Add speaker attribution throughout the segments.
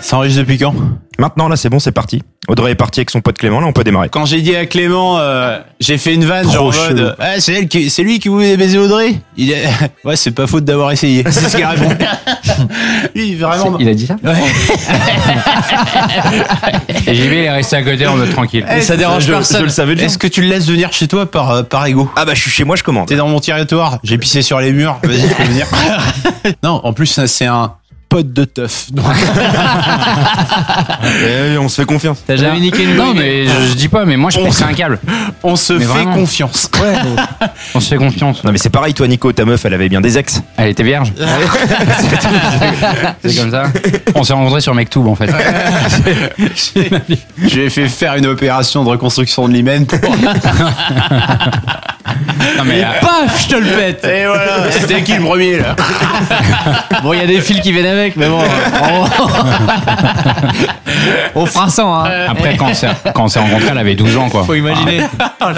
Speaker 1: Ça enregistre depuis quand
Speaker 2: Maintenant, là, c'est bon, c'est parti. Audrey est partie avec son pote Clément, là, on peut démarrer.
Speaker 1: Quand j'ai dit à Clément, euh, j'ai fait une vanne
Speaker 2: Trop
Speaker 1: genre en mode,
Speaker 2: chelou.
Speaker 1: Ah, c'est elle qui, c'est lui qui voulait baiser Audrey. Il est- ouais, c'est pas faute d'avoir essayé. C'est ce qu'il répond. lui, vraiment.
Speaker 3: Il a dit ça
Speaker 1: Ah bah. Ouais.
Speaker 3: Et JB, il est resté à côté en mode tranquille.
Speaker 1: Mais Eh, ça dérange
Speaker 2: je-
Speaker 1: personne.
Speaker 2: je le savais déjà.
Speaker 1: Est-ce que tu le laisses venir chez toi par euh, par ego
Speaker 2: Ah bah, je suis chez moi, je commande.
Speaker 1: T'es dans mon territoire. J'ai pissé sur les murs. Vas-y, je peux venir. non, en plus ça, c'est un pote de teuf. Donc,
Speaker 2: Eh, on se fait confiance.
Speaker 3: T'as jamais niqué une Non, mais je, je dis pas, mais moi je
Speaker 1: On
Speaker 3: pense
Speaker 1: se-
Speaker 3: un câble.
Speaker 1: on se
Speaker 3: Mais
Speaker 1: fait
Speaker 3: vraiment.
Speaker 1: confiance.
Speaker 3: On se fait confiance.
Speaker 2: Non, mais c'est pareil, toi, Nico, ta meuf, elle avait bien des ex.
Speaker 3: Elle était vierge. C'est comme ça. On s'est rencontrés sur MekTube en fait.
Speaker 1: J'ai fait faire une opération de reconstruction de l'hymen.
Speaker 3: Non, mais, euh,
Speaker 4: Paf, je te le pète.
Speaker 1: Et voilà. C'était qui le premier là
Speaker 4: Bon, il y a des fils qui viennent avec, mais bon. On, on fera ça, hein.
Speaker 3: euh, après, quand on s'est- quand on s'est rencontrés, elle avait 12 ans quoi.
Speaker 4: Faut imaginer.
Speaker 1: Ah.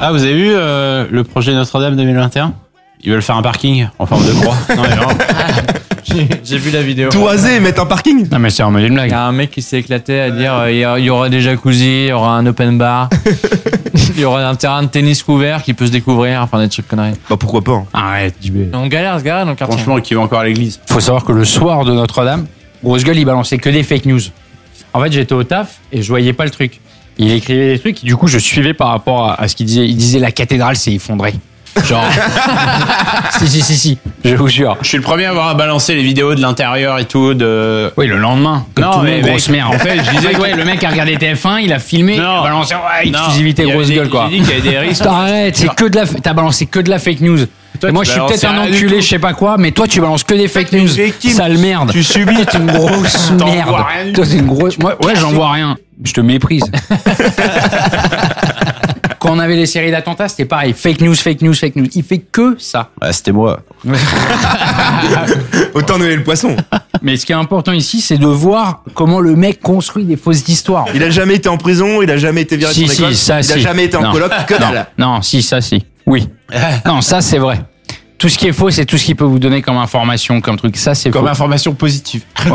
Speaker 1: Ah, vous avez vu euh, le projet Notre-Dame 2021 Ils veulent faire un parking en forme de croix. Non, mais vraiment.
Speaker 4: J'ai vu la vidéo.
Speaker 2: Tout raser et mettre un parking
Speaker 3: Ah. Non, mais c'est en mode une
Speaker 4: Il y
Speaker 3: blague.
Speaker 4: a un mec qui s'est éclaté à dire euh, il y a- il y aura des jacuzzi, il y aura un open bar, il y aura un terrain de tennis couvert qui peut se découvrir, enfin des trucs conneries.
Speaker 2: Bah, pourquoi pas hein.
Speaker 3: Arrête, JB.
Speaker 4: On galère ce gars dans le quartier.
Speaker 1: Franchement, qui va encore à l'église
Speaker 3: faut savoir que le soir de Notre-Dame, Grosse Gueule, il balançait que des fake news. En fait, j'étais au taf et je voyais pas le truc. Il écrivait des trucs et du coup, je suivais par rapport à, à ce qu'il disait. Il disait la cathédrale s'est effondrée. Genre. si, si, si, si. Je vous jure.
Speaker 1: Je suis le premier à avoir balancé les vidéos de l'intérieur et tout. De...
Speaker 3: Oui, le lendemain. Comme
Speaker 1: Non,
Speaker 3: tout le
Speaker 1: mais
Speaker 3: monde,
Speaker 1: mec,
Speaker 3: grosse merde.
Speaker 1: en fait, je disais
Speaker 3: En
Speaker 1: que-
Speaker 3: ouais, le mec a regardé TF1, il a filmé, il a
Speaker 1: Non.
Speaker 3: balancé, ouais,
Speaker 1: Non,
Speaker 3: exclusivité,
Speaker 1: il y avait
Speaker 3: grosse
Speaker 1: des-
Speaker 3: gueule, quoi.
Speaker 1: J'ai dit qu'il y avait des risques.
Speaker 3: Arrête, c'est que de la, t'as balancé que de la fake news.
Speaker 1: Ah, Toi,
Speaker 3: Et moi,
Speaker 1: tu
Speaker 3: je suis
Speaker 1: balances
Speaker 3: peut-être un
Speaker 1: rien du
Speaker 3: enculé,
Speaker 1: tout.
Speaker 3: je sais pas quoi, mais toi, tu balances que des fake news.
Speaker 1: victime.
Speaker 3: Sale merde.
Speaker 1: Tu subis
Speaker 3: T'es une grosse
Speaker 1: T'en vois
Speaker 3: merde.
Speaker 1: rien du
Speaker 3: Toi, t'es une grosse. Moi, ouais, j'en vois rien. Je te méprise. Quand on avait les séries d'attentats, c'était pareil. Fake news, fake news, fake news. Il fait que ça.
Speaker 1: Bah, c'était moi.
Speaker 2: Autant donner le poisson.
Speaker 3: Mais ce qui est important ici, c'est de voir comment le mec construit des fausses histoires.
Speaker 2: Il a jamais été en prison, il a jamais été viré de
Speaker 3: Si,
Speaker 2: son
Speaker 3: si,
Speaker 2: école,
Speaker 3: ça,
Speaker 2: il a
Speaker 3: si.
Speaker 2: jamais été en
Speaker 3: Non.
Speaker 2: coloc, que
Speaker 3: Non,
Speaker 2: dalle.
Speaker 3: non, si, ça, si. Oui. Non, ça, c'est vrai. Tout ce qui est faux, c'est tout ce qui peut vous donner comme information, comme truc. Ça, c'est faux.
Speaker 1: Comme information positive.
Speaker 4: Ah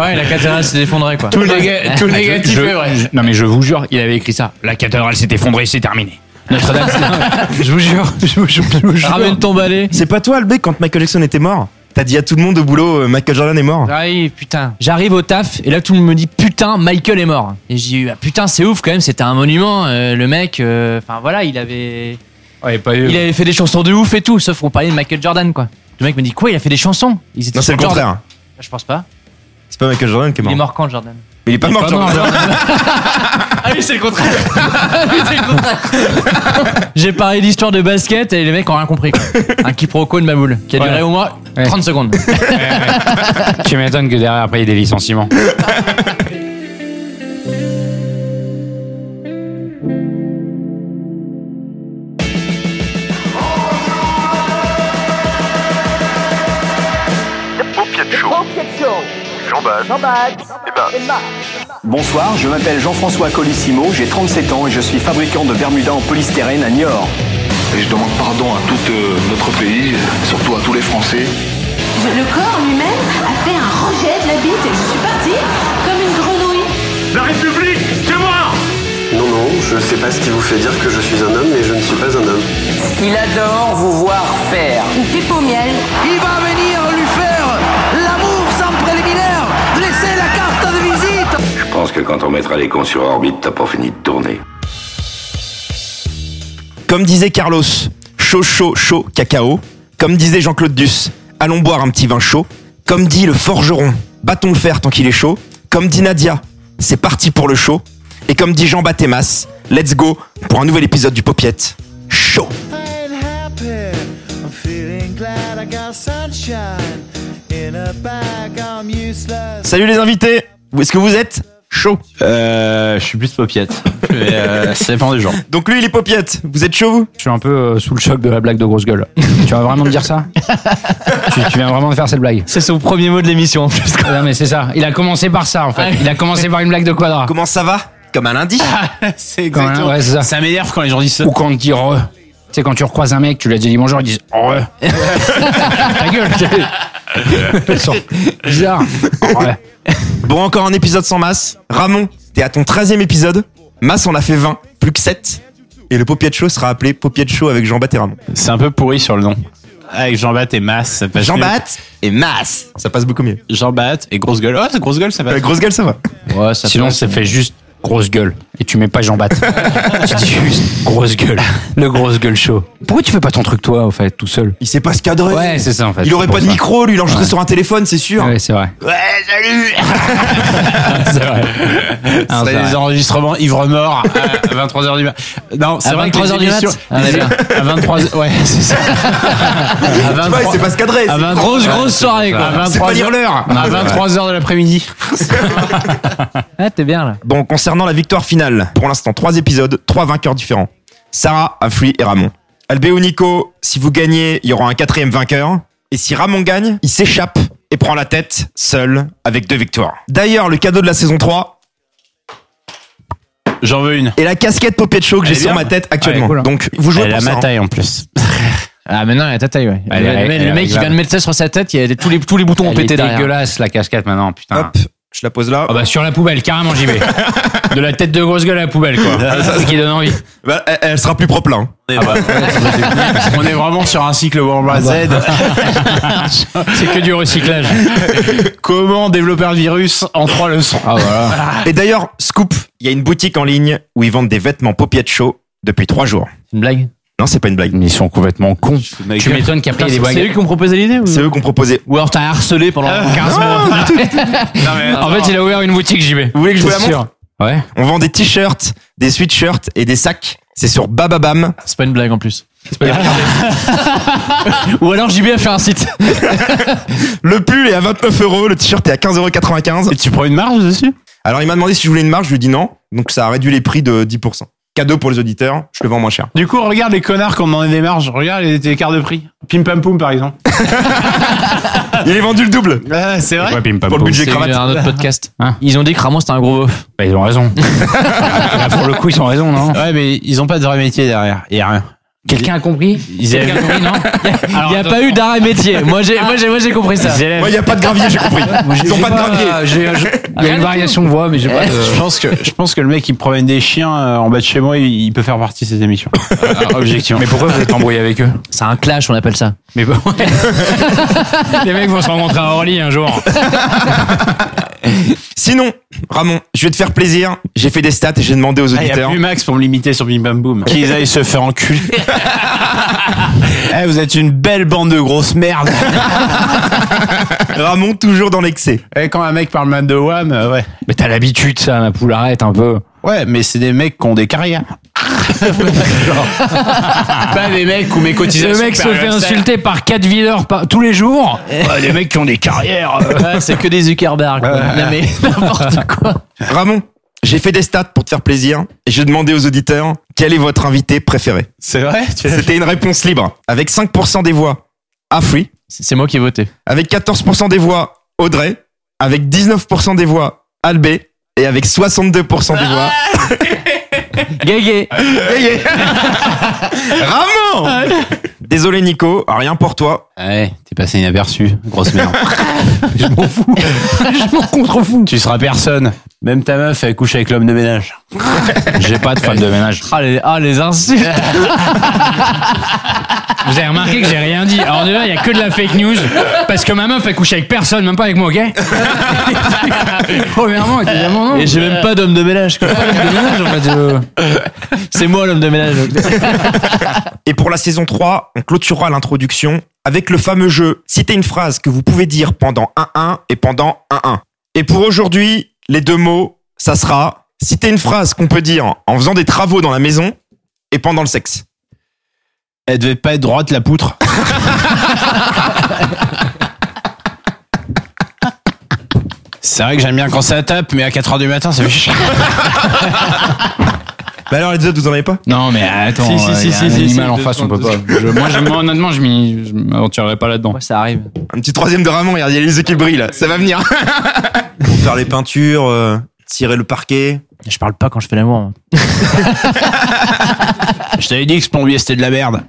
Speaker 4: Ouais, la cathédrale s'est effondrée quoi.
Speaker 1: Tout, néga- tout négatif
Speaker 3: Je-
Speaker 1: est vrai.
Speaker 3: je- non, mais je vous jure, il avait écrit ça. La cathédrale s'est effondrée, c'est terminé. Notre-Dame, c'est- je vous jure. Je vous jure. je vous jure.
Speaker 4: Ramène ton balai.
Speaker 2: C'est pas toi, Albeck, quand Michael Jackson était mort T'as dit à tout le monde au boulot, euh, Michael Jordan est mort.
Speaker 4: Aïe, Ah putain. J'arrive au taf et là tout le monde me dit putain, Michael est mort. Et j'ai eu ah, putain, c'est ouf quand même, c'était un monument. euh, le mec, euh, enfin voilà, il avait,
Speaker 3: Ouais, pas eu.
Speaker 4: il avait fait des chansons de ouf et tout, sauf qu'on parlait de Michael Jordan quoi. Le mec me dit quoi, il a fait des chansons Ils étaient
Speaker 2: Non, c'est
Speaker 4: sur
Speaker 2: le
Speaker 4: Jordan.
Speaker 2: contraire.
Speaker 4: Je pense pas.
Speaker 2: C'est pas Michael Jordan qui est
Speaker 4: Il est
Speaker 2: mort.
Speaker 4: mort quand Jordan
Speaker 2: Mais il est pas mort,
Speaker 3: pas
Speaker 2: Jordan.
Speaker 3: mort, Jordan.
Speaker 4: Ah oui, c'est le contraire. J'ai parlé d'histoire de basket et les mecs ont rien compris. quoi. Un quiproquo de ma boule qui a
Speaker 3: Ouais.
Speaker 4: duré au moins
Speaker 3: Ouais.
Speaker 4: 30 secondes.
Speaker 3: Tu m'étonnes que derrière, après, il y ait des licenciements.
Speaker 5: Bonsoir, je m'appelle Jean-François Colissimo, j'ai 37 ans et je suis fabricant de Bermuda en polystyrène à Niort.
Speaker 6: Et je demande pardon à tout euh, notre pays, surtout à tous les Français.
Speaker 7: Je- le corps lui-même a fait un rejet de la bite et je suis partie comme une grenouille.
Speaker 8: Non, non, je sais pas ce qui vous fait dire que je suis un homme, mais je ne suis pas un homme.
Speaker 9: Il adore vous voir faire.
Speaker 7: Une pipe au miel.
Speaker 9: Il va venir lui faire l'amour sans préliminaire. Laissez la carte de visite.
Speaker 6: Je pense que quand on mettra les cons sur orbite, t'as pas fini de tourner.
Speaker 2: Comme disait Carlos, chaud, chaud, chaud, cacao. Comme disait Jean-Claude Duss, allons boire un petit vin chaud. Comme dit le forgeron, battons le fer tant qu'il est chaud. Comme dit Nadia, c'est parti pour le show. Et comme dit Jean Batémas, let's go pour un nouvel épisode du Popiette. Chaud. Salut les invités, où est-ce que vous êtes Chaud.
Speaker 1: Euh, je suis plus paupiette. Mais euh, ça dépend des gens.
Speaker 2: Donc lui il est Popiette, vous êtes chaud vous
Speaker 3: Je suis un peu euh, sous le choc de la blague de grosse gueule. tu vas vraiment me dire ça tu, tu viens vraiment de faire cette blague
Speaker 4: C'est son premier mot de l'émission en plus. quoi.
Speaker 3: Non, mais c'est ça. Il a commencé par ça, en fait. Il a commencé par une blague de Quadra.
Speaker 2: Comment ça va Ah. Comme un lundi
Speaker 1: c'est
Speaker 3: Quand-
Speaker 1: exactement.
Speaker 3: ouais, c'est ça.
Speaker 1: m'énerve quand les gens disent ça.
Speaker 3: Ou quand on te dit re. sais, quand tu recroises un mec, tu lui as déjà dit bonjour, ils disent Oh ouais. Ta gueule, tu sais. Bizarre. Oh, ouais.
Speaker 2: Bon, encore un épisode sans masse. Ramon, t'es à ton 13e épisode. Masse, on a fait 20, plus que 7. Et le Popiacho sera appelé Popiacho avec Jean-Bat et Ramon.
Speaker 1: C'est un peu pourri sur le nom. Avec Jean-Bat et Masse. parce que-
Speaker 2: Jean-Bat et Masse. Ça passe beaucoup mieux.
Speaker 1: Jean-Bat et Grosse Gueule. Oh, c'est Grosse Gueule, ça va.
Speaker 2: Euh, grosse gueule, ça va.
Speaker 4: Ouais, ça
Speaker 3: Sinon,
Speaker 4: passe.
Speaker 3: ça fait juste grosse gueule. Et tu mets pas Jean Bat. tu dis juste grosse gueule. Le grosse gueule show. Pourquoi tu fais pas ton truc toi, en fait, tout seul
Speaker 2: Il sait pas se cadrer.
Speaker 3: Ouais, c'est ça, en fait.
Speaker 2: Il aurait
Speaker 3: C'est
Speaker 2: pas
Speaker 3: pour
Speaker 2: de
Speaker 3: ça.
Speaker 2: micro, lui, il enregistrait sur un téléphone, c'est sûr.
Speaker 3: Ouais, c'est vrai. Ouais, salut C'est vrai.
Speaker 1: Ce
Speaker 3: Non, c'est
Speaker 1: serait des
Speaker 3: vrai.
Speaker 1: enregistrements ivre mort à 23h du mat. Non, c'est
Speaker 4: À
Speaker 1: vrai que
Speaker 4: 23 heures
Speaker 1: les
Speaker 4: du mat
Speaker 1: émissions-
Speaker 4: Ah,
Speaker 1: les-
Speaker 4: bien.
Speaker 1: À 23 Ouais, c'est ça. À
Speaker 2: Tu vois, il sait pas se cadrer.
Speaker 1: à
Speaker 2: c'est-
Speaker 1: 23
Speaker 4: Grosse, grosse soirée, quoi.
Speaker 1: à
Speaker 2: C'est pas
Speaker 1: 23
Speaker 2: dire l'heure.
Speaker 1: à 23h de l'après-midi.
Speaker 4: Ah, t'es bien, là.
Speaker 2: Bon, concernant la victoire finale, pour l'instant, trois épisodes, trois vainqueurs différents. Sarah, Afri et Ramon. Albéo Nico, si vous gagnez, il y aura un quatrième vainqueur. Et si Ramon gagne, il s'échappe et prend la tête, seul, avec deux victoires. D'ailleurs, le cadeau de la saison 3
Speaker 1: J'en veux une.
Speaker 2: est la casquette Popietcho que j'ai
Speaker 1: Elle est
Speaker 2: sur
Speaker 1: bien.
Speaker 2: ma tête actuellement.
Speaker 1: Ouais, cool, hein.
Speaker 2: Donc, vous jouez
Speaker 1: Elle
Speaker 2: pour
Speaker 1: a
Speaker 2: ça,
Speaker 1: ma
Speaker 2: hein.
Speaker 1: taille en plus.
Speaker 4: Ah, maintenant, il a ta taille, ouais.
Speaker 3: Elle
Speaker 4: le,
Speaker 3: est-
Speaker 4: le-
Speaker 3: elle est
Speaker 4: le mec, il
Speaker 3: réglable.
Speaker 4: vient de mettre ça sur sa tête, il y a des- tous, les, tous les boutons ont
Speaker 3: Elle est
Speaker 4: pété derrière.
Speaker 3: dégueulasse la casquette maintenant,
Speaker 1: Ah.
Speaker 3: putain.
Speaker 2: Hop, je la pose là.
Speaker 3: Ah bah sur la poubelle, carrément j'y vais. De la tête de grosse gueule à la poubelle quoi. C'est ce qui donne envie.
Speaker 2: Bah, elle, elle sera plus propre là. hein.
Speaker 1: On est vraiment sur un cycle World War Z.
Speaker 3: C'est que du recyclage.
Speaker 1: Comment développer un virus en trois leçons
Speaker 3: Ah voilà.
Speaker 2: Et d'ailleurs, Scoop, il y a une boutique en ligne où ils vendent des vêtements Popietcho depuis trois jours.
Speaker 4: Une blague
Speaker 2: Non, c'est pas une blague.
Speaker 3: Mais ils sont complètement cons. Tu m'étonnes qu'il y a pris des
Speaker 4: C'est eux
Speaker 3: blagues.
Speaker 4: qui ont proposé l'idée ou... Ah.
Speaker 2: C'est
Speaker 1: Mm.
Speaker 2: eux qui ont proposé.
Speaker 4: Ou alors t'as harcelé pendant 15 mois
Speaker 3: En fait, il a ouvert une boutique, j'y vais.
Speaker 2: Vous voulez que je vous la
Speaker 3: C'est sûr. Ouais.
Speaker 2: On vend des t-shirts, des sweatshirts et des sacs. C'est sur Bababam.
Speaker 4: C'est pas une blague en plus. Ou alors JB a fait un site.
Speaker 2: Le pull est à 29 euros, le t-shirt est à 15,95
Speaker 1: Et tu prends une marge dessus
Speaker 2: Alors il m'a demandé si je voulais une marge, je lui ai dit non. Donc ça a réduit les prix de 10%. Cadeau pour les auditeurs, je le vends moins cher.
Speaker 1: Du coup, regarde les connards qu'on en a des marges. Regarde les les écarts de prix. Pim pam poum, par exemple.
Speaker 2: Il est vendu le double
Speaker 1: Ah, c'est vrai
Speaker 3: pim, pam,
Speaker 2: pour le
Speaker 3: poum.
Speaker 2: budget
Speaker 4: C'est
Speaker 2: cravate.
Speaker 4: un autre podcast.
Speaker 3: Hein
Speaker 4: Ils ont dit que Ramos c'était un gros beauf.
Speaker 3: Bah, ils ont raison. Là, pour le coup, ils ont raison, non
Speaker 1: Ouais, mais ils ont pas de vrai métier derrière. Il y a rien.
Speaker 3: Quelqu'un a compris
Speaker 1: Ils
Speaker 3: Quelqu'un a compris, non
Speaker 4: Il n'y a pas eu d'arrêt métier. Moi j'ai, moi j'ai, moi j'ai compris ça.
Speaker 3: élèves.
Speaker 2: Moi, il n'y a pas de gravier, j'ai compris. Ils ont pas de gravier.
Speaker 3: Il y a une variation de voix, mais j'ai pas.
Speaker 1: Je pense que je pense que le mec qui promène des chiens euh, en bas de chez moi, il, il peut faire partie de ces émissions.
Speaker 3: Objectivement. Mais pourquoi vous êtes embrouillé avec eux
Speaker 4: C'est un clash, on appelle ça.
Speaker 3: Mais bon. Les mecs vont se rencontrer à Orly un jour.
Speaker 2: Sinon, Ramon, je vais te faire plaisir. J'ai fait des stats et j'ai demandé aux
Speaker 1: Ah, il y a
Speaker 2: auditeurs.
Speaker 1: plus Max pour me limiter sur Bim Bam Boom. Qu'ils aillent se faire enculer. Eh, vous êtes une belle bande de grosses merdes.
Speaker 2: Ramon, toujours dans l'excès.
Speaker 1: Eh, quand un mec parle mal de Wham, euh, ouais.
Speaker 3: Mais t'as l'habitude, ça, ma poule, arrête un peu.
Speaker 1: Ouais, mais c'est des mecs qui ont des carrières.
Speaker 4: Ah.
Speaker 1: pas des mecs où mes
Speaker 3: Le mec se fait insulter par 4 videurs par- tous les jours. Ouais, les mecs qui ont des carrières. euh.
Speaker 4: Ouais, c'est que des Zuckerberg. quoi. Non, mais n'importe quoi.
Speaker 2: Ramon, j'ai fait des stats pour te faire plaisir et j'ai demandé aux auditeurs quel est votre invité préféré.
Speaker 1: C'est vrai tu l'as-
Speaker 2: C'était une réponse libre. Avec 5% des voix, Afri.
Speaker 4: C'est c'est moi qui ai voté.
Speaker 2: Avec 14% des voix, Audrey. Avec 19% des voix, Albé. Et avec 62% des voix,
Speaker 4: Gagé.
Speaker 2: Gaye.
Speaker 1: Ah
Speaker 2: Ramon Désolé Nico, rien pour toi.
Speaker 1: Ouais, t'es passé inaperçu, grosse merde. Je m'en fous.
Speaker 3: Je m'en contrefous.
Speaker 1: Tu seras personne. Même ta meuf, elle couche avec l'homme de ménage.
Speaker 3: J'ai pas de femme de ménage.
Speaker 4: Ah les, ah, les insultes.
Speaker 3: Vous avez remarqué que j'ai rien dit. Alors déjà, il y a que de la fake news parce que ma meuf elle couche avec personne, même pas avec moi, ok Premièrement, évidemment non.
Speaker 4: Et j'ai même pas d'homme Oh. Ah, de ménage. quoi. C'est moi l'homme de ménage.
Speaker 2: Et pour la saison 3, on clôturera l'introduction avec le fameux jeu Citez une phrase que vous pouvez dire pendant 1-1 et pendant 1-1. Et pour aujourd'hui, les deux mots, ça sera Citez une phrase qu'on peut dire en faisant des travaux dans la maison et pendant le sexe.
Speaker 1: Elle devait pas être droite, la poutre. C'est vrai que j'aime bien quand ça tape, mais à 4h du matin, ça fait chier.
Speaker 2: Bah alors les deux, vous en avez pas
Speaker 3: Non mais attends,
Speaker 1: Si, si,
Speaker 3: euh,
Speaker 1: si,
Speaker 3: y a
Speaker 1: si,
Speaker 3: un
Speaker 1: si,
Speaker 3: animal
Speaker 1: si,
Speaker 3: en
Speaker 1: deux
Speaker 3: face, on peut
Speaker 1: secondes,
Speaker 3: pas. Je- moi, je- moi, honnêtement, je m'y- je m'aventurerai pas là-dedans.
Speaker 4: Moi ça arrive.
Speaker 2: Un petit troisième de Ramon, regarde, il y a les yeux qui brillent là, ça va venir. Pour faire les peintures, euh, tirer le parquet.
Speaker 4: Je parle pas quand je fais l'amour.
Speaker 1: Je t'avais dit que ce plombier c'était de la merde.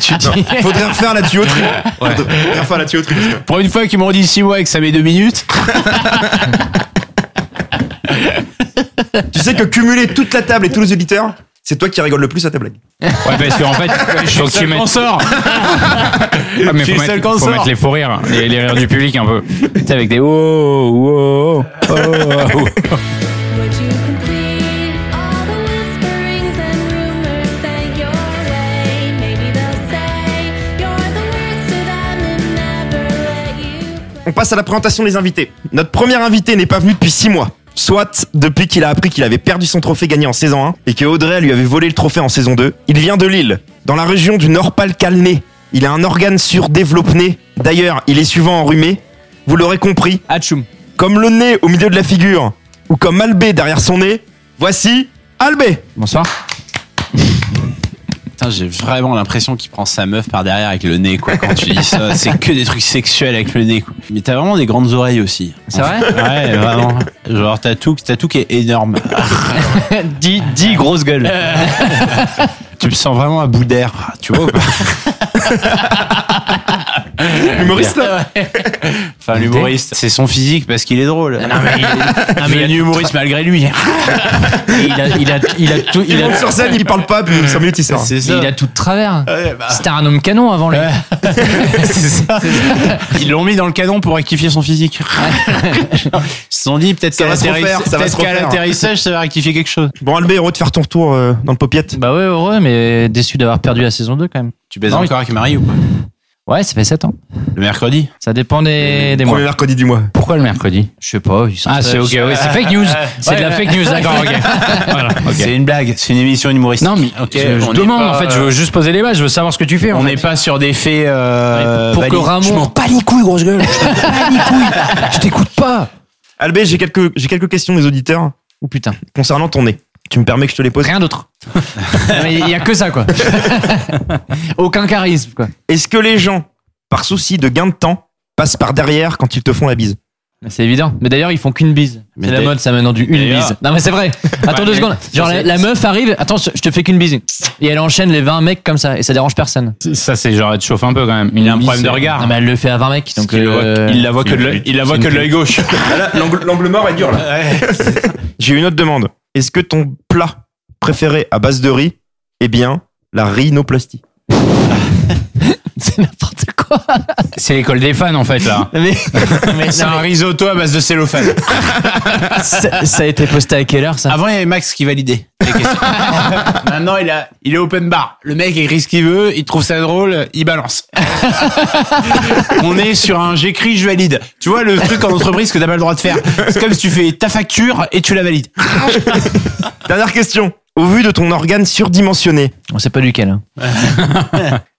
Speaker 4: tu dis.
Speaker 2: Faudrait refaire la tuyauterie. Faudrait faudrait refaire la tuyauterie. parce que-
Speaker 1: Pour une fois qu'ils m'ont dit 6 mois et que ça met 2 minutes.
Speaker 2: Tu sais que cumuler toute la table et tous les auditeurs, c'est toi qui rigoles le plus à ta blague.
Speaker 3: Ouais, parce qu'en fait, faut que tu mettes.
Speaker 1: sort
Speaker 3: Ah, mais
Speaker 1: Je suis
Speaker 3: faut
Speaker 1: le
Speaker 3: mettre,
Speaker 1: seul
Speaker 3: faut
Speaker 1: consort.
Speaker 3: mettre les faux rires, les, les rires du public un peu. Tu sais, avec des oh, oh, oh, oh, oh, oh.
Speaker 10: Would you complete all the whisperings and rumors sent your way? Maybe they'll say you're the worst to them and never let you.
Speaker 2: On passe à la présentation des invités. Notre premier invité n'est pas venu depuis 6 mois. Soit depuis qu'il a appris qu'il avait perdu son trophée gagné en saison 1 et que Audrey lui avait volé le trophée en saison 2. Il vient de Lille, dans la région du Nord-Pas-le-Calais. Il a un organe surdéveloppé. D'ailleurs, il est souvent enrhumé. Vous l'aurez compris,
Speaker 4: Atchoum.
Speaker 2: comme le nez au milieu de la figure ou comme Albé derrière son nez, voici Albé.
Speaker 4: Bonsoir.
Speaker 1: Putain, j'ai vraiment l'impression qu'il prend sa meuf par derrière avec le nez, quoi. Quand tu dis ça, c'est que des trucs sexuels avec le nez, quoi. Mais t'as vraiment des grandes oreilles aussi.
Speaker 4: C'est vrai
Speaker 1: Ouais, vraiment. Genre, t'as tout, t'as tout qui est énorme.
Speaker 4: 10, 10 grosses gueules.
Speaker 2: Euh,
Speaker 1: tu me sens vraiment à bout d'air, tu vois. ou pas
Speaker 2: Humoriste là
Speaker 1: Enfin, l'humoriste, c'est son physique parce qu'il est drôle. Non, mais il est,
Speaker 4: il a-
Speaker 1: humoriste malgré lui.
Speaker 4: Il a, il a, il a tout.
Speaker 2: Il
Speaker 4: Il a,
Speaker 2: monte sur scène, il parle pas, puis 5 minutes il sort.
Speaker 1: C'est
Speaker 4: mais
Speaker 1: ça.
Speaker 4: il a tout de travers.
Speaker 1: Ouais, bah,
Speaker 4: C'était un homme canon avant lui.
Speaker 1: c'est ça. Ils l'ont mis dans le canon pour rectifier son physique. Ils se sont dit peut-être
Speaker 2: Ça
Speaker 1: qu'à
Speaker 2: va se
Speaker 1: l'atterrissage-
Speaker 2: refaire, ça va
Speaker 1: peut-être
Speaker 2: se
Speaker 1: qu'à
Speaker 2: refaire.
Speaker 1: l'atterrissage, ça va rectifier quelque chose.
Speaker 2: Bon Albé, heureux de faire ton retour euh, dans le popiette.
Speaker 4: Bah ouais, heureux, mais déçu d'avoir perdu la saison 2 quand même.
Speaker 1: Tu baises
Speaker 4: Non,
Speaker 1: encore avec Marie ou pas
Speaker 4: Ouais, ça fait 7 ans.
Speaker 1: Le mercredi
Speaker 4: Ça dépend des, des mois.
Speaker 2: Premier mercredi du mois.
Speaker 3: Pourquoi le mercredi
Speaker 4: Je sais pas. ils sont-
Speaker 3: Ah, c'est ok, oui, c'est fake news. C'est de la fake news, d'accord, ok. Voilà, ok.
Speaker 1: C'est une blague, c'est une émission humoristique.
Speaker 3: Non, mais
Speaker 1: Ok,
Speaker 3: je, je
Speaker 1: on est
Speaker 3: demande,
Speaker 1: pas,
Speaker 3: en fait, je veux juste poser les bases, je veux savoir ce que tu fais. en
Speaker 1: on
Speaker 3: fait.
Speaker 1: n'est pas sur des faits. euh,
Speaker 4: Pour que
Speaker 1: valides.
Speaker 4: Ramon-
Speaker 1: Je m'en bats les couilles, grosse gueule. Je m'en bats les couilles. Je t'écoute pas.
Speaker 2: Albé, j'ai quelques, j'ai quelques questions des auditeurs
Speaker 4: Oh putain.
Speaker 2: concernant ton nez. Tu me permets que je te les pose
Speaker 4: Rien d'autre. Non, mais Il y a que ça, quoi. Aucun charisme, quoi.
Speaker 2: Est-ce que les gens, par souci de gain de temps, passent par derrière quand ils te font la bise
Speaker 4: Mais C'est évident. Mais d'ailleurs, ils font qu'une bise.
Speaker 1: Mais
Speaker 4: C'est la
Speaker 1: d'ailleurs-
Speaker 4: mode, ça maintenant, du une
Speaker 1: d'ailleurs-
Speaker 4: bise. Non, mais c'est vrai. Attends
Speaker 1: Ouais,
Speaker 4: deux
Speaker 1: mais
Speaker 4: secondes.
Speaker 1: ça,
Speaker 4: Genre, la,
Speaker 1: c'est-
Speaker 4: la meuf arrive, attends, je te fais qu'une bise. Et elle enchaîne les 20 mecs comme ça. Et ça dérange personne.
Speaker 3: Ça, c'est genre, elle te chauffe un peu quand même. Il a un
Speaker 4: Bise,
Speaker 3: problème de
Speaker 4: euh,
Speaker 3: regard.
Speaker 4: Non, mais elle le fait à 20 mecs. Donc,
Speaker 1: il,
Speaker 4: euh,
Speaker 1: la voit que de l'œil- il la voit que de l'œil gauche.
Speaker 2: l'angle, mort est dur là. J'ai une autre demande. Est-ce que ton plat préféré à base de riz, eh bien, la rhinoplastie
Speaker 4: c'est n'importe quoi.
Speaker 3: C'est l'école des fans, en fait, là.
Speaker 4: Mais, mais-
Speaker 1: C'est
Speaker 4: non,
Speaker 1: un risotto à base de cellophane.
Speaker 4: mais ça, ça a été posté à quelle heure, ça
Speaker 1: Avant, il y avait Max qui validait. les questions. Maintenant, il, a, il est open bar. Le mec écrit ce qu'il veut, il trouve ça drôle, il balance. On est sur un j'écris, je valide. Tu vois le truc en entreprise que t'as pas le droit de faire. C'est comme si tu fais ta facture et tu la valides.
Speaker 2: Dernière question. Au vu de ton organe surdimensionné,
Speaker 4: On sait pas duquel. hein.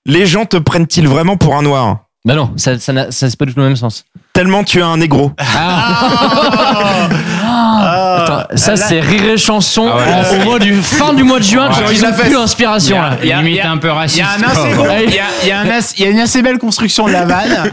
Speaker 2: les gens te prennent-ils vraiment pour un noir
Speaker 4: Bah non, ça, ça, n'a- ça c'est pas du tout le même sens.
Speaker 2: Tellement tu as un négro.
Speaker 4: Attends, ça c'est rire et chanson
Speaker 3: Ah ouais,
Speaker 4: en-
Speaker 3: là,
Speaker 4: au mois du fin du mois de juin.
Speaker 3: Ouais,
Speaker 4: quand
Speaker 3: il
Speaker 4: ils
Speaker 2: l'a
Speaker 4: ont
Speaker 2: fait.
Speaker 4: plus d'inspiration là.
Speaker 3: Il y a- limite un peu
Speaker 1: Il y
Speaker 3: raciste.
Speaker 1: a un assez bon- il y a- il y a un assez- il y a une assez belle construction de la vanne.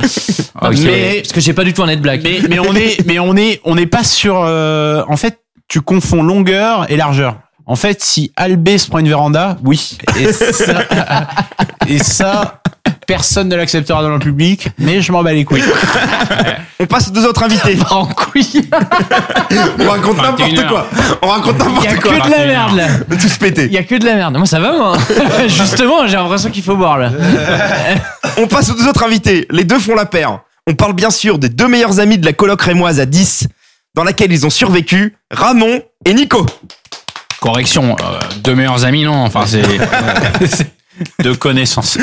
Speaker 3: Ok.
Speaker 1: Mais
Speaker 4: Parce que j'ai pas du tout un net black.
Speaker 1: Mais, mais on est, mais on est, on n'est pas sur. euh, en fait, tu confonds longueur et largeur. En fait, si Albé se prend une véranda, oui. Et ça, et ça, personne ne l'acceptera dans le public. Mais je m'en bats les couilles.
Speaker 2: On passe aux deux autres invités.
Speaker 4: en couille.
Speaker 2: On raconte
Speaker 3: 21
Speaker 2: n'importe quoi. On raconte
Speaker 4: Il y a
Speaker 2: n'importe
Speaker 4: que
Speaker 2: quoi.
Speaker 4: de la merde là.
Speaker 2: Tous
Speaker 4: Il y
Speaker 2: pété.
Speaker 4: a que de la merde. Moi ça va moi. hein. Justement, j'ai l'impression qu'il faut boire là.
Speaker 2: On passe aux deux autres invités. Les deux font la paire. On parle bien sûr des deux meilleurs amis de la coloc rémoise à 10, dans laquelle ils ont survécu, Ramon et Nico.
Speaker 3: Correction, euh, deux meilleurs amis, non. Enfin, c'est.
Speaker 1: De connaissance.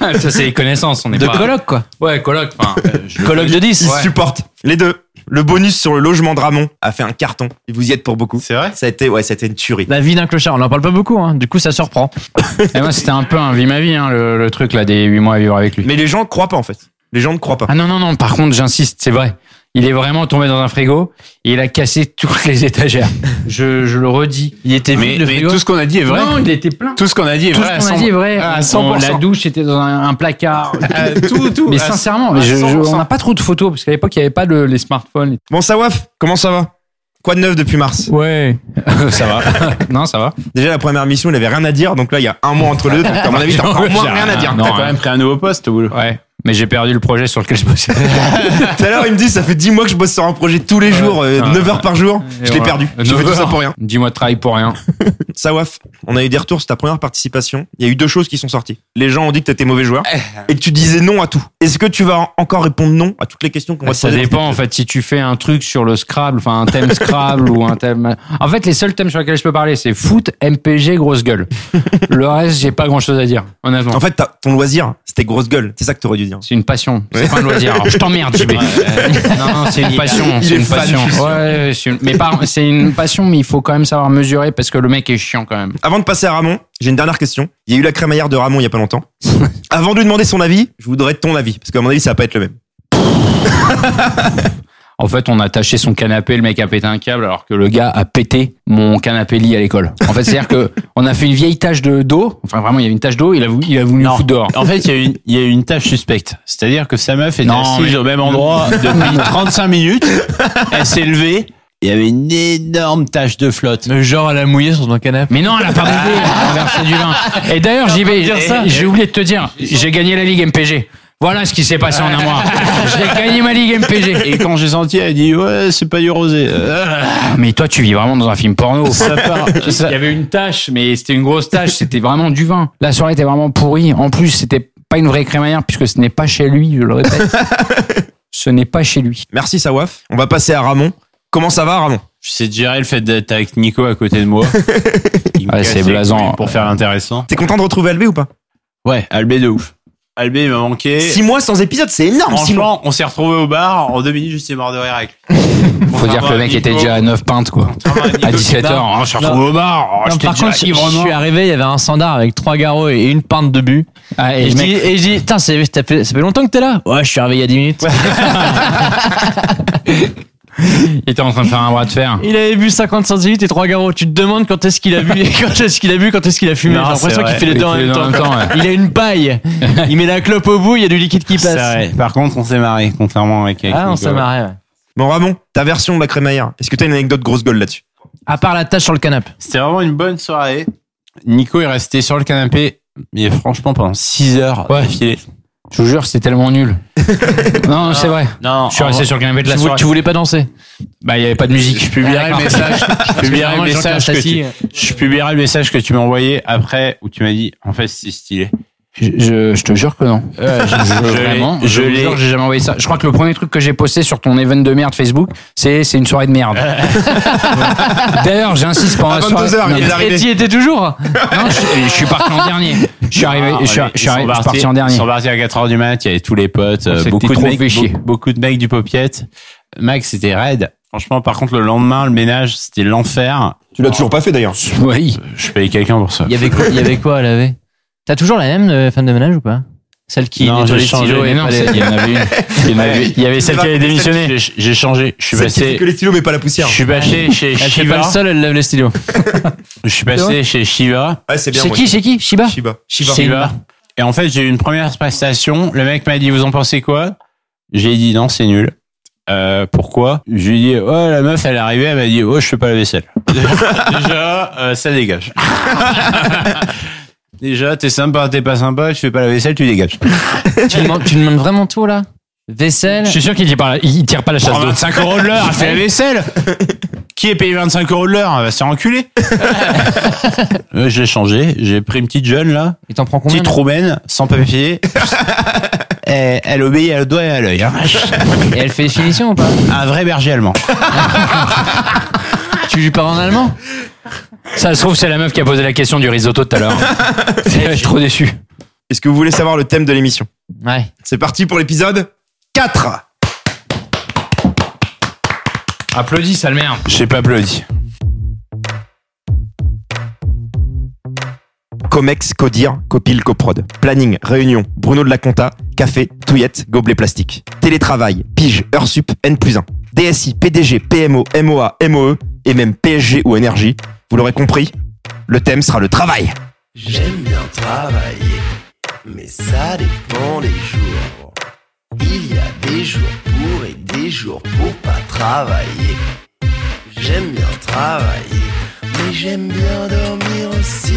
Speaker 3: ça, c'est les connaissances, on n'est
Speaker 4: De
Speaker 3: pas.
Speaker 4: colloque quoi.
Speaker 3: Ouais, colloque. Enfin, euh, je-
Speaker 4: Colloque de 10.
Speaker 2: Ils se supportent. Les deux. Le bonus sur le logement de Ramon a fait un carton. Et vous y êtes pour beaucoup.
Speaker 1: C'est vrai.
Speaker 2: Ça a été, ouais, ça a été une tuerie.
Speaker 4: La vie d'un clochard, on en parle pas beaucoup, hein. du coup ça surprend.
Speaker 3: Et moi, c'était un peu un vie ma vie, hein, le, le truc là des 8 mois à vivre avec lui.
Speaker 2: Mais les gens croient pas, en fait. Les gens ne croient pas.
Speaker 3: Ah non, non, non, par contre, j'insiste, c'est vrai. Il est vraiment tombé dans un frigo et il a cassé toutes les étagères. Je, je le redis.
Speaker 4: Il était
Speaker 1: Mais,
Speaker 4: vide le
Speaker 1: mais
Speaker 4: frigo.
Speaker 1: tout ce qu'on a dit est vrai.
Speaker 3: Non, il était plein.
Speaker 1: Tout ce qu'on a dit est
Speaker 3: Tout
Speaker 1: vrai. à
Speaker 3: ce qu'on a
Speaker 1: 100%.
Speaker 3: dit est vrai.
Speaker 1: À
Speaker 3: On-
Speaker 1: 100%.
Speaker 3: la douche était dans un, un placard.
Speaker 1: Euh, tout, tout.
Speaker 3: Mais
Speaker 1: À-
Speaker 3: sincèrement,
Speaker 1: à
Speaker 3: je- je-
Speaker 1: 100%.
Speaker 3: on n'a pas trop de photos parce qu'à l'époque, il n'y avait pas le- les smartphones.
Speaker 2: Bon, Sawaf, comment ça va Quoi de neuf depuis mars
Speaker 3: Ouais. ça va. non, ça va.
Speaker 2: Déjà, la première mission, il avait rien à dire, donc là, il y a un mois entre les deux, donc à mon avis, t'as encore moins rien à dire.
Speaker 1: T'as
Speaker 3: Non,
Speaker 1: quand
Speaker 3: hein.
Speaker 1: même pris un nouveau poste au boulot.
Speaker 3: Ouais. Mais j'ai perdu le projet sur lequel je bossais.
Speaker 2: Tout à l'heure, il me dit, ça fait 10 mois que je bosse sur un projet tous les jours,
Speaker 3: putain.
Speaker 2: 9 heures par jour,
Speaker 3: Et
Speaker 2: je l'ai
Speaker 3: voilà.
Speaker 2: perdu. J'ai
Speaker 3: Neuf
Speaker 2: fait tout ça
Speaker 3: heures.
Speaker 2: pour rien.
Speaker 3: Dis-moi de travailler pour rien.
Speaker 2: Sawaf, on a eu des retours sur ta première participation. Il y a eu deux choses qui sont sorties. Les gens ont dit que t'étais mauvais joueur et que tu disais non à tout. Est-ce que tu vas en- encore répondre non à toutes les questions qu'on va te
Speaker 3: Bah, Ça
Speaker 2: poser
Speaker 3: dépend en fait si tu fais un truc sur le Scrabble, enfin un thème Scrabble ou un thème. En fait, les seuls thèmes sur lesquels je peux parler, c'est foot, MPG, grosse gueule. Le reste, j'ai pas grand chose à dire, honnêtement.
Speaker 2: En fait, t'as- ton loisir, hein. c'était grosse gueule. C'est ça que t'aurais dû dire.
Speaker 3: C'est une passion, c'est pas un loisir. Alors, je t'emmerde, JB. Non, non, c'est une passion,
Speaker 2: il
Speaker 3: c'est
Speaker 2: est
Speaker 3: une
Speaker 2: fan,
Speaker 3: passion.
Speaker 2: je suis sûr.
Speaker 3: Ouais, c'est une... mais par- c'est une passion, mais il faut quand même savoir mesurer parce que le mec est chiant quand même.
Speaker 2: Avant de passer à Ramon, j'ai une dernière question. Il y a eu la crémaillère de Ramon il y a pas longtemps. Avant de lui demander son avis, je voudrais ton avis. Parce qu'à mon avis, ça va pas être le même.
Speaker 3: En fait, on a taché son canapé, le mec a pété un câble, alors que le gars a pété mon canapé lit à l'école. En fait, c'est-à-dire que on a fait une vieille tache de d'eau. Enfin, vraiment, il y avait une tache d'eau. Il a voulu, il a voulu
Speaker 1: Non.
Speaker 3: me foutre dehors.
Speaker 1: En fait, il y a une- il y, a une tâche suspecte. C'est-à-dire que sa meuf est
Speaker 3: Non,
Speaker 1: assise
Speaker 3: mais-
Speaker 1: au même endroit depuis 35 minutes. Elle s'est levée. Il y avait une énorme tache de flotte.
Speaker 4: Le Euh, genre à la mouiller sur ton canapé.
Speaker 3: Mais non, elle a pas bouffé, elle a versé du vin. Et d'ailleurs, j'y vais,
Speaker 4: dire ça.
Speaker 3: eh, j'ai oublié de te dire, j'ai gagné la Ligue MPG. Voilà ce qui s'est passé en un mois. J'ai gagné ma Ligue MPG.
Speaker 1: Et quand j'ai senti, elle a dit ouais, c'est pas du rosé. Euh,
Speaker 3: Ah, mais toi, tu vis vraiment dans un film porno.
Speaker 1: ça part. ça-
Speaker 3: Il y avait une tâche, mais c'était une grosse tâche, c'était vraiment du vin. La soirée était vraiment pourrie. En plus, c'était pas une vraie crémaillère puisque ce n'est pas chez lui, je le répète. Ce n'est pas chez lui.
Speaker 2: Merci, Sawaf. On va passer à Ramon. Comment ça va, Ramon
Speaker 1: Je sais gérer le fait d'être avec Nico à côté de moi. Il me
Speaker 3: Ouais,
Speaker 1: casse
Speaker 3: c'est
Speaker 1: les
Speaker 3: blasant.
Speaker 1: couilles Pour faire intéressant.
Speaker 2: T'es content de retrouver Albé ou pas
Speaker 1: Ouais, Albé de ouf. Albé, il m'a manqué.
Speaker 2: 6 mois sans épisode, c'est énorme. six mois.
Speaker 1: Franchement, on s'est retrouvé au bar. En deux minutes, je suis mort de rire avec.
Speaker 3: Faut dire que le mec était déjà à 9 pintes, quoi. À 17h, on se retrouve au bar. oh,
Speaker 4: Non,
Speaker 3: j'étais
Speaker 4: par
Speaker 3: déjà
Speaker 4: contre, je,
Speaker 3: ivre
Speaker 4: je
Speaker 3: mort.
Speaker 4: suis arrivé, il y avait un standard avec trois garrots et une pinte de but.
Speaker 3: Ah,
Speaker 4: Et,
Speaker 3: et
Speaker 4: je
Speaker 3: le
Speaker 4: dis,
Speaker 3: mec-
Speaker 4: et je dis, putain, c'est- ça fait, ça fait longtemps que t'es là Ouais, je suis arrivé il y a 10 minutes.
Speaker 3: il était en train de faire un bras de fer.
Speaker 4: Il avait bu 50 centilitres et trois garrots. Tu te demandes quand est-ce qu'il a bu, et quand est-ce qu'il a bu, quand est-ce qu'il a fumé. J'ai
Speaker 1: Non, c'est
Speaker 4: l'impression qu'il
Speaker 1: vrai.
Speaker 4: fait les
Speaker 3: Il
Speaker 4: deux en
Speaker 3: fait les
Speaker 4: même
Speaker 3: deux en
Speaker 4: temps.
Speaker 3: même temps, ouais.
Speaker 4: Il a une paille. Il met la clope au bout, il y a du liquide qui
Speaker 1: C'est
Speaker 4: passe.
Speaker 1: vrai. Par contre, on s'est marré, contrairement avec. avec
Speaker 4: Ah, on
Speaker 1: Nico.
Speaker 4: s'est marré. ouais.
Speaker 2: Bon, Ramon, ta version de la crémaillère. Est-ce que t'as une anecdote grosse gueule là-dessus
Speaker 4: À part la tache sur le canapé.
Speaker 1: C'était vraiment une bonne soirée. Nico est resté sur le canapé, mais franchement, pendant 6 heures
Speaker 3: Ouais.
Speaker 1: d'affilée.
Speaker 3: Je vous jure, c'est tellement nul. non, c'est vrai.
Speaker 1: Non,
Speaker 3: Je suis resté sur le canapé de
Speaker 4: Tu,
Speaker 3: la
Speaker 4: vou-
Speaker 3: soirée.
Speaker 4: tu voulais pas danser. Ah,
Speaker 3: Bah, il y avait pas de musique.
Speaker 1: Je publierai le
Speaker 3: D'accord.
Speaker 1: message. Je publierai le
Speaker 4: Vraiment, Jean-Pierre
Speaker 1: message que
Speaker 4: Stassi,
Speaker 1: tu,
Speaker 4: euh,
Speaker 1: je publierai le message que tu m'as envoyé après où tu m'as dit en fait c'est stylé.
Speaker 3: Je, je- je te jure que non. je,
Speaker 1: l'ai-
Speaker 3: vraiment,
Speaker 1: je
Speaker 3: je, vous
Speaker 1: l'ai-
Speaker 3: jure, j'ai jamais envoyé ça. Je crois que le premier truc que j'ai posté sur ton event de merde Facebook, c'est c'est une soirée de merde. D'ailleurs, j'insiste pendant
Speaker 2: À
Speaker 3: la soirée.
Speaker 2: 22h,
Speaker 3: Non,
Speaker 2: il est
Speaker 3: mais- hein.
Speaker 2: arrivé.
Speaker 4: Et t'y étais toujours
Speaker 3: non, je, je suis parti en dernier. Je suis arrivé,
Speaker 1: Ah,
Speaker 3: je suis,
Speaker 1: allez,
Speaker 3: je suis
Speaker 1: ils sont
Speaker 3: arrivé- je suis
Speaker 1: partis-
Speaker 3: parti en dernier.
Speaker 1: Ils sont partis à 4h du mat, il y avait tous les potes, euh,
Speaker 3: C'était
Speaker 1: beaucoup de,
Speaker 3: trop
Speaker 1: mecs,
Speaker 3: fait chier.
Speaker 1: be- beaucoup de mecs du popiette. Max c'était raide. Franchement, par contre, le lendemain, le ménage, c'était l'enfer. Euh,
Speaker 2: Tu l'as toujours pas fait d'ailleurs.
Speaker 3: Oui.
Speaker 1: Je paye quelqu'un pour ça.
Speaker 4: Il y avait quoi, il y avait quoi à laver T'as toujours la même euh, femme de ménage ou pas Celle qui
Speaker 1: Non,
Speaker 4: nettoie
Speaker 1: j'ai
Speaker 4: les
Speaker 1: changé,
Speaker 4: stylos et
Speaker 1: mais non,
Speaker 4: pas les-
Speaker 1: c'est- il y en avait une. Il y en avait- il y avait celle qui avait démissionné. J'ai j'ai changé. Je suis
Speaker 2: C'est
Speaker 1: passé.
Speaker 2: que les stylos, mais pas la
Speaker 1: Je
Speaker 2: poussière.
Speaker 1: suis passé chez
Speaker 4: Elle fait pas
Speaker 1: Shiva.
Speaker 4: le sol, elle lève les stylos.
Speaker 1: Je suis passé chez Shiva.
Speaker 2: Ouais, c'est bien.
Speaker 4: Chez
Speaker 2: ouais.
Speaker 4: qui Chez qui Shiba
Speaker 2: Shiba. Shiba.
Speaker 1: Shiva. Et en fait, j'ai eu une première prestation. Le mec m'a dit, vous en pensez quoi? J'ai dit, non, c'est nul. Euh, pourquoi? Je lui ai dit, oh, la meuf, elle est arrivée, elle m'a dit, oh, je fais pas la vaisselle. Déjà, euh, ça dégage. Déjà, t'es sympa, t'es pas sympa, je fais pas la vaisselle, tu dégages.
Speaker 4: tu, demandes, tu demandes vraiment tout là Vaisselle
Speaker 3: Je suis sûr qu'il tire pas, la- il tire pas la chasse
Speaker 1: Prends
Speaker 3: d'eau.
Speaker 1: 25 euros de l'heure, elle fait la vaisselle. Qui est payé 25 euros de l'heure? Elle va se faire enculer. Euh, j'ai changé, j'ai pris une petite jeune, là.
Speaker 4: Il t'en prend combien
Speaker 1: Petite roumaine, sans papier. elle, elle obéit à le doigt et à l'œil. hein.
Speaker 4: Et elle fait les finitions ou pas
Speaker 1: Un vrai berger allemand.
Speaker 4: Tu lui parles en allemand
Speaker 3: Ça se trouve, c'est la meuf qui a posé la question du risotto tout à l'heure. Je suis trop déçu.
Speaker 2: Est-ce que vous voulez savoir le thème de l'émission
Speaker 4: Ouais.
Speaker 2: C'est parti pour l'épisode 4
Speaker 3: Applaudis, sale merde.
Speaker 1: J'ai pas applaudi.
Speaker 2: Comex, Codir, Copil, Coprod. Planning, réunion, Bruno de la Conta, café, touillette, gobelet plastique. Télétravail, pige, heure sup, N plus 1. DSI, PDG, PMO, MOA, MOE E et même PSG ou énergie. Vous l'aurez compris, le thème sera le travail.
Speaker 11: J'aime bien travailler, mais ça dépend des jours. Il y a des jours pour et des jours pour pas travailler. J'aime bien travailler, mais j'aime bien dormir aussi.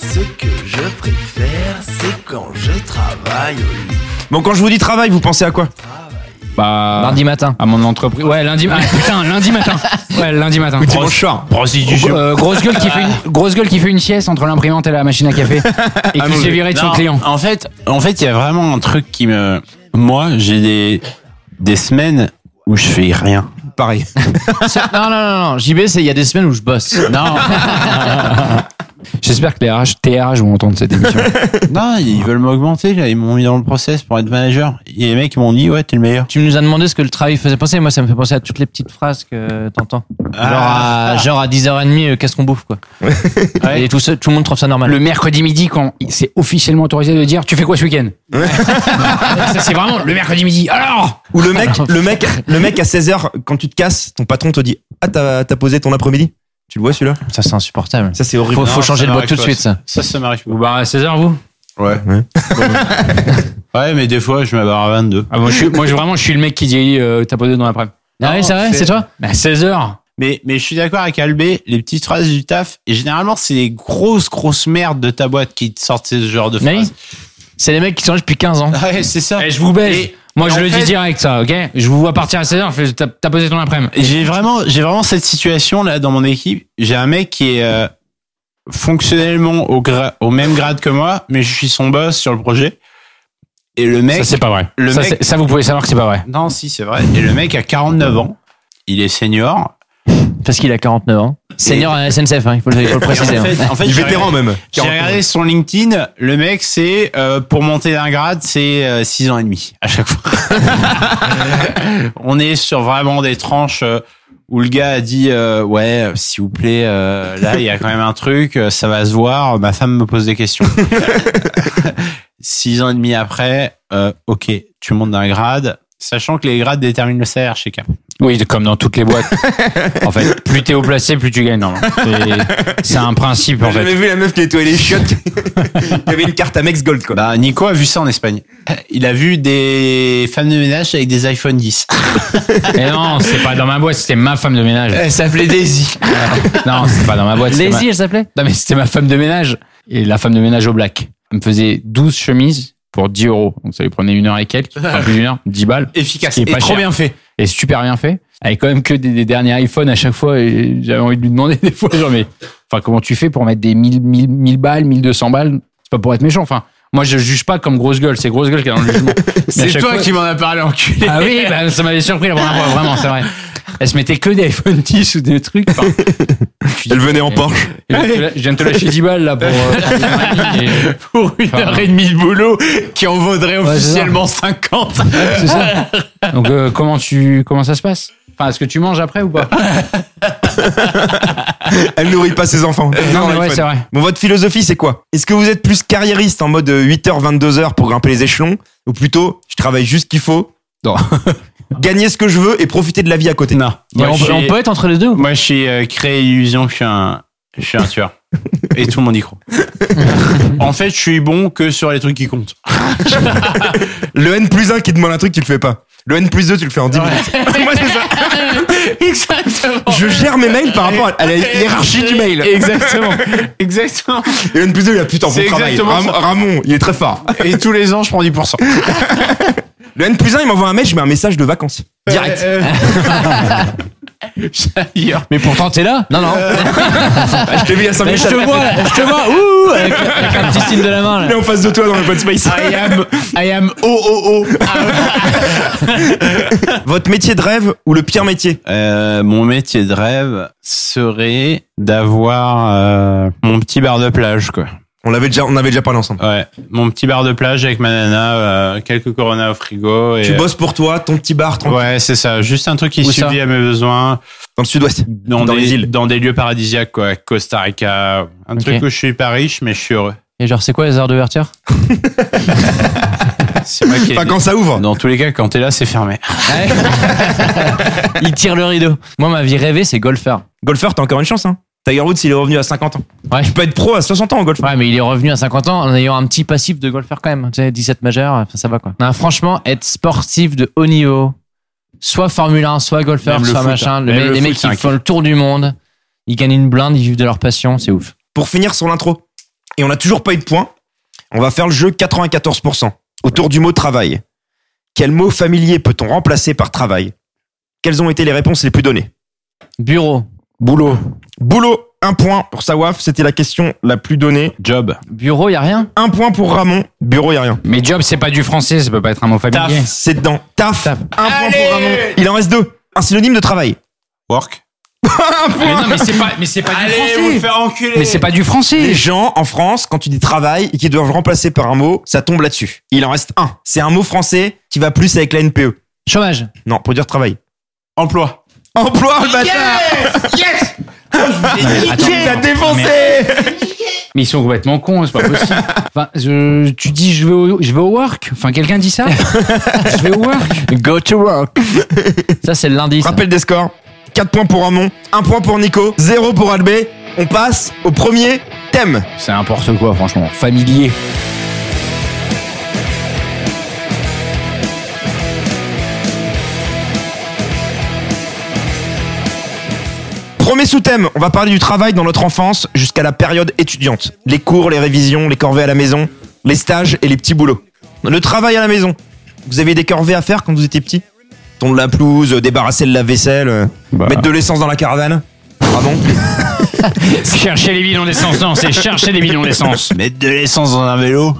Speaker 11: Ce que je préfère, c'est quand je travaille au lit.
Speaker 2: Bon, quand je vous dis travail, vous pensez à quoi
Speaker 3: Bah.
Speaker 4: Lundi matin.
Speaker 3: À mon entreprise. Ouais, lundi matin. putain, lundi matin. Ouais, lundi matin.
Speaker 2: Ou dimanche soir.
Speaker 1: Prostitution.
Speaker 3: Euh, grosse gueule qui fait une grosse gueule qui fait une sieste entre l'imprimante et la machine à café et
Speaker 1: Ah
Speaker 3: qui
Speaker 1: non,
Speaker 3: s'est
Speaker 1: je-
Speaker 3: viré de son
Speaker 1: non,
Speaker 3: client.
Speaker 1: En fait, en fait, il y a vraiment un truc qui me. Moi, j'ai des des semaines où je fais rien.
Speaker 2: Pareil.
Speaker 4: C'est- Non, non, non, non. JB, c'est il y a des semaines où je bosse.
Speaker 1: Non,
Speaker 3: J'espère que les RH, TRH vont entendre cette émission.
Speaker 1: non, ils veulent m'augmenter là. Ils m'ont mis dans le process pour être manager. Et les mecs ils m'ont dit ouais, t'es le meilleur.
Speaker 4: Tu nous as demandé ce que le travail faisait penser. Moi, ça me fait penser à toutes les petites phrases que t'entends. Genre, à, genre à 10h30, euh, qu'est-ce qu'on bouffe, quoi.
Speaker 1: Ah. Ouais.
Speaker 4: Et tout, ça- tout le monde trouve ça normal.
Speaker 3: Le mercredi midi, quand il- c'est officiellement autorisé de dire, tu fais quoi ce week-end Ça, C'est vraiment le mercredi midi. Alors,
Speaker 2: Ou le mec, le mec, le mec à 16h, quand tu te casses, ton patron te dit Ah, t'as t'as posé ton après-midi Tu le vois celui-là
Speaker 4: Ça, c'est insupportable.
Speaker 2: Ça, c'est horrible.
Speaker 4: Faut,
Speaker 1: Non,
Speaker 4: faut changer
Speaker 1: ça
Speaker 4: de boîte
Speaker 1: m'arrive
Speaker 4: tout de
Speaker 1: pas,
Speaker 4: suite, ça.
Speaker 1: Ça, ça m'arrive.
Speaker 3: vous barrez bah, à 16h vous
Speaker 1: Ouais.
Speaker 2: Ouais.
Speaker 1: ouais, mais des fois, je me barre à 22.
Speaker 3: Ah, moi, je suis, moi, je- vraiment, je suis le mec qui dit euh, t'as posé dans l'après-midi.
Speaker 4: Ah ouais, c'est vrai, c'est toi
Speaker 3: Mais à 16h
Speaker 1: Mais, mais je suis d'accord avec Albé, les petites phrases du taf, et généralement, c'est les grosses, grosses merdes de ta boîte qui te sortent ce genre de
Speaker 4: Oui.
Speaker 1: phrases.
Speaker 4: C'est les mecs qui sont là depuis 15 ans.
Speaker 1: Ouais, c'est ça.
Speaker 3: Eh, je vous baise.
Speaker 1: Et-
Speaker 3: Moi,
Speaker 1: et
Speaker 3: je
Speaker 1: en
Speaker 3: le
Speaker 1: fait-
Speaker 3: dis direct, ça, ok Je vous vois partir à 16h, je fais, t'as t'as posé ton après-midi.
Speaker 1: J'ai vraiment, j'ai vraiment cette situation là dans mon équipe. J'ai un mec qui est euh, fonctionnellement au, gra- au même grade que moi, mais je suis son boss sur le projet. Et le mec,
Speaker 3: Ça, c'est pas vrai.
Speaker 1: le
Speaker 3: ça,
Speaker 1: mec-
Speaker 3: c'est- ça, vous pouvez savoir que c'est pas vrai.
Speaker 1: non, si c'est vrai. Et le mec a 49 ans, il est senior.
Speaker 4: Parce qu'il a 49 ans. Senior à SNCF, hein, il faut le, il
Speaker 1: Et
Speaker 4: faut le
Speaker 1: en
Speaker 4: préciser. hein.
Speaker 1: fait, en fait,
Speaker 2: Du
Speaker 1: j'ai
Speaker 2: vétéran
Speaker 1: regardé-
Speaker 2: même.
Speaker 1: J'ai regardé son LinkedIn. Le mec, c'est euh, pour monter d'un grade, c'est 6 ans et demi à chaque fois. On est sur vraiment des tranches euh, où le gars a dit euh, ouais, euh, s'il vous plaît, euh, là il y a quand même un truc, euh, ça va se voir. Ma femme me pose des questions. 6 ans et demi après, euh, ok, tu montes d'un grade, sachant que les grades déterminent le salaire chez Cap.
Speaker 3: Oui, comme dans toutes les boîtes. en fait, plus t'es haut placé, plus tu gagnes. Non, non. C'est- C'est un principe, en
Speaker 2: J'ai
Speaker 3: fait.
Speaker 2: jamais vu la meuf qui nettoyait les chiottes. Il y avait une carte Amex Gold, quoi.
Speaker 1: Bah, Nico a vu ça en Espagne. Il a vu des femmes de ménage avec des iPhone 10.
Speaker 3: Et non, c'est pas dans ma boîte, c'était ma femme de ménage.
Speaker 1: Elle s'appelait Daisy.
Speaker 3: Non, c'est pas dans ma boîte. c'était ma-
Speaker 4: Lazy, elle s'appelait
Speaker 3: Non, mais c'était ma femme de ménage. Et la femme de ménage au black. Elle me faisait 12 chemises pour 10 euros. Donc ça lui prenait une heure et quelques, enfin plus d'une heure, 10 balles.
Speaker 1: Efficace
Speaker 3: Ce qui est
Speaker 1: et
Speaker 3: pas
Speaker 1: trop
Speaker 3: cher.
Speaker 1: bien fait.
Speaker 3: Et super bien fait. Avec quand même que des, des derniers iPhones à chaque fois. Et j'avais envie de lui demander des fois, genre, mais, enfin, comment tu fais pour mettre des 1000, 1000, 1000 balles, 1200 balles? C'est pas pour être méchant. Enfin, moi, je juge pas comme grosse gueule. C'est grosse gueule qui est dans le jugement. Mais à chaque fois-
Speaker 1: m'en as parlé enculé.
Speaker 3: Ah oui, bah, ça m'avait surpris la première fois, vraiment, c'est vrai. Elle se mettait que des iPhone 10 ou des trucs. enfin, tu dis-
Speaker 2: Elle venait en Porsche.
Speaker 3: Je viens de te la- je viens de te lâcher 10 balles là pour. euh, et-
Speaker 1: Pour une
Speaker 3: Enfin.
Speaker 1: heure et demie de boulot qui en vaudrait
Speaker 3: c'est ça.
Speaker 1: officiellement 50.
Speaker 3: C'est ça. Donc euh, comment tu comment ça se passe Enfin, est-ce que tu manges après ou pas
Speaker 2: Elle nourrit pas ses enfants.
Speaker 3: Non, mais
Speaker 2: elle
Speaker 3: ouais,
Speaker 2: fait-
Speaker 3: c'est vrai.
Speaker 2: Bon, votre philosophie, c'est quoi Est-ce que vous êtes plus carriériste en mode euh, 8h, 22h pour grimper les échelons Ou plutôt, je travaille juste ce qu'il faut
Speaker 3: Non.
Speaker 2: Gagner ce que je veux et profiter de la vie à côté.
Speaker 1: Non.
Speaker 4: Et
Speaker 1: Moi,
Speaker 4: on,
Speaker 1: je suis,
Speaker 4: on peut être entre les deux ou pas
Speaker 1: moi, je suis euh, créé illusion que je suis un, je suis un tueur. et tout le monde y croit. en fait, je suis bon que sur les trucs qui comptent.
Speaker 2: Le N plus 1 qui demande un truc, tu le fais pas. Le N plus 2, tu le fais en 10 minutes. Moi, c'est ça.
Speaker 1: Exactement.
Speaker 2: Je gère mes mails par rapport à la hiérarchie du mail.
Speaker 1: Exactement. Exactement.
Speaker 2: Et le N plus 2, il a putain,
Speaker 1: C'est
Speaker 2: bon travail.
Speaker 1: exactement
Speaker 2: Ram-
Speaker 1: ça.
Speaker 2: Ramon, il est très fort.
Speaker 1: Et tous les ans, je prends 10%.
Speaker 2: Le N plus 1, il m'envoie un mail, je mets un message de vacances. Direct.
Speaker 1: Euh, euh. Ailleurs.
Speaker 4: Mais pourtant, t'es là Non, non.
Speaker 2: Ah, je t'ai vu il y a 5
Speaker 4: Mais
Speaker 2: minutes.
Speaker 4: je te vois, là, je te vois, ouh Avec, avec un petit signe de la main,
Speaker 2: Il est
Speaker 4: là.
Speaker 2: en face de toi dans le pod space.
Speaker 1: I am, I am oh oh Ah,
Speaker 2: Votre métier de rêve ou le pire métier
Speaker 1: oh. mon métier de rêve serait d'avoir euh, mon petit bar de plage, quoi.
Speaker 2: On l'avait déjà, on avait déjà parlé ensemble.
Speaker 1: Ouais, mon petit bar de plage avec ma nana, euh, quelques Corona au frigo. Et, euh,
Speaker 2: Tu bosses pour toi, ton petit bar tranquille,
Speaker 1: Ouais, c'est ça. Juste un truc qui
Speaker 4: Où ça
Speaker 1: subit à mes besoins
Speaker 2: dans le sud-ouest.
Speaker 1: dans,
Speaker 2: Dans
Speaker 1: des,
Speaker 2: les îles.
Speaker 1: dans des lieux paradisiaques, quoi. Costa Rica. Un
Speaker 4: Ok.
Speaker 1: truc où je suis pas riche, mais je suis heureux.
Speaker 4: Et genre, c'est quoi les heures d'ouverture
Speaker 1: C'est moi qui. ai
Speaker 2: Enfin,
Speaker 1: dit.
Speaker 2: quand ça ouvre.
Speaker 1: Dans tous les cas, quand t'es là, c'est fermé.
Speaker 4: Il tire le rideau. Moi, ma vie rêvée, c'est golfeur.
Speaker 2: Golfeur, t'as encore une chance, hein. Tiger Woods, il est revenu à 50 ans.
Speaker 4: Ouais.
Speaker 2: Tu peux être pro à 60 ans en golf.
Speaker 4: Ouais, mais il est revenu à 50 ans en ayant un petit passif de golfeur quand même. Tu sais, 17 majeurs, enfin, ça va quoi. Non, franchement, être sportif de haut niveau, soit Formule 1, soit golfeur,
Speaker 3: Même le
Speaker 4: soit
Speaker 3: foot,
Speaker 4: machin.
Speaker 3: hein.
Speaker 4: Le
Speaker 3: Même
Speaker 4: mec-
Speaker 3: le
Speaker 4: les
Speaker 3: foot,
Speaker 4: mecs
Speaker 3: c'est un
Speaker 4: qui font le tour du monde, ils gagnent une blinde, ils vivent de leur passion, c'est ouf.
Speaker 2: Pour finir sur l'intro, et on n'a toujours pas eu de points, on va faire le jeu 94%, autour du mot travail. Quel mot familier peut-on remplacer par travail Quelles ont été les réponses les plus données
Speaker 4: Bureau.
Speaker 2: Boulot. Boulot, un point pour Sawaf, c'était la question la plus donnée.
Speaker 1: Job.
Speaker 4: Bureau, y a rien
Speaker 2: Un point pour Ramon, bureau, y a rien.
Speaker 3: Mais job, c'est pas du français, ça peut pas être un mot familier.
Speaker 2: Taf, c'est dedans. Taf, un point pour Ramon. Il en reste deux. Un synonyme de travail.
Speaker 1: Work.
Speaker 2: un
Speaker 3: Mais
Speaker 2: point.
Speaker 3: non, mais c'est pas, mais c'est pas du
Speaker 1: Allez, vous
Speaker 3: français.
Speaker 1: faire enculer.
Speaker 3: Mais c'est pas du français.
Speaker 2: Les gens en France, quand tu dis travail et qu'ils doivent le remplacer par un mot, ça tombe là-dessus. Il en reste un. C'est un mot français qui va plus avec la E. NPE.
Speaker 4: Chômage.
Speaker 2: Non, pour dire travail.
Speaker 1: Emploi.
Speaker 2: Emploi, le bâtard
Speaker 1: Yes
Speaker 3: Attends,
Speaker 2: Il l'a
Speaker 3: mais-
Speaker 2: défoncé
Speaker 3: Mais ils sont complètement cons, hein, c'est pas possible. Enfin, je- tu dis je vais au, je vais au work. Enfin, quelqu'un dit ça Je vais au work.
Speaker 4: Go to work. ça, c'est le lundi. ça.
Speaker 2: Rappel des scores. 4 points pour Ramon, 1 point pour Nico, 0 pour Albé. On passe au premier thème.
Speaker 3: C'est n'importe quoi, franchement. Familier.
Speaker 2: Premier sous-thème, on va parler du travail dans notre enfance jusqu'à la période étudiante. Les cours, les révisions, les corvées à la maison, les stages et les petits boulots. Le travail à la maison. Vous avez des corvées à faire quand vous étiez petit Tondre la pelouse, euh, débarrasser le lave-vaisselle, euh,
Speaker 3: Bah.
Speaker 2: mettre de l'essence dans la caravane Ah Ramon
Speaker 3: Chercher les bidons d'essence. Non, c'est chercher les bidons d'essence.
Speaker 1: Mettre de l'essence dans un vélo.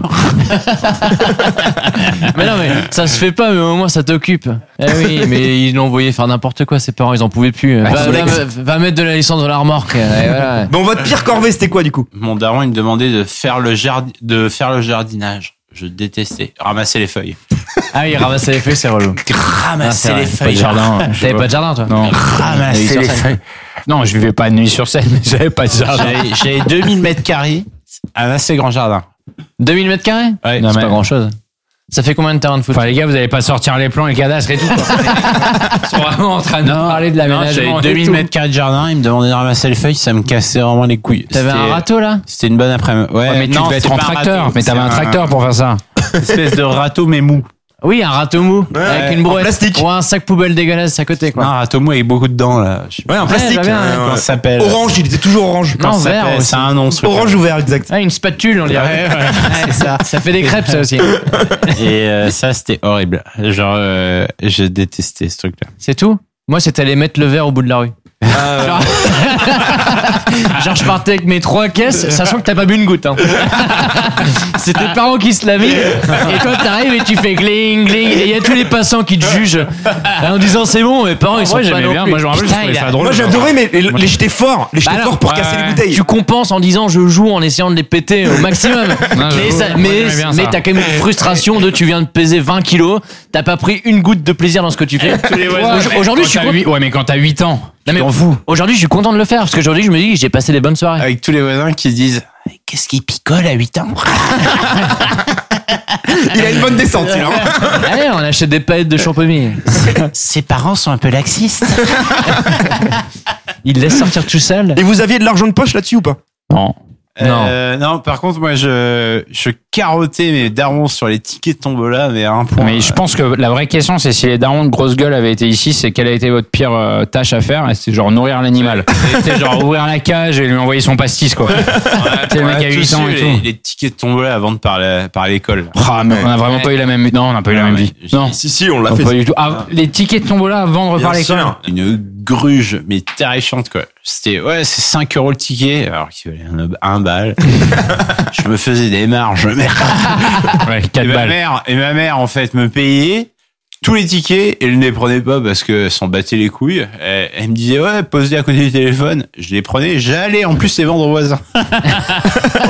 Speaker 4: Mais non, mais ça se fait pas, mais au moins ça t'occupe. Eh oui, mais ils l'ont envoyé faire n'importe quoi, ses parents, ils en pouvaient plus.
Speaker 3: Ah,
Speaker 4: Va,
Speaker 2: ils ont
Speaker 4: va-
Speaker 2: l'ex.
Speaker 4: va mettre de la licence dans la remorque. Et voilà.
Speaker 2: Bon, votre pire corvée, c'était quoi du coup
Speaker 1: Mon daron, il me demandait de faire le, jardi- de faire le jardinage. Je détestais. Ramasser les feuilles.
Speaker 4: Ah oui, ramasser les feuilles, c'est relou. Ah,
Speaker 1: Ramasser
Speaker 4: c'est vrai,
Speaker 1: les
Speaker 4: pas de
Speaker 1: feuilles.
Speaker 3: Jardin. je sais
Speaker 4: T'avais pas de jardin, toi
Speaker 3: Non.
Speaker 1: Ramasser les feuilles.
Speaker 3: Non, je vivais pas de nuit sur scène, mais j'avais pas de jardin.
Speaker 1: J'avais- J'avais 2000 mètres carrés. Un assez grand jardin.
Speaker 4: 2000 mètres carrés
Speaker 1: Ouais,
Speaker 4: C'est
Speaker 3: Non, mais-
Speaker 4: pas grand chose. Ça fait combien de terrains de foot
Speaker 3: Enfin, les gars, vous allez pas sortir les plans, les cadastres et tout. quoi. Ils sont vraiment en train de nous parler de
Speaker 1: Non,
Speaker 3: l'aménagement.
Speaker 1: J'avais
Speaker 3: et
Speaker 1: 2000
Speaker 3: tout.
Speaker 1: mètres carrés de jardin, il me demandait de ramasser les feuilles, ça me cassait vraiment les couilles.
Speaker 4: T'avais un
Speaker 1: C'était-
Speaker 4: râteau là
Speaker 1: C'était une bonne après-midi. Ouais,
Speaker 3: Ouais, mais tu
Speaker 1: non,
Speaker 3: devais
Speaker 1: c'est
Speaker 3: être en
Speaker 1: pas un
Speaker 3: tracteur.
Speaker 1: râteau,
Speaker 3: mais t'avais
Speaker 1: c'est
Speaker 3: un tracteur pour faire ça.
Speaker 1: espèce de râteau mais mou.
Speaker 4: Oui, un râteau mou. avec une brouette.
Speaker 2: en plastique.
Speaker 4: Ou un sac poubelle dégueulasse à côté
Speaker 1: Non,
Speaker 4: quoi.
Speaker 1: un râteau mou avec beaucoup de dents là. Je sais pas
Speaker 2: Ouais, en plastique.
Speaker 4: j'avais un-
Speaker 2: Ouais,
Speaker 1: comment
Speaker 2: ouais.
Speaker 1: ça s'appelle.
Speaker 2: Orange, il était toujours orange.
Speaker 1: Comment
Speaker 4: Non,
Speaker 1: ça
Speaker 4: vert
Speaker 1: s'appelle
Speaker 4: aussi.
Speaker 1: C'est un nom. ce truc.
Speaker 2: Orange ou vert, exact.
Speaker 4: Ah, une spatule, on dirait. Ouais, ça. ça fait des crêpes, ça aussi.
Speaker 1: Et euh, ça, c'était horrible. Genre, euh, j'ai détesté ce truc-là.
Speaker 4: C'est tout Moi, c'était aller mettre le verre au bout de la rue.
Speaker 2: Ah,
Speaker 4: Genre... Genre, je partais avec mes trois caisses, sachant que t'as pas bu une goutte. Hein. C'est tes parents qui se lavaient, et toi t'arrives et tu fais gling gling, et il y a tous les passants qui te jugent hein, en disant c'est bon, mes parents ils sont
Speaker 3: Moi,
Speaker 4: pas
Speaker 3: j'aimais
Speaker 4: non
Speaker 3: bien.
Speaker 4: plus.
Speaker 3: Moi, je me rappelle, je
Speaker 4: Putain,
Speaker 3: trouvais
Speaker 4: il a-
Speaker 3: ça drôle.
Speaker 2: Moi j'adorais, mais les- les- j'étais fort. Les
Speaker 4: Bah
Speaker 2: j'étais
Speaker 4: alors,
Speaker 2: fort pour
Speaker 3: ouais,
Speaker 2: casser les
Speaker 3: ouais.
Speaker 2: bouteilles.
Speaker 4: tu compenses en disant je joue en essayant de les péter euh, au maximum. mais
Speaker 3: j'avoue,
Speaker 4: ça-
Speaker 3: moi,
Speaker 4: mais
Speaker 3: j'aimais bien
Speaker 4: mais
Speaker 3: ça.
Speaker 4: t'as quand même une frustration de tu viens de peser 20 kilos, t'as pas pris une goutte de plaisir dans ce que tu fais. Aujourd'hui, Aujourd'hui, je suis content.
Speaker 3: Ouais, mais quand t'as 8 ans.
Speaker 4: Non, mais Aujourd'hui, je suis content de le faire parce qu'aujourd'hui, je me dis j'ai passé des bonnes soirées.
Speaker 1: Avec tous les voisins qui se disent Qu'est-ce qu'il picole à 8 ans
Speaker 2: Il a une bonne descente. il, hein.
Speaker 4: Allez, on achète des paillettes de champomille.
Speaker 1: Ses parents sont un peu laxistes.
Speaker 4: Il laisse sortir tout seul.
Speaker 2: Et vous aviez de l'argent de poche là-dessus ou pas
Speaker 3: Non.
Speaker 4: Non.
Speaker 1: Euh, non, par contre, moi, je, je carottais mes darons sur les tickets de tombola, mais à un point.
Speaker 3: Mais je pense que la vraie question, c'est si les darons de grosse gueule avaient été ici, c'est quelle a été votre pire euh, tâche à faire Et C'était genre nourrir l'animal. C'était genre ouvrir la cage et lui envoyer son pastis, quoi.
Speaker 1: que
Speaker 3: c'est le mec qui a 8 ans et
Speaker 1: les,
Speaker 3: tout.
Speaker 1: les tickets de tombola à vendre par la- par l'école.
Speaker 3: Ah, mais on a vraiment pas eu la même. Non, on n'a pas eu la
Speaker 1: Non,
Speaker 3: même
Speaker 1: mais
Speaker 3: vie.
Speaker 1: j'ai-
Speaker 3: Non.
Speaker 2: Si, si, on l'a
Speaker 3: Pas du tout. Ah, les tickets de tombola à vendre
Speaker 2: Bien
Speaker 3: par l'école.
Speaker 2: sûr.
Speaker 1: Une gruge, mais terrifiante, quoi. C'était, ouais, c'est 5 euros le ticket, alors qu'il valait un, un bal. je me faisais des marges, merde.
Speaker 3: Ouais,
Speaker 1: et
Speaker 3: 4
Speaker 1: ma
Speaker 3: balles.
Speaker 1: mère, et ma mère, en fait, me payait tous les tickets et elle ne les prenait pas parce que s'en battait les couilles. Elle, elle me disait, ouais, pose-les à côté du téléphone. Je les prenais, j'allais en plus les vendre aux voisins.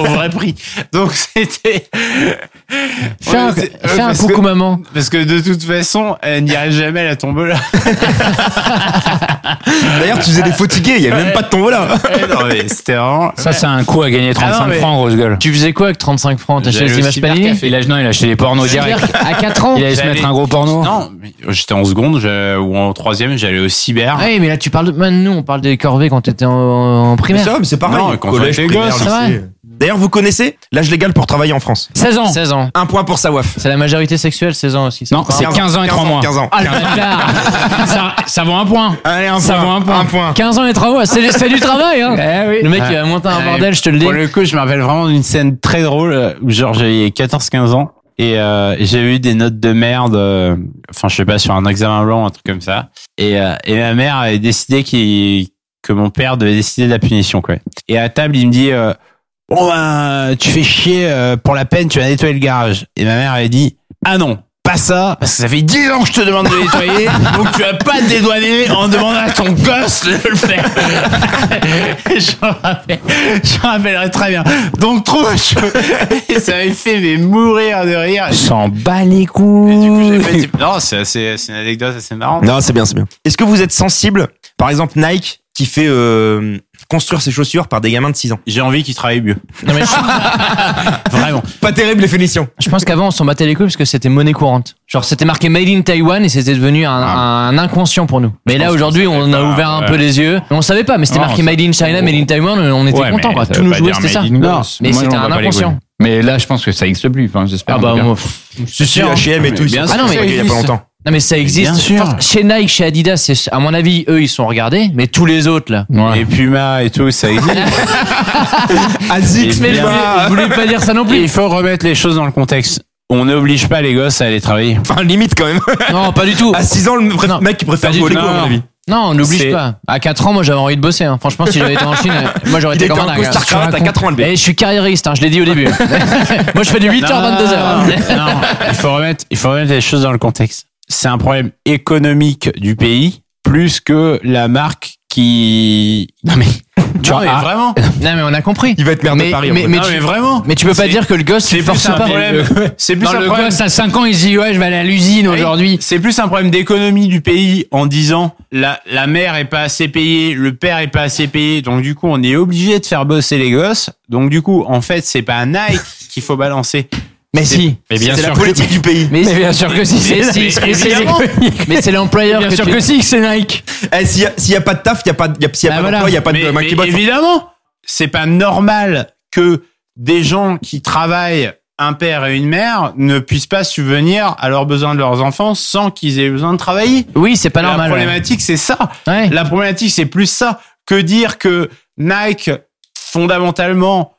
Speaker 1: Au vrai prix. Donc c'était.
Speaker 4: Fais un,
Speaker 1: Ouais, c'est-
Speaker 4: fais
Speaker 1: euh,
Speaker 4: un
Speaker 1: parce
Speaker 4: coucou
Speaker 1: que-
Speaker 4: maman.
Speaker 1: Parce que de toute façon, elle n'irait jamais à la tombola.
Speaker 2: D'ailleurs, tu faisais des faux tickets, il y avait même pas de ton là.
Speaker 1: Eh non, mais c'était vraiment.
Speaker 3: Ça, c'est Ah un coup à gagner 35
Speaker 1: mais-
Speaker 3: francs, grosse gueule.
Speaker 4: Tu faisais quoi avec 35 francs T'achetais
Speaker 1: J'allais
Speaker 4: des
Speaker 1: au
Speaker 4: images panini
Speaker 1: cybercafé.
Speaker 3: Il a, non, il a acheté des pornos direct.
Speaker 4: C'est-à-dire À 4 ans
Speaker 3: Il allait se
Speaker 1: J'allais-
Speaker 3: mettre un gros porno.
Speaker 1: Non, mais j'étais en seconde je- ou en troisième, j'allais au cyber.
Speaker 4: Oui, mais là, tu parles de. Maintenant, nous, on parle des corvées quand t'étais en, en primaire.
Speaker 2: mais c'est pareil.
Speaker 1: Non, quand on était gosse,
Speaker 4: lycée.
Speaker 2: D'ailleurs, vous connaissez l'âge légal pour travailler en France
Speaker 4: 16 ans. 16 ans.
Speaker 2: Un point pour Sawaf.
Speaker 4: C'est la majorité sexuelle, 16 ans aussi.
Speaker 3: Non, c'est 15 ans et 3 mois.
Speaker 2: 15 ans.
Speaker 3: Ah, le bâtard. ça, ça vaut un point.
Speaker 2: Allez, un
Speaker 3: Ça
Speaker 2: point,
Speaker 3: vaut un point.
Speaker 2: Un point.
Speaker 4: 15 ans et 3 mois, c'est c'est du travail, hein.
Speaker 3: Eh oui.
Speaker 4: Le mec,
Speaker 1: Ouais.
Speaker 4: il va monter un
Speaker 1: Ouais.
Speaker 4: bordel, je te le dis.
Speaker 1: Pour le coup, je me rappelle vraiment d'une scène très drôle euh, où genre j'avais 14-15 ans et euh, j'ai eu des notes de merde. euh, Enfin, je sais pas sur un examen blanc, un truc comme ça. Et, euh, et ma mère avait décidé qu'il- que mon père devait décider de la punition, quoi. Et à table, il me dit euh, bon ben tu fais chier euh, pour la peine, tu vas nettoyer le garage. Et ma mère avait dit ah non. Pas ça, parce que ça fait 10 ans que je te demande de nettoyer, donc tu vas pas te dédouaner en demandant à ton gosse de le faire. je m'en rappelle- je m'en rappellerai très bien. Donc trop je... ça m'avait fait mais mourir de rire.
Speaker 3: S'en bat les
Speaker 1: Et du coup,
Speaker 3: couilles.
Speaker 1: j'ai pas dit- Non, c'est assez- c'est une anecdote assez marrante.
Speaker 2: Non, c'est bien, c'est bien. Est-ce que vous êtes sensible, par exemple, Nike qui fait euh, construire ses chaussures par des gamins de 6 ans
Speaker 1: J'ai envie qu'il travaille mieux.
Speaker 4: Non, mais je-
Speaker 1: Vraiment.
Speaker 2: Pas terrible les félicitations.
Speaker 4: Je pense qu'avant, on s'en battait les couilles parce que c'était monnaie courante. Genre, c'était marqué Made in Taiwan et c'était devenu un, un inconscient pour nous. Mais là,
Speaker 1: pense
Speaker 4: aujourd'hui,
Speaker 1: qu'on
Speaker 4: on
Speaker 1: savait
Speaker 4: a
Speaker 1: pas,
Speaker 4: ouvert un
Speaker 1: ouais.
Speaker 4: peu les yeux. On savait pas, mais c'était
Speaker 3: Non,
Speaker 4: marqué
Speaker 3: ça-
Speaker 4: Made in China, Made in Taiwan, on était content, quoi. Tout nous jouait, c'était ça. mais c'était un inconscient.
Speaker 3: Mais là, je pense que ça existe plus. Enfin, j'espère.
Speaker 4: Ah bah,
Speaker 3: en tout cas.
Speaker 4: moi, pff, je suis sûr. hein.
Speaker 2: H&M et tout, ils
Speaker 1: bien
Speaker 2: sont
Speaker 1: sûr.
Speaker 4: Ah non, mais-
Speaker 2: construits il y a pas longtemps.
Speaker 4: Non, mais ça existe.
Speaker 1: bien sûr.
Speaker 4: Enfin, Chez Nike, chez Adidas, c'est- à mon avis, eux, ils sont regardés, mais tous les autres, là.
Speaker 3: Ouais.
Speaker 1: Et Puma et tout, ça existe.
Speaker 2: Asics,
Speaker 1: Mais
Speaker 4: Mais
Speaker 1: bien.
Speaker 4: je voulais pas dire ça non
Speaker 1: Et
Speaker 4: plus.
Speaker 1: il faut remettre les choses dans le contexte. On n'oblige pas les gosses à aller travailler.
Speaker 2: Enfin, limite quand même.
Speaker 4: Non, pas du tout.
Speaker 2: À 6 ans, le préf-
Speaker 4: Oh. Non.
Speaker 2: mec qui préfère
Speaker 4: Pas du
Speaker 2: jouer au
Speaker 4: tout,
Speaker 2: Lego, à mon
Speaker 1: non.
Speaker 2: avis.
Speaker 4: Ah, Non, on
Speaker 1: C'est-
Speaker 4: n'oblige pas. À 4 ans, moi, j'avais envie de bosser. hein. Franchement, si j'avais été en Chine, euh, moi, j'aurais
Speaker 2: Il
Speaker 4: été
Speaker 2: était
Speaker 4: comme un
Speaker 2: en
Speaker 4: dingue, hein.
Speaker 2: costard cravate à 4 ans, le mec.
Speaker 4: Et je suis carriériste, hein, je l'ai dit au début. Moi, je fais du 8h,
Speaker 1: Non,
Speaker 4: 22h.
Speaker 1: non, non. il faut remettre, il faut remettre les choses dans le contexte. C'est un problème économique du pays plus que la marque qui. Non mais tu vois
Speaker 3: ah,
Speaker 1: vraiment.
Speaker 4: Non, mais on a compris.
Speaker 2: Il va être maire de
Speaker 4: Mais-
Speaker 2: Paris.
Speaker 4: mais-
Speaker 2: en fait.
Speaker 1: Mais, non,
Speaker 4: tu-
Speaker 1: mais vraiment.
Speaker 4: Mais tu peux pas
Speaker 1: C'est-
Speaker 4: dire que le gosse,
Speaker 1: C'est
Speaker 4: il
Speaker 1: plus
Speaker 4: force
Speaker 1: un
Speaker 4: pas.
Speaker 1: problème.
Speaker 4: Euh,
Speaker 1: C'est plus
Speaker 3: Non,
Speaker 1: un
Speaker 3: le
Speaker 1: problème.
Speaker 3: gosse à 5 ans, il se dit ouais, je vais aller à l'usine
Speaker 1: Oui.
Speaker 3: aujourd'hui.
Speaker 1: C'est plus un problème d'économie du pays en disant la, la mère est pas assez payée, le père est pas assez payé, donc du coup on est obligé de faire bosser les gosses. Donc du coup en fait c'est pas Nike qu'il faut balancer.
Speaker 4: Mais
Speaker 1: C'est-
Speaker 4: si.
Speaker 3: Mais
Speaker 2: C'est la politique du pays.
Speaker 4: Mais
Speaker 3: Mais
Speaker 4: si.
Speaker 3: bien sûr que si.
Speaker 4: Mais si,
Speaker 3: c'est-
Speaker 4: mais si,
Speaker 3: évidemment.
Speaker 4: Mais c'est l'employeur
Speaker 3: Bien
Speaker 4: que
Speaker 3: sûr
Speaker 4: tu-
Speaker 3: que si, c'est Nike.
Speaker 2: Eh, S'il y a- s'il y a pas de taf, il y a pas de- il y a- s'il y a
Speaker 4: Ah,
Speaker 2: pas
Speaker 4: voilà.
Speaker 2: d'emploi, il y a pas de
Speaker 1: mais,
Speaker 2: Mac
Speaker 1: mais
Speaker 2: qui bosse.
Speaker 1: évidemment, c'est pas normal que des gens qui travaillent un père et une mère ne puissent pas subvenir à leurs besoins de leurs enfants sans qu'ils aient besoin de travailler.
Speaker 4: Oui, c'est pas
Speaker 1: la
Speaker 4: normal. ouais.
Speaker 1: problématique c'est ça.
Speaker 4: Ouais.
Speaker 1: La problématique, c'est plus ça que dire que Nike, fondamentalement,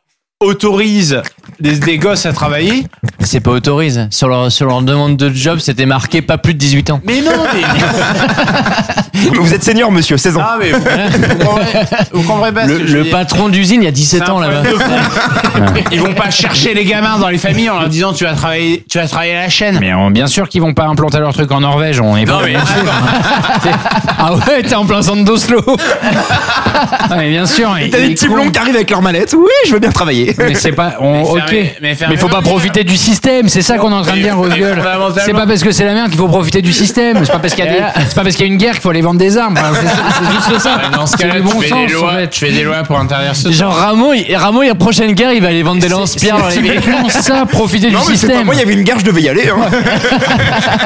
Speaker 1: autorise des, des gosses à travailler.
Speaker 4: C'est pas autorisé. Sur leur, sur leur demande de job, c'était marqué pas plus de 18 ans.
Speaker 1: Mais non, mais,
Speaker 2: Vous êtes senior, monsieur, 16 ans.
Speaker 1: Ah, mais vous, vous comprenez, vous comprenez pas ce
Speaker 4: Le,
Speaker 1: que je veux
Speaker 4: le
Speaker 1: dire.
Speaker 4: patron d'usine, il y a
Speaker 1: C'est
Speaker 4: 17
Speaker 1: un
Speaker 4: ans là-bas.
Speaker 1: problème de fond. Ils vont pas chercher les gamins dans les familles en leur disant tu vas travailler, tu vas travailler à la chaîne.
Speaker 3: Mais on- bien sûr qu'ils vont pas implanter leur truc en Norvège. On est
Speaker 1: Non,
Speaker 3: pas-
Speaker 1: mais attends,
Speaker 3: Ah ouais, t'es en plein centre d'Oslo. Ah, mais bien sûr.
Speaker 2: T'as des petits blonds qui arrivent avec leur mallette. Oui, je veux bien travailler.
Speaker 3: Mais c'est pas. on-
Speaker 1: Mais
Speaker 3: ok.
Speaker 1: fermez- mais
Speaker 3: Mais,
Speaker 1: fermez
Speaker 3: faut
Speaker 1: la
Speaker 3: pas
Speaker 1: gueule.
Speaker 3: profiter du système. C'est ça qu'on est en train de dire, grosse
Speaker 1: Mais
Speaker 3: gueule.
Speaker 1: fondamentalement-
Speaker 3: C'est pas parce que c'est la merde qu'il faut profiter du système. C'est pas parce qu'il y a des- c'est pas parce qu'il y a une guerre qu'il faut aller vendre des armes. Enfin, c'est- c'est juste ça.
Speaker 1: Dans ce
Speaker 3: C'est
Speaker 1: cas-là,
Speaker 3: du
Speaker 1: tu,
Speaker 3: bon
Speaker 1: fais
Speaker 3: sens,
Speaker 1: des
Speaker 3: en
Speaker 1: lois,
Speaker 3: fait.
Speaker 1: tu fais des lois pour interdire ce
Speaker 4: Genre Rameau, il, Rameau, la prochaine guerre, il va aller vendre des lance-pierres dans les
Speaker 3: C'est vraiment ça, profiter
Speaker 2: Non,
Speaker 3: du
Speaker 2: mais c'est pas
Speaker 3: système.
Speaker 2: moi, il y avait une gare, je devais y aller. hein.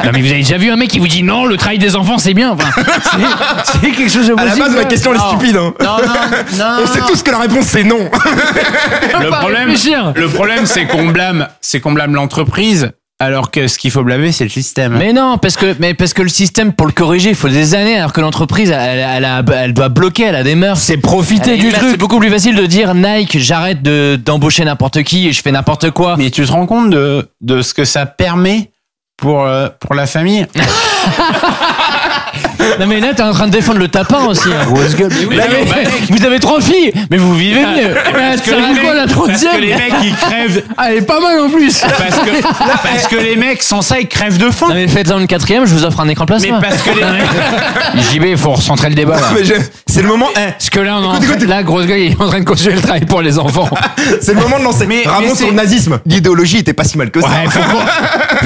Speaker 3: Non, mais vous avez déjà vu un mec qui vous dit non, le travail des enfants c'est bien. Enfin, c'est- c'est quelque chose de
Speaker 2: À la
Speaker 3: possible,
Speaker 2: base, ma
Speaker 3: quoi.
Speaker 2: question, elle est
Speaker 3: Non.
Speaker 2: stupide. hein.
Speaker 1: Non, non, non.
Speaker 2: On sait tous que la réponse, c'est non.
Speaker 1: Le
Speaker 3: pas
Speaker 1: problème,
Speaker 3: réfléchir.
Speaker 1: le problème, c'est qu'on blâme, c'est qu'on blâme l'entreprise, alors que ce qu'il faut blâmer, c'est le système.
Speaker 4: Mais non, parce que, mais parce que le système, pour le corriger, il faut des années, alors que l'entreprise, elle, elle, a- elle doit bloquer, elle a des mœurs.
Speaker 3: C'est profiter
Speaker 4: Elle-
Speaker 3: du
Speaker 4: là,
Speaker 3: truc.
Speaker 4: C'est beaucoup plus facile de dire Nike, j'arrête de- d'embaucher n'importe qui et je fais n'importe quoi.
Speaker 1: Mais tu te rends compte de, de ce que ça permet pour, euh, pour la famille
Speaker 4: Non mais là, t'es en train de défendre le tapin aussi. hein. Là, mais- vous avez trois filles, mais vous vivez mieux.
Speaker 1: Ah,
Speaker 4: Ah,
Speaker 1: que
Speaker 4: Ça
Speaker 1: les
Speaker 4: va quoi
Speaker 1: mecs-
Speaker 4: la
Speaker 1: Parce que les
Speaker 4: troisième
Speaker 1: mecs, ils crèvent.
Speaker 4: Ah, Elle est pas mal en plus.
Speaker 1: Parce que, parce que les mecs, sans ça, ils crèvent de
Speaker 4: Non
Speaker 1: faim.
Speaker 4: mais faites-en une quatrième, je vous offre un écran
Speaker 1: Mais
Speaker 4: plasma.
Speaker 1: parce que les
Speaker 3: JB, il faut recentrer le débat. Là.
Speaker 2: Mais je- C'est le moment. eh,
Speaker 3: Parce que là, on est en train- là, grosse gueule, il est en train de construire le travail pour les enfants.
Speaker 2: C'est le moment de lancer.
Speaker 1: Mais-
Speaker 2: Ramon
Speaker 1: mais
Speaker 2: sur
Speaker 1: c'est-
Speaker 2: le nazisme. L'idéologie était pas si mal que ça.
Speaker 3: Ouais, faut, com-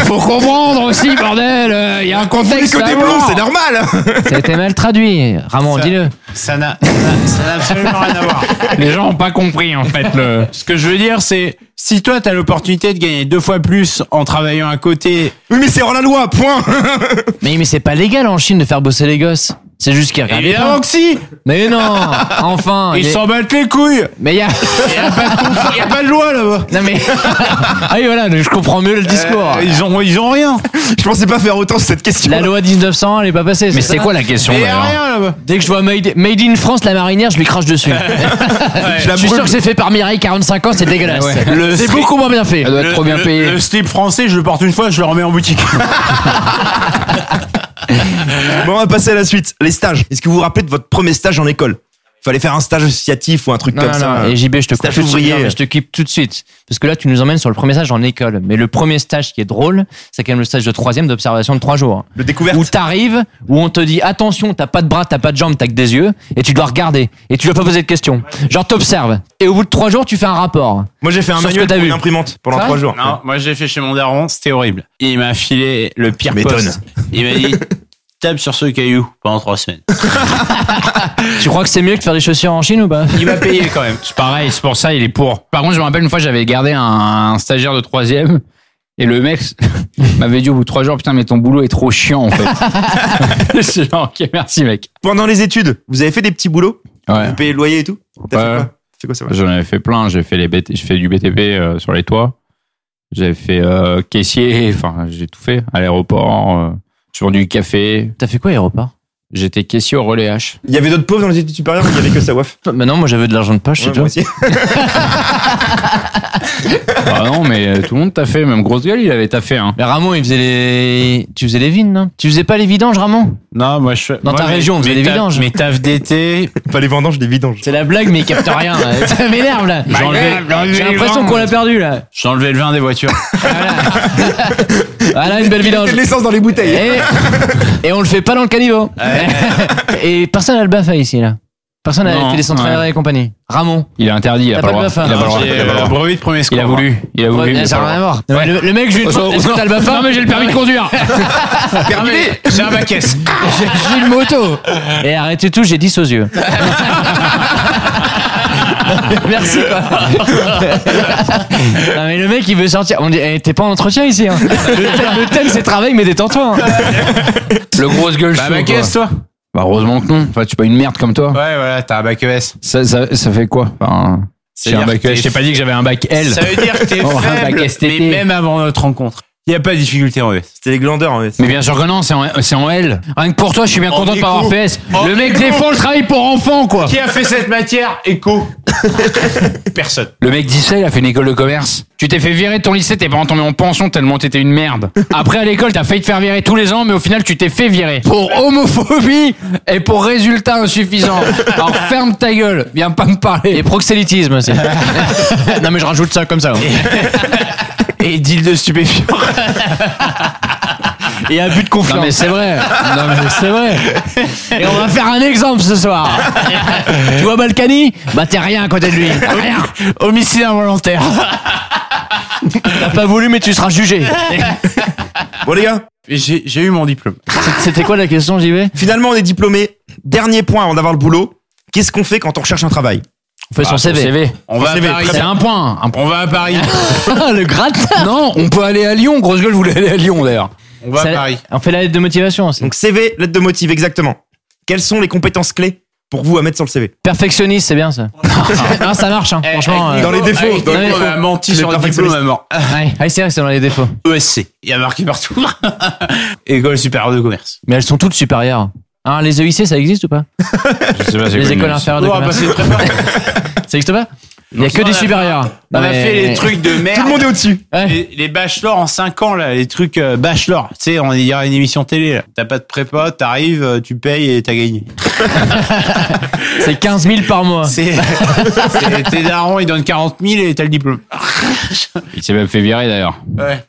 Speaker 3: faut comprendre aussi, bordel. euh, Il y a un
Speaker 2: On voulait
Speaker 3: contexte.
Speaker 2: que
Speaker 3: à
Speaker 2: des
Speaker 3: avoir.
Speaker 2: blonds, c'est normal.
Speaker 4: Ça a été mal traduit. Ramon,
Speaker 1: Ça-
Speaker 4: dis-le.
Speaker 1: ça n'a ça n'a- ça n'a absolument rien à voir.
Speaker 3: Les gens ont pas compris, en fait. Le...
Speaker 1: Ce que je veux dire, c'est si toi, t'as l'opportunité de gagner deux fois plus en travaillant à côté
Speaker 2: Oui, mais c'est hors la loi, point.
Speaker 4: Mais, mais c'est pas légal en Chine de faire bosser les gosses. C'est juste qu'il regardait
Speaker 1: Évidemment
Speaker 4: pas.
Speaker 1: que si
Speaker 4: Mais non Enfin
Speaker 1: eh Ils
Speaker 4: il est-
Speaker 1: s'en battent les couilles
Speaker 4: Mais il y a...
Speaker 1: Il n'y a pas de loi là-bas
Speaker 4: Non mais... ah oui, voilà, je comprends mieux le discours.
Speaker 1: Euh, Ils ont, ils ont rien
Speaker 2: Je pensais pas faire autant sur cette question.
Speaker 4: La loi 1900, elle est pas passée.
Speaker 3: Mais
Speaker 4: ça
Speaker 3: c'est quoi la question
Speaker 1: Il n'y a
Speaker 3: d'ailleurs
Speaker 1: rien là-bas
Speaker 4: Dès que je vois Made, Made in France, la marinière, je lui crache dessus.
Speaker 2: Je la
Speaker 4: Je suis
Speaker 2: brûle.
Speaker 4: sûr que c'est fait par Mireille, 45 ans, c'est dégueulasse.
Speaker 3: Ouais.
Speaker 1: Le
Speaker 4: C'est
Speaker 1: slip-
Speaker 4: beaucoup moins bien fait.
Speaker 3: Elle doit être
Speaker 1: le-
Speaker 3: trop bien
Speaker 1: le-
Speaker 3: payée.
Speaker 1: Le slip français, je le porte une fois, je le remets en boutique.
Speaker 2: Bon, on va passer à la suite. Les stages. Est-ce que vous vous rappelez de votre premier stage en école Fallait faire un stage associatif ou un truc
Speaker 4: Non,
Speaker 2: comme
Speaker 4: non,
Speaker 2: ça.
Speaker 4: non. Et JB, je te coupe
Speaker 2: Stage
Speaker 4: tout de suite.
Speaker 2: ouvrier.
Speaker 4: Non, mais Je te quitte tout de suite. Parce que là, tu nous emmènes sur le premier stage en école. Mais le premier stage qui est drôle, c'est quand même le stage de troisième d'observation de trois jours.
Speaker 2: Le découverte.
Speaker 4: Où t'arrives, où on te dit attention, t'as pas de bras, t'as pas de jambes, t'as que des yeux, et tu dois regarder, et tu dois pas poser de questions. Genre t'observes, et au bout de trois jours, tu fais un rapport.
Speaker 2: Moi, j'ai fait un
Speaker 4: Sur ce
Speaker 2: manuel
Speaker 4: que t'as
Speaker 2: pour
Speaker 4: vu.
Speaker 2: une imprimante pendant
Speaker 4: Ça
Speaker 2: trois jours.
Speaker 1: Non, moi j'ai fait chez mon daron, c'était horrible. Il m'a filé le pire
Speaker 2: Tu m'étonnes.
Speaker 1: poste. Il m'a dit tape sur ce caillou pendant trois semaines.
Speaker 4: Tu crois que c'est mieux que de faire des chaussures en Chine ou pas
Speaker 1: Il m'a payé quand même.
Speaker 3: C'est pareil, c'est pour ça, il est pour. Par contre, je me rappelle une fois, j'avais gardé un, un stagiaire de troisième. Et le mec m'avait dit au bout de trois jours, putain, mais ton boulot est trop chiant, en fait. c'est genre, ok, merci, mec.
Speaker 2: Pendant les études, vous avez fait des petits boulots
Speaker 3: Ouais.
Speaker 2: Vous payez le loyer et tout T'as
Speaker 3: Ouais.
Speaker 2: fait quoi C'est quoi ça
Speaker 3: J'en avais fait plein. J'ai fait les BT, j'ai fait du BTP euh, sur les toits. J'avais fait euh, caissier. Enfin, j'ai tout fait à l'aéroport. euh, j'ai vendu du café.
Speaker 4: T'as fait quoi, aéroport
Speaker 3: J'étais caissier au relais H.
Speaker 2: Il y avait d'autres pauvres dans les études supérieures, mais il y avait que ça, waf.
Speaker 4: Bah non, moi j'avais de l'argent de poche, c'est
Speaker 2: Ouais,
Speaker 4: tout.
Speaker 2: moi aussi.
Speaker 3: Ah non, mais tout le monde t'a fait. Même grosse gueule, il avait taffé. Hein.
Speaker 4: Mais Ramon, il faisait les. Tu faisais les vignes, non Tu faisais pas les vidanges, Ramon
Speaker 1: Non, moi je fais-
Speaker 4: Dans
Speaker 1: moi,
Speaker 4: ta
Speaker 1: mes-
Speaker 4: région, vous
Speaker 1: mes
Speaker 4: avez des
Speaker 1: taf-
Speaker 4: vidanges.
Speaker 1: Mes tafs d'été.
Speaker 2: Pas les vendanges, les vidanges.
Speaker 4: C'est la blague, mais il capte rien. là. Ça m'énerve là.
Speaker 3: Bah,
Speaker 1: J'ai enlevé-
Speaker 4: J'ai l'impression qu'on l'a perdu là.
Speaker 1: J'ai enlevé le vin des voitures.
Speaker 4: Voilà une belle vidange. Eh.
Speaker 2: de l'essence dans les bouteilles.
Speaker 4: Et, et on le fait pas dans le caniveau. Et personne n'a le BAFA ici là. Personne n'a
Speaker 3: Non,
Speaker 4: fait les centres
Speaker 3: ouais.
Speaker 4: aérés et compagnie. Ramon.
Speaker 3: Il a interdit. Il a
Speaker 4: T'as
Speaker 3: pas le droit.
Speaker 4: pas de baffe, hein.
Speaker 3: Il a pas le droit.
Speaker 1: J'ai
Speaker 3: Il a pas le
Speaker 1: euh,
Speaker 3: droit.
Speaker 1: brevet de premier
Speaker 3: Il
Speaker 1: secours.
Speaker 3: a voulu. Il a voulu.
Speaker 4: Ouais,
Speaker 3: il a
Speaker 4: ça
Speaker 3: pas le
Speaker 4: n'a rien à
Speaker 3: droit.
Speaker 4: voir. Le, le mec, je lui demande Est-ce que t'as le BAFA
Speaker 3: Non, mais j'ai le permis de conduire.
Speaker 1: Ah, J'ai un bac S.
Speaker 4: J'ai j'ai une moto. Et arrêtez tout, j'ai 10 aux yeux. Merci quoi. non mais le mec il veut sortir. On dit, eh, t'es pas en entretien ici. Hein. Le thème, le thème, c'est travail, mais détends-toi. hein.
Speaker 3: Le grosse gueule.
Speaker 1: T'as un
Speaker 3: chaud,
Speaker 1: bac
Speaker 3: quoi.
Speaker 1: S toi
Speaker 3: Bah heureusement que non. Enfin, tu pas une merde comme toi.
Speaker 1: Ouais, voilà, t'as un bac ES.
Speaker 3: Ça, ça, ça fait quoi Enfin, j'ai un
Speaker 1: C'est-à-dire
Speaker 3: bac. E
Speaker 1: que t'es-
Speaker 3: Je t'ai pas dit que j'avais un bac L.
Speaker 1: Ça veut dire que t'es
Speaker 3: Oh, un
Speaker 1: faible,
Speaker 3: bac STT.
Speaker 1: mais même avant notre rencontre, il n'y a pas de difficulté en E ES.
Speaker 2: C'était les glandeurs, en fait.
Speaker 3: Mais bien sûr que non, c'est en, c'est en L. Rien que pour toi, je suis bien
Speaker 1: En
Speaker 3: content de pas avoir
Speaker 1: écho.
Speaker 3: fait S.
Speaker 1: En
Speaker 3: le mec
Speaker 1: écho.
Speaker 3: défend le travail pour enfants, quoi.
Speaker 1: Oh, Qui a fait cette matière Éco. Personne.
Speaker 3: Le mec dit ça, il a fait une école de commerce. Tu t'es fait virer de ton lycée, tes parents t'ont mis en pension tellement t'étais une merde. Après, à l'école, t'as failli te faire virer tous les ans, mais au final, tu t'es fait virer. Pour homophobie et pour résultat insuffisant. Alors ferme ta gueule, viens pas me parler.
Speaker 4: Et proxélytisme aussi. non mais je rajoute ça comme ça. hein.
Speaker 1: Et deal de stupéfiants.
Speaker 4: Et abus de confiance.
Speaker 3: Non, mais
Speaker 4: c'est vrai. Non mais c'est vrai. Et on va faire un exemple ce soir. tu vois Balkany Bah t'es rien à côté de lui. Rien.
Speaker 1: Homicide involontaire.
Speaker 4: T'as pas voulu mais tu seras jugé.
Speaker 2: Bon, les gars,
Speaker 1: J'ai j'ai eu mon diplôme.
Speaker 4: C'était quoi la question JB
Speaker 2: finalement, on est diplômé. Dernier point avant d'avoir le boulot. Qu'est-ce qu'on fait quand on recherche un travail
Speaker 4: On fait Ah, son CV.
Speaker 1: On va à
Speaker 2: CV,
Speaker 1: Paris.
Speaker 3: C'est un
Speaker 4: hein.
Speaker 3: point. un point.
Speaker 1: On va à Paris.
Speaker 4: le gratte
Speaker 3: Non, on peut aller à Lyon. Grosse gueule voulait aller à Lyon, d'ailleurs.
Speaker 1: On va à
Speaker 4: Ça-
Speaker 1: Paris.
Speaker 4: On fait la lettre de motivation aussi.
Speaker 2: Donc, CV, lettre de motive, exactement. Quelles sont les compétences clés pour vous à mettre sur le CV
Speaker 4: Perfectionniste, c'est bien ça. non, ça marche, hein, franchement.
Speaker 1: Eh,
Speaker 4: euh,
Speaker 2: Dans les
Speaker 1: eh,
Speaker 2: défauts,
Speaker 1: eh,
Speaker 2: dans
Speaker 4: les
Speaker 1: on
Speaker 4: défauts.
Speaker 1: a menti
Speaker 2: Le
Speaker 1: sur le diplôme
Speaker 2: perfectionniste.
Speaker 1: à mort.
Speaker 4: ouais. Ah, c'est vrai que c'est dans les défauts.
Speaker 1: ESC. Il y a marqué partout. École supérieure de commerce.
Speaker 4: Mais elles sont toutes supérieures. Hein, les EIC, ça existe ou pas
Speaker 3: Je sais pas, c'est
Speaker 4: Les
Speaker 3: quoi une
Speaker 4: écoles
Speaker 3: ESC.
Speaker 4: inférieures de
Speaker 1: On va
Speaker 4: commerce.
Speaker 1: passer de prépa.
Speaker 4: Ça existe pas Il y a
Speaker 1: Non,
Speaker 4: que
Speaker 1: bah, on
Speaker 4: des
Speaker 1: a-
Speaker 4: supérieures.
Speaker 1: On a fait les trucs de merde.
Speaker 2: Tout le monde est au-dessus.
Speaker 4: Ouais.
Speaker 1: Les, les bachelors en 5 ans, là, les trucs euh, bachelor. Tu sais, on- il y a une émission télé. là. T'as pas de prépa, t'arrives, euh, tu payes et t'as gagné.
Speaker 4: C'est 15 000 par mois.
Speaker 1: C'est, c'est- tes darons, ils donnent 40 000 et t'as le diplôme.
Speaker 3: Il s'est même fait virer, d'ailleurs.
Speaker 1: Ouais.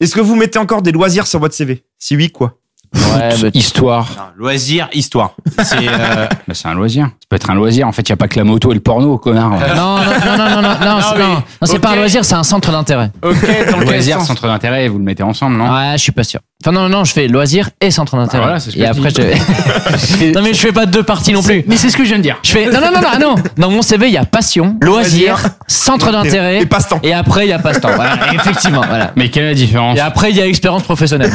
Speaker 2: Est-ce que vous mettez encore des loisirs sur votre CV Si oui, quoi
Speaker 4: Ouais, bah,
Speaker 3: Histoire.
Speaker 1: Loisir, histoire. C'est, euh,
Speaker 3: Bah, c'est un loisir. Ça peut être un loisir. En fait, il n'y a pas que la moto et le porno, connard.
Speaker 4: Non, non, non, non, non, non, non, c'est-
Speaker 1: mais-
Speaker 4: non, non, c'est pas
Speaker 1: ok.
Speaker 4: un loisir, c'est un centre d'intérêt.
Speaker 1: ok, dans
Speaker 3: Le
Speaker 1: quel
Speaker 3: loisir,
Speaker 1: sens
Speaker 3: centre d'intérêt, vous le mettez ensemble, non
Speaker 4: Ouais, je suis pas sûr. Enfin, non, non, je fais loisirs et centre d'intérêt.
Speaker 3: Ah, voilà, c'est ce que
Speaker 4: et
Speaker 3: je
Speaker 4: après, je... Non, mais je fais pas deux parties non plus.
Speaker 3: Mais c'est ce que je viens de dire.
Speaker 4: Je fais. Non, non, non, non, ah, non. Dans mon CV, il y a passion, loisirs,
Speaker 2: Loisirs,
Speaker 4: centre d'intérêt.
Speaker 2: et passe-temps.
Speaker 4: Et après, il y a passe-temps. Voilà, effectivement. Voilà.
Speaker 3: Mais quelle est la différence
Speaker 4: Et après, il y a expérience professionnelle.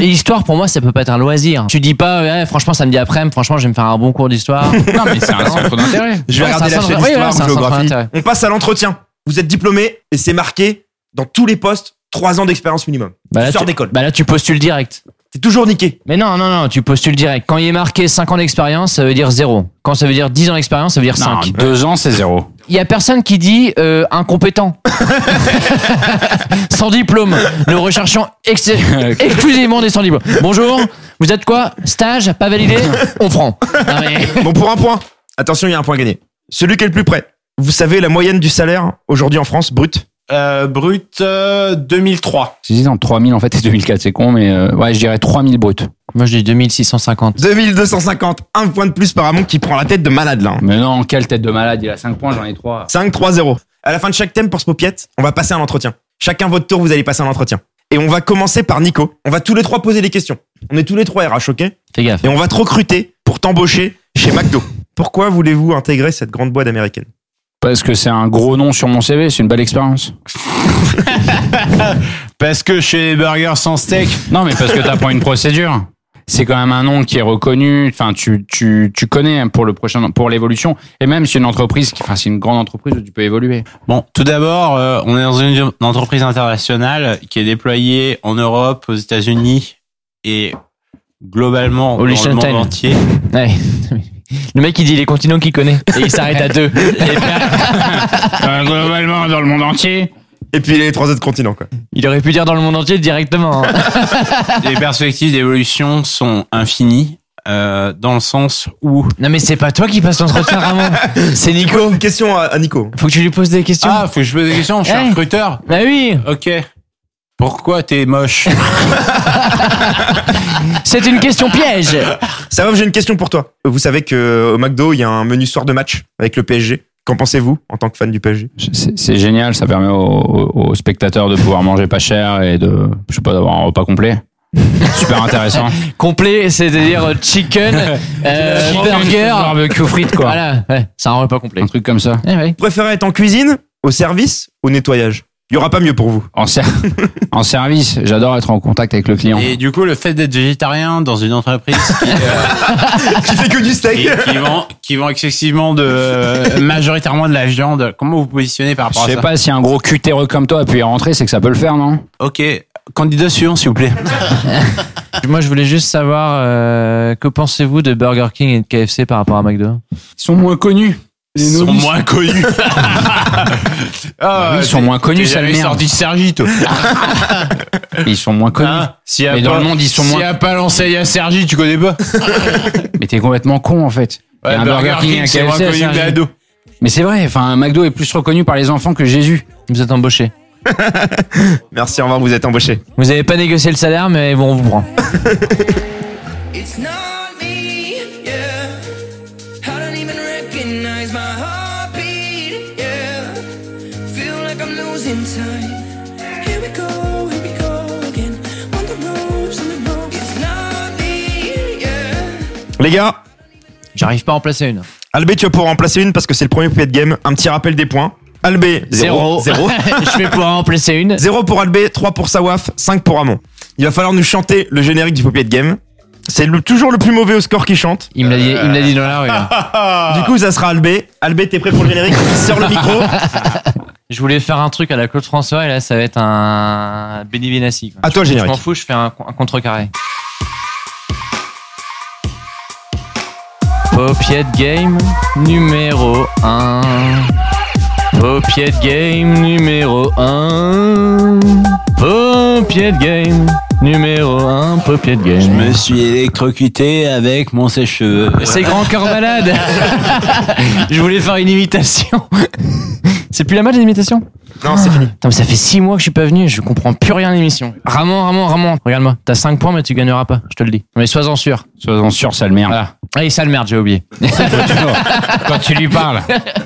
Speaker 4: Et L'histoire, pour moi, ça peut pas être un loisir. Tu dis pas, ouais, franchement, samedi après-midi, franchement, je vais me faire un bon cours d'histoire.
Speaker 3: Non, mais c'est un centre d'intérêt.
Speaker 2: Je vais
Speaker 4: Ouais,
Speaker 2: regarder la
Speaker 4: c'est
Speaker 2: chaîne
Speaker 4: un centre-
Speaker 2: Histoire
Speaker 4: oui, voilà, c'est un
Speaker 2: ou
Speaker 4: centre
Speaker 2: Géographie.
Speaker 4: d'intérêt.
Speaker 2: On passe à l'entretien. Vous êtes diplômé et c'est marqué dans tous les postes 3 ans d'expérience minimum.
Speaker 4: Bah
Speaker 2: tu
Speaker 4: là,
Speaker 2: sors
Speaker 4: tu-
Speaker 2: d'école.
Speaker 4: bah là, tu postules direct.
Speaker 2: T'es toujours niqué.
Speaker 4: Mais non, non, non, tu postules direct. Quand il est marqué 5 ans d'expérience, ça veut dire 0. Quand ça veut dire 10 ans d'expérience, ça veut dire
Speaker 3: Non,
Speaker 4: 5.
Speaker 3: deux ans, c'est zéro.
Speaker 4: Il y a personne qui dit euh, incompétent. sans diplôme. Nous recherchons ex- exclusivement des sans diplôme. Bonjour, vous êtes quoi Stage Pas validé On prend. Non, mais-
Speaker 2: Bon, pour un point. Attention, il y a un point gagné. Celui qui est le plus près. Vous savez la moyenne du salaire aujourd'hui en France brut
Speaker 1: Euh, brut euh, 2003.
Speaker 3: J'ai dit dans 3000 en fait, c'est 2004, c'est con, mais euh, ouais, je dirais 3000 bruts.
Speaker 4: Moi, je dis 2650.
Speaker 2: 2250. Un point de plus par amont qui prend la tête de malade là. hein.
Speaker 3: Mais non, quelle tête de malade, il a 5 points, j'en ai 3.
Speaker 2: 5-3-0. À la fin de chaque thème pour ce paupiette, on va passer à l'entretien. Chacun votre tour, vous allez passer à l'entretien. Et on va commencer par Nico. On va tous les trois poser des questions. On est tous les trois RH, ok Et
Speaker 4: Fais gaffe.
Speaker 2: on va te recruter pour t'embaucher chez McDo. Pourquoi voulez-vous intégrer cette grande boîte américaine
Speaker 3: Parce que c'est un gros nom sur mon CV, c'est une belle expérience.
Speaker 1: Parce que chez les burgers sans steak,
Speaker 3: Non, mais parce que t'apprends une procédure. C'est quand même un nom qui est reconnu. Enfin, tu, tu, tu connais pour le prochain, pour l'évolution. Et même c'est une entreprise qui, enfin, c'est une grande entreprise où tu peux évoluer.
Speaker 1: Bon, tout d'abord, euh, on est dans une, une entreprise internationale qui est déployée en Europe, aux États-Unis et globalement
Speaker 4: Au
Speaker 1: dans le monde
Speaker 4: Liechtenstein.
Speaker 1: entier.
Speaker 4: Ouais. Le mec, il dit les continents qu'il connaît. Et il s'arrête à deux.
Speaker 3: Euh, globalement, dans le monde entier.
Speaker 2: Et puis les trois autres continents, quoi.
Speaker 4: Il aurait pu dire dans le monde entier directement. hein.
Speaker 1: Les perspectives d'évolution sont infinies euh, dans le sens où
Speaker 4: Non, mais c'est pas toi qui passe l'entretien, Ramon. C'est Nico.
Speaker 2: Une question à, à Nico.
Speaker 4: Faut que tu lui poses des questions.
Speaker 1: ah, faut que je pose des questions. Je suis
Speaker 4: Eh.
Speaker 1: un recruteur.
Speaker 4: Bah oui,
Speaker 1: Ok. Pourquoi t'es moche
Speaker 4: c'est une question piège.
Speaker 2: Ça va, j'ai une question pour toi. Vous savez que euh, au McDo, il y a un menu soir de match avec le PSG. Qu'en pensez-vous en tant que fan du PSG
Speaker 3: C'est c'est génial. Ça permet aux, aux- aux spectateurs de pouvoir manger pas cher et de, je sais pas, d'avoir un repas complet. Super intéressant.
Speaker 4: Complet, c'est-à-dire euh, chicken, euh, burger.
Speaker 3: barbecue frites, quoi.
Speaker 4: Voilà, ouais, c'est un repas complet.
Speaker 3: Un truc comme ça.
Speaker 4: Eh ouais.
Speaker 2: Vous préférez être en cuisine, au service, au nettoyage Il y aura pas mieux pour vous.
Speaker 3: En, ser- en service, j'adore être en contact avec le client.
Speaker 1: Et du coup, le fait d'être végétarien dans une entreprise qui, euh,
Speaker 2: Qui fait que du steak
Speaker 1: qui, qui vend, qui vend excessivement de euh, majoritairement de la viande, comment vous vous positionnez par
Speaker 3: Je
Speaker 1: rapport à
Speaker 3: sais
Speaker 1: ça
Speaker 3: pas si un gros cutéreux comme toi a pu y rentrer, c'est que ça peut le faire, non
Speaker 1: Ok. Candidat suivant, s'il vous plaît.
Speaker 4: Moi, je voulais juste savoir euh, que pensez-vous de Burger King et de KFC par rapport à McDo
Speaker 3: Ils sont moins connus.
Speaker 1: Ils sont moins connus.
Speaker 2: Ah,
Speaker 3: Bah oui, ils sont moins connus, ça le merde.
Speaker 1: sorti de Sergi, toi. Hein
Speaker 3: Ils sont moins connus.
Speaker 4: Ah.
Speaker 1: si
Speaker 3: Mais dans le monde, ils sont moins-
Speaker 1: S'il n'y a pas l'enseigne à Sergi, tu connais pas.
Speaker 3: Mais t'es complètement con en fait. Il y a un Burger King, un
Speaker 1: c'est moins
Speaker 3: KFC,
Speaker 1: connu
Speaker 3: c'est un
Speaker 1: que
Speaker 3: G.
Speaker 1: l'ado.
Speaker 3: Mais c'est vrai, enfin, un McDo est plus reconnu par les enfants que Jésus.
Speaker 4: Vous êtes embauché.
Speaker 2: Merci, au revoir, vous êtes embauché.
Speaker 4: Vous avez pas négocié le salaire, mais bon, on vous prend.
Speaker 11: It's not me, yeah. I don't even recognize my heartbeat, yeah. Feel like I'm losing time. Here we go, here we go again. On the ropes, on the ropes. It's not me, yeah.
Speaker 2: Les gars,
Speaker 4: J'arrive pas à en placer une.
Speaker 2: Albé, tu vas pouvoir en placer une parce que c'est le premier de game. Un petit rappel des points. Albé, 0. 0.
Speaker 4: je vais pouvoir en placer une.
Speaker 2: 0 pour Albé, 3 pour Sawaf, 5 pour Ramon. Il va falloir nous chanter le générique du de game. C'est le- toujours le plus mauvais au score qui chante.
Speaker 4: Il me l'a dit, il me l'a dit dans la rue. hein.
Speaker 2: Du coup, ça sera Albé. Albé, t'es prêt pour le générique Sors le micro.
Speaker 4: Je voulais faire un truc à la Claude François et là ça va être un Benny Benassi. quoi.
Speaker 2: À toi, le
Speaker 4: Je m'en
Speaker 2: générique.
Speaker 4: fous, je fais un, un contrecarré. Popiette Game numéro 1. Popiette Game numéro 1. Popiette Game numéro 1. Popiette Game.
Speaker 1: suis électrocuté avec mon sèche-cheveux.
Speaker 4: C'est grand corps malade. je voulais faire une imitation. C'est plus la mode l'imitation
Speaker 2: Non, c'est fini.
Speaker 4: Putain, mais ça fait 6 mois que je suis pas venu, je comprends plus rien à l'émission. Ramon, Ramon, Ramon, regarde-moi. T'as 5 points, mais tu gagneras pas, je te le dis. Mais sois-en sûr.
Speaker 3: Sois-en sûr, sale merde.
Speaker 4: Ah, et sale merde, j'ai oublié.
Speaker 3: Quand tu lui parles,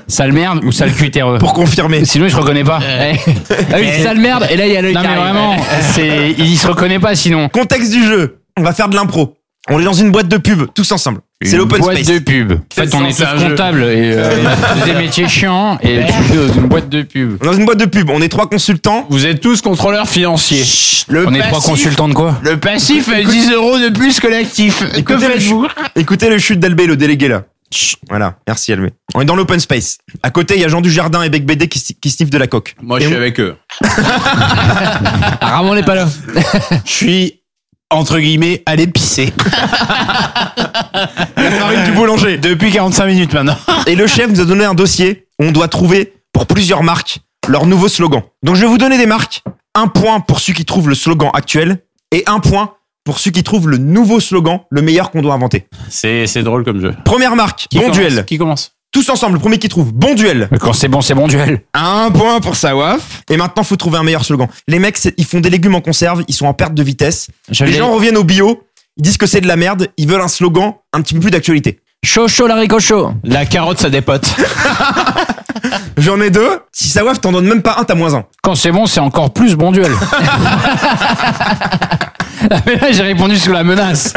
Speaker 3: sale merde ou sale cutéreux
Speaker 2: Pour confirmer.
Speaker 3: Sinon, il se reconnaît pas.
Speaker 4: Ah oui, sale merde, et là, il y a l'œil
Speaker 3: Non,
Speaker 4: qui
Speaker 3: mais
Speaker 4: arrive.
Speaker 3: vraiment, c'est, il se reconnaît pas sinon.
Speaker 2: Contexte du jeu. On va faire de l'impro. On est dans une boîte de pub, tous ensemble. C'est
Speaker 3: Une
Speaker 2: l'open
Speaker 3: boîte
Speaker 2: space.
Speaker 3: de pub. En fait, on est
Speaker 1: C'est un
Speaker 3: tous
Speaker 1: jeu.
Speaker 3: comptables et euh, on a tous des métiers chiants et tu fais dans une boîte de pub.
Speaker 2: On est dans une boîte de pub. On est trois consultants.
Speaker 1: Vous êtes tous contrôleurs financiers. Le
Speaker 3: On est trois
Speaker 1: passif-
Speaker 3: consultants de quoi
Speaker 1: Le passif a 10 euros de plus que l'actif. Que
Speaker 2: Écoutez,
Speaker 1: faites-vous
Speaker 2: Écoutez le chute d'Albé, le délégué là. Chut. Voilà, merci Albé. On est dans l'open space. À côté, il y a Jean Dujardin et Bec BD qui, si- qui sniffent de la coque.
Speaker 1: Moi,
Speaker 2: Et
Speaker 1: je suis
Speaker 2: on-
Speaker 1: avec eux.
Speaker 4: Ah, Ramon n'est pas là.
Speaker 1: Je suis, entre guillemets, allé pisser.
Speaker 2: La farine du boulanger.
Speaker 1: Depuis 45 minutes maintenant.
Speaker 2: Et le chef nous a donné un dossier où on doit trouver, pour plusieurs marques, leur nouveau slogan. Donc je vais vous donner des marques. Un point pour ceux qui trouvent le slogan actuel et un point pour ceux qui trouvent le nouveau slogan, le meilleur qu'on doit inventer.
Speaker 1: C'est c'est drôle comme jeu.
Speaker 2: Première marque,
Speaker 1: Qui
Speaker 2: bon
Speaker 1: commence
Speaker 2: duel.
Speaker 1: Qui commence
Speaker 2: Tous ensemble, le premier qui trouve, bon duel.
Speaker 3: Quand c'est bon, c'est bon duel.
Speaker 2: Un point pour Sawaf. Et maintenant, faut trouver un meilleur slogan. Les mecs, c'est- ils font des légumes en conserve, ils sont en perte de vitesse.
Speaker 4: Je
Speaker 2: Les
Speaker 4: l'ai.
Speaker 2: gens reviennent au bio, ils disent que c'est de la merde, ils veulent un slogan un petit peu plus d'actualité.
Speaker 4: Chaud, chaud, l'haricot chaud.
Speaker 1: La carotte, ça dépote.
Speaker 2: J'en ai deux. Si Sawaf t'en donne même pas un, t'as moins un.
Speaker 3: Quand c'est bon, c'est encore plus bon duel. Ah, mais là, j'ai répondu sous la menace.